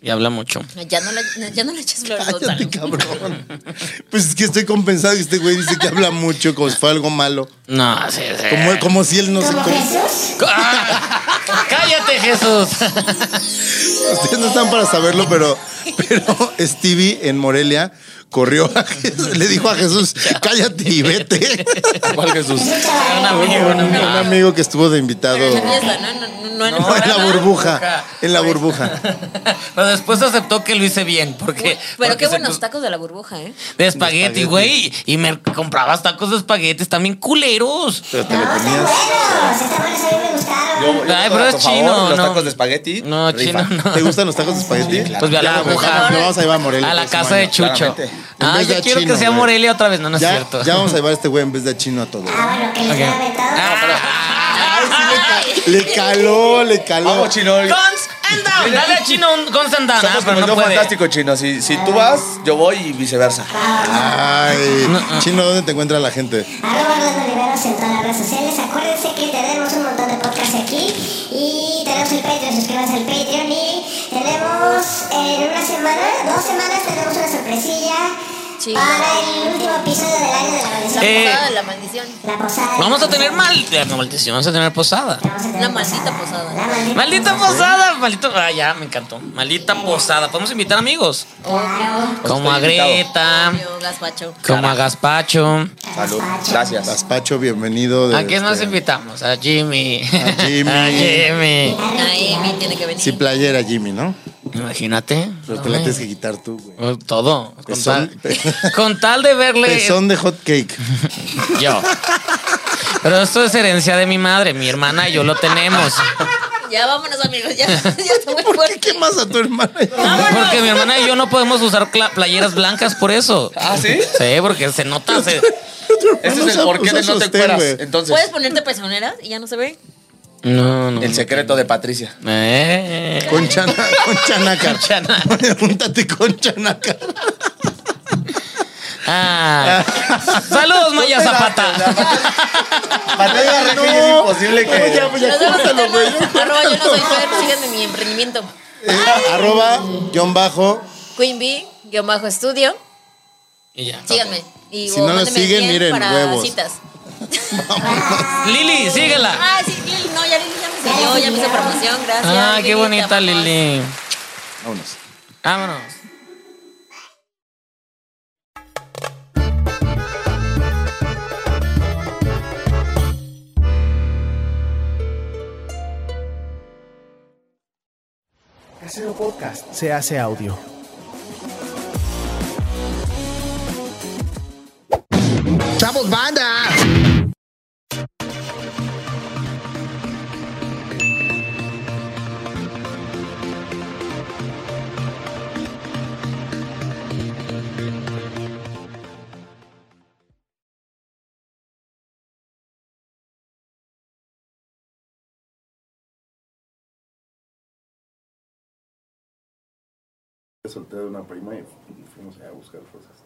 C: Y habla mucho.
D: Ya no le, ya no le eches flores,
B: Cállate,
D: Gonzalo.
B: cabrón. Pues es que estoy compensado que este güey dice que habla mucho, como si fue algo malo.
C: No, sí, sí.
B: Como, como si él no se...
F: Como
B: como-
F: Jesús.
C: Ah, ¡Cállate, Jesús!
B: Ustedes no están para saberlo, pero, pero Stevie en Morelia corrió, a Jesús, le dijo a Jesús, cállate y vete.
G: ¿Cuál Jesús?
C: un amigo, un
B: Un,
C: amigo.
B: un amigo que estuvo de invitado
D: En la
B: en
D: fiesta, no, no, no, no en el
C: No,
D: programa.
B: la burbuja. En la burbuja.
C: Pues, Pero después aceptó que lo hice bien, porque...
D: Pero
C: porque
D: qué
C: se
D: buenos
C: puso-
D: tacos de la burbuja, ¿eh?
C: De espagueti, güey. Y me comprabas tacos de espaguetis también culeros.
B: Pero te
F: No,
B: lo
F: están
B: comías.
F: buenos. Están buenos, a mí me gustaron.
C: Ay, pero es
G: Por favor,
C: chino,
G: Los
C: no.
G: tacos de espagueti.
C: No,
G: rifa.
C: chino, no.
B: ¿Te gustan los tacos de espagueti?
C: Pues ve a la
B: Ya,
C: burbuja.
B: vamos- Lo vamos a llevar a Morelia.
C: A la
B: el próximo
C: casa de
B: año.
C: Chucho.
G: claramente.
B: En
C: Ah,
B: vez de
C: yo
B: a
C: quiero
B: Chino,
C: que sea
B: güey.
C: Morelia otra vez. No, no es
B: Ya,
C: cierto.
B: ya vamos a llevar a este güey en vez de a chino a todo.
F: Ah, bueno, que les
C: Ok.
F: okay. aventado.
C: Ah,
B: Le caló, le caló.
G: Vamos, chino.
C: Guns and down. Dale a Chino un guns and down. Ah,
G: Somos
C: pero
G: como
C: no
G: yo
C: puede.
G: fantástico, chino. Si, si tú vas, yo voy y viceversa.
B: Ay,
C: ah.
B: chino, ¿dónde te encuentra la gente?
F: Arroba Orlando Oliveros en todas las redes sociales. Acuérdense que tenemos un montón de podcasts aquí. Y tenemos el Patreon, suscríbanse al Patreon. Y tenemos en una semana, dos semanas, tenemos una sorpresilla
D: Sí.
F: para el último episodio del año de la
D: La
F: maldición.
C: Eh.
D: posada de la maldición.
F: La posada.
C: Vamos a tener mal. no, maldición, vamos a tener posada.
F: Vamos a tener
D: Una maldita
F: La
D: posada.
F: maldita.
C: Maldita posada, maldito. Ah, ya, me encantó. Maldita posada. Podemos invitar amigos.
F: Claro.
C: Como a
G: invitado.
C: Greta,
D: Yo, gazpacho.
C: como a Gaspacho.
G: Salud.
F: Pacho.
G: Gracias.
B: Gaspacho, bienvenido. de
C: ¿A quién más
B: este-
C: invitamos? A Jimmy.
B: A Jimmy.
C: A Jimmy.
D: Ahí me tiene que venir.
B: Sí, playera, Jimmy, ¿no?
C: Imagínate.
B: Pero te la tienes que quitar tú, güey.
C: Eh, Todo. Con
B: Pezón-
C: tal, con tal de verle
B: Pezón de hot cake.
C: yo. Pero esto es herencia de mi madre, mi hermana y yo lo tenemos.
D: Ya vámonos, amigos. Ya, ya está muy fuerte.
B: ¿Qué más a tu hermana?
C: Porque mi hermana y yo no podemos usar cla- playeras blancas por eso.
G: ¿Ah, sí?
C: Sí, porque se nota. se-
G: Ese es el porqué de no te cueras. Entonces,
D: ¿Puedes ponerte pezoneras y ya no se ve?
C: No, no.
G: el secreto de Patricia.
C: Eh.
B: Con chana, con chanacar.
C: Chana.
B: Júntate con chanacar.
C: Ah. Saludos, Maya Zapata.
G: Patricia
B: no.
G: Regil, es imposible que.
B: Oye, ya, pues ya
D: Nos vemos,
B: córtalo, güey.
D: internet. Arroba yo no soy Fer. Síganme en mi emprendimiento.
B: Eh, arroba, guión bajo.
D: Queen Bee, guión bajo estudio.
C: Y ya.
D: Síganme. Y,
B: Si
D: o
B: no la
D: mándenme
B: siguen,
D: DM
B: miren,
D: para
B: huevos.
D: citas.
C: Lili, síguela.
D: Ah, sí, Lili, no, ya Lili ya me siguió, ya me hizo promoción, gracias.
C: Ah, qué
D: Lili, te
C: bonita
D: amamos.
C: Lili.
B: Vámonos.
C: Vámonos.
H: Casero Podcast se hace audio.
B: ¡Chavos, banda! soltera de una prima y fuimos allá a buscar cosas.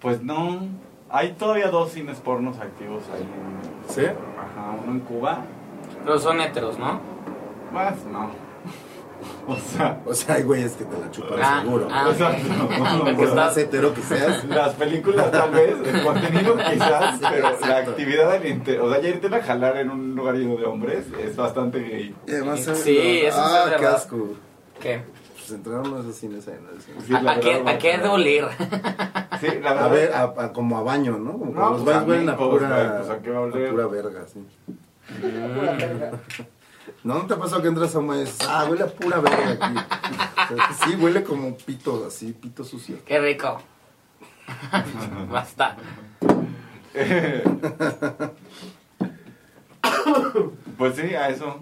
E: Pues no. Hay todavía dos cines pornos activos ahí. en-
B: ¿Sí?
E: Ajá, uno en Cuba.
C: Pero son heteros, ¿no?
E: Más no. O sea.
B: O sea, hay güeyes que te la chupan
E: Ah,
B: seguro.
E: ah,
B: Exacto.
E: ok.
B: Por más hetero que seas.
E: Las películas tal vez, el contenido quizás, pero la actividad del inter- o sea, ya irte a jalar en un lugar lleno de hombres es bastante gay.
B: Y además,
E: Sí,
B: eh,
E: eso
B: ah,
E: es
B: qué
E: verdad.
B: asco.
C: ¿Qué?
B: Pues entraron a esos cines ahí.
E: Sí, la ¿A- a verdad, qué- a bueno. qué
C: doler?
E: Sí, la
B: A
E: verdad.
B: ver, a, a- como a baño, ¿no? Como que
E: No,
B: los
E: pues,
B: baños huelen a
E: amigos, güey,
B: pura,
E: pues, ¿a qué va a
B: a
E: oler? Mm.
B: pura verga, sí. ¿No, ¿No te ha pasado que entras a un baño y dices, ah, huele a pura verga aquí? O sea, sí, huele como pito, así, pito sucio.
C: Qué rico. Basta.
E: Pues sí, a eso.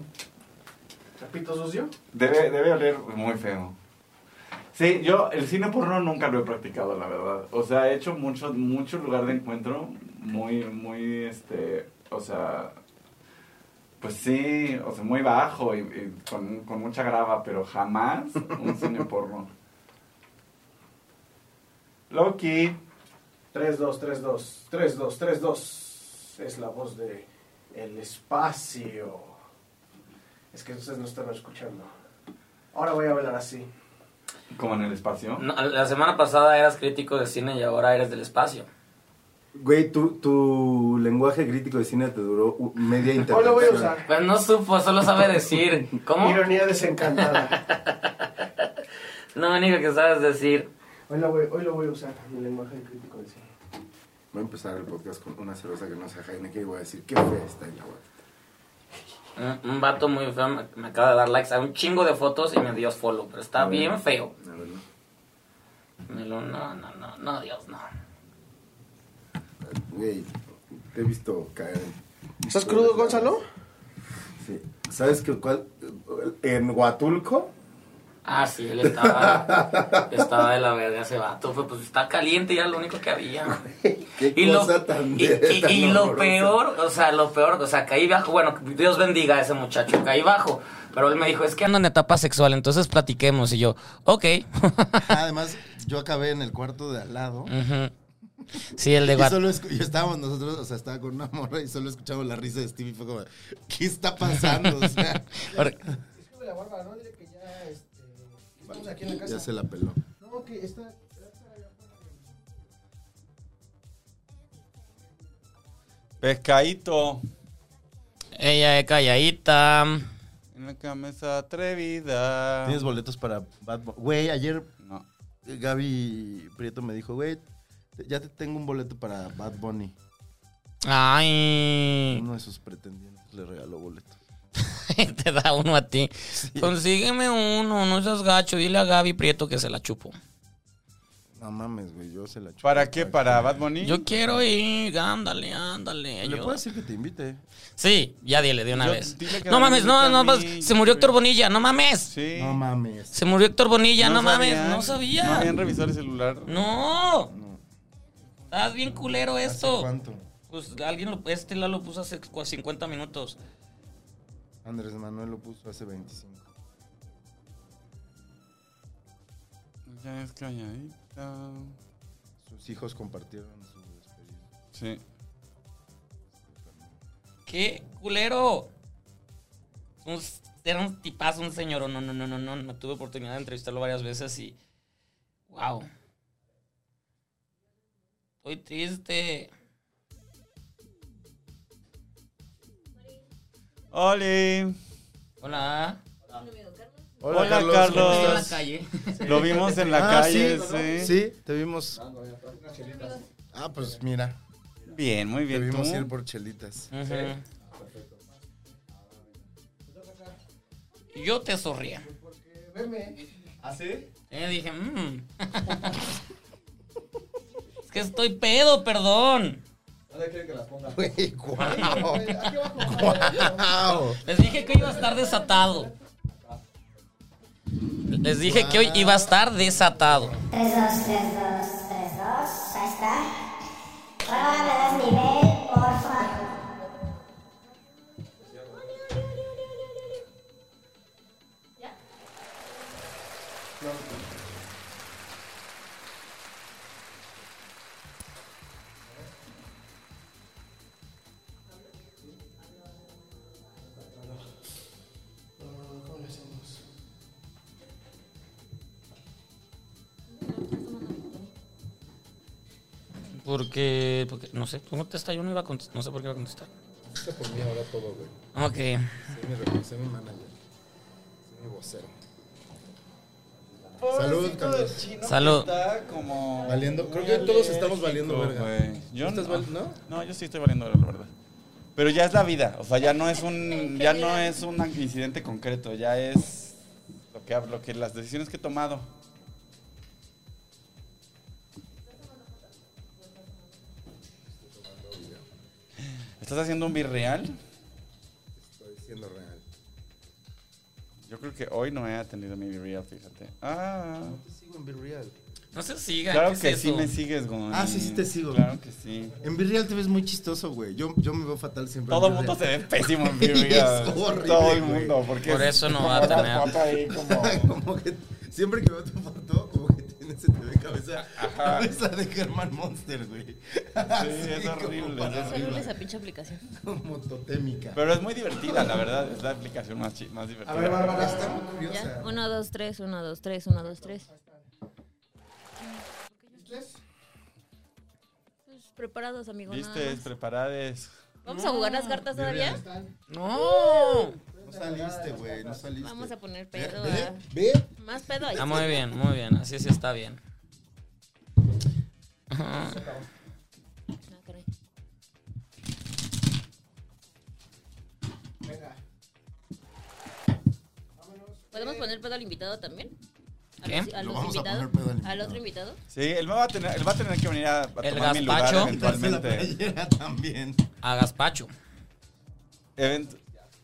A: ¿Capito sucio?
E: Debe, debe oler muy feo. Sí, yo el cine porno nunca lo he practicado, la verdad. O sea, he hecho mucho, mucho lugar de encuentro muy, muy, este, o sea, pues sí, o sea, muy bajo y, y con, con mucha grava, pero jamás un cine porno. Loki.
A: 3-2, 3-2, 3-2, 3-2. Es la voz de el espacio. Es que ustedes no están escuchando. Ahora voy a hablar así.
E: Como en el espacio.
C: No, la semana pasada eras crítico de cine y ahora eres del espacio.
B: Güey, tu, tu lenguaje crítico de cine te duró u- media intervención.
A: Hoy lo voy a usar.
C: Pues no supo, solo sabe decir. ¿Cómo?
A: Ironía desencantada.
C: Lo único que sabes decir.
A: Hoy lo voy, hoy lo voy a usar, mi lenguaje crítico de cine.
B: Voy a empezar el podcast con una cerveza que no sea Heineken y voy a decir, qué fea está el agua.
C: Un, un vato muy feo me, me acaba de dar likes a un chingo de fotos y me dio follow, pero está
B: A ver.
C: bien feo.
B: A ver, ¿no?
C: Me lo- No, no, no, no, Dios, no.
B: Güey, te he visto caer. en-
I: ¿Estás crudo, Gonzalo?
B: Sí. ¿Sabes qué? cuál? En Huatulco.
C: Ah, sí, él estaba, estaba de la verga ese vato. Fue, pues está caliente y era lo único que había.
B: Qué
C: Y lo-
B: cosa tan
C: Y, y-
B: tan
C: y lo
B: horrorosa.
C: peor, o sea, lo peor, o sea, caí bajo. Bueno, Dios bendiga a ese muchacho, caí bajo. Pero él me dijo, es que ando en etapa sexual, entonces platiquemos. Y yo, ok.
J: Ah, Además, yo acabé en el cuarto de al lado.
C: Ujú. Sí, el Mm. de
J: Y
C: Guat-
J: solo escu- y estábamos nosotros, o sea, estaba con una morra y solo escuchamos la risa de Stevie. Fue como, ¿qué está pasando? O sea,
C: Ahora-
A: Sube la barba, ¿no? Dile que ya este, estamos aquí en la casa.
J: ya se la peló.
A: No, que está.
K: Pescadito.
C: Ella es calladita.
K: En la camisa atrevida.
J: ¿Tienes boletos para Bad Bunny? Güey, ayer eh,
K: No.
J: Gaby Prieto me dijo, güey, te- ya te tengo un boleto para Bad Bunny.
C: Ay.
J: Uno de sus pretendientes le regaló boleto.
C: Te da uno a ti. Consígueme uno, no seas gacho. Dile a Gaby Prieto que se la chupo.
J: No mames, güey, yo se la chupo.
K: ¿Para qué? ¿Para Bad Bunny?
C: Yo quiero ir, ándale, ándale.
J: Le
C: ayuda.
J: puedo decir que te invite.
C: Sí, ya dile de una
K: Yo-
C: vez.
K: dile que
C: No
K: me
C: mames, no,
K: invite a
C: no,
K: mí,
C: pas-
K: yo
C: se murió
K: soy-
C: Héctor Bonilla, no mames.
K: Sí.
J: No mames.
C: Se murió Héctor Bonilla, no, mames,
K: sabían.
C: no
K: No
C: sabía.
K: habían revisado el celular.
C: No. Estás bien culero
J: ¿Hace
C: esto.
J: cuánto?
C: Pues alguien lo, este lo puso hace cu- 50 minutos.
J: Andrés Manuel lo puso hace 25.
K: Ya es calladita.
J: Sus hijos compartieron su despedida.
K: Sí.
C: ¡Qué culero! Un- era un tipazo, un señor. No, no, no, no, no. No tuve oportunidad de entrevistarlo varias veces y. ¡Wow! Estoy triste.
K: ¡Oli!
C: Hola.
K: Hola, Carlos.
C: Estoy en la calle.
K: Lo vimos en la
J: Ah,
K: calle,
J: sí,
K: sí.
J: Sí, te vimos. Ah, pues mira,
K: Bien, muy
J: te
K: bien.
J: vimos
K: ¿tú?
J: ir por chelitas.
C: Ujú. Yo te sonría.
B: ¿Ah,
A: ¿Así?
C: Eh, dije, mmm. es que estoy pedo, perdón.
A: ¿Dónde quieren que las ponga?
J: Güey, guau.
A: Aquí abajo.
J: Guau.
C: Les dije que hoy iba a estar desatado. Les dije que hoy iba a estar desatado.
F: 3, 2, 3, 2, 3, 2. Ahí está. Ahora me das nivel, porfa.
C: Porque, porque no sé, tú no te yo no iba a contestar, no sé por qué iba a contestar.
B: Este por mí ahora todo, güey.
C: Ok.
B: Soy mi, re- soy mi manager. Soy mi vocero. Salud, Carlos.
C: Salud.
E: Está como.
B: Valiendo- creo
E: muy
B: que todos
E: alérgico,
B: estamos valiendo verga.
E: güey. Yo
B: ¿Tú
E: no,
B: estás val- no?
E: no, yo sí estoy valiendo verga, la verdad. Pero ya es la vida, o sea, ya no es un, ya no es un incidente concreto, ya es lo que, hab- lo que las decisiones que he tomado. ¿Estás haciendo un virreal?
B: Estoy siendo real.
E: Yo creo que hoy no he atendido mi virreal, fíjate. Ah.
B: No te sigo en Virreal.
C: No se sigan,
E: Claro ¿qué es que eso? sí me sigues, güey.
B: Ah, sí, sí te sigo.
E: Claro que sí.
B: En Virreal te ves muy chistoso, güey. Yo, yo me veo fatal siempre.
E: Todo
B: en
E: el mundo se
B: Virreal.
E: ve pésimo en Virreal.
B: es horrible,
E: Todo el
B: güey.
E: mundo, porque Por es eso no como va a una tener. foto ahí como-
B: Como que siempre que veo tu foto, como que tienes en tu cabeza,
E: Ajá.
B: cabeza de Germán Monster, güey. Sí,
E: es horrible, es horrible.
D: esa pinche aplicación.
B: Como totémica.
E: Pero es muy divertida, la verdad. Es la aplicación más, chi- más divertida.
B: A ver, Bárbara, está muy
D: Ya,
B: curiosa.
D: uno, dos, tres, uno, dos, tres, uno, dos, tres. Pues, preparados, amigo. nada
E: Viste,
D: más.
E: es preparades.
D: Vamos a jugar las cartas todavía.
C: No.
B: No saliste, güey, no saliste.
D: Vamos a poner pedo.
B: este. Ve,
D: a-
B: ve.
D: Más pedo. ahí.
C: Ah, muy bien, muy bien. Así sí está bien. Ajá.
D: Ah, caray. ¿Podemos poner pedo al invitado también? ¿A
E: ¿Qué?
D: los- a
E: Lo
D: los
E: vamos a
D: invitados?
E: poner pedo al
D: ¿Al otro invitado?
E: Sí, él va a tener, él va a tener que venir a, a
C: El
E: tomar mi lugar
C: gazpacho.
E: eventualmente.
B: también.
C: A Gaspacho.
E: Event-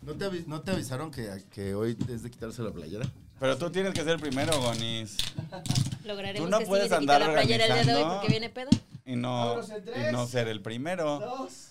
B: ¿No te, avi- no te avisaron que, que hoy es de quitarse la playera?
E: Pero tú tienes que ser primero, Gonis.
D: Lograremos
E: Tú no
D: que
E: puedes
D: sí, se quite
E: andar
D: la playera el día de hoy
E: organizando.
D: porque viene pedo.
E: Y no,
D: Vámonos en
E: y no ser el primero.
D: Dos.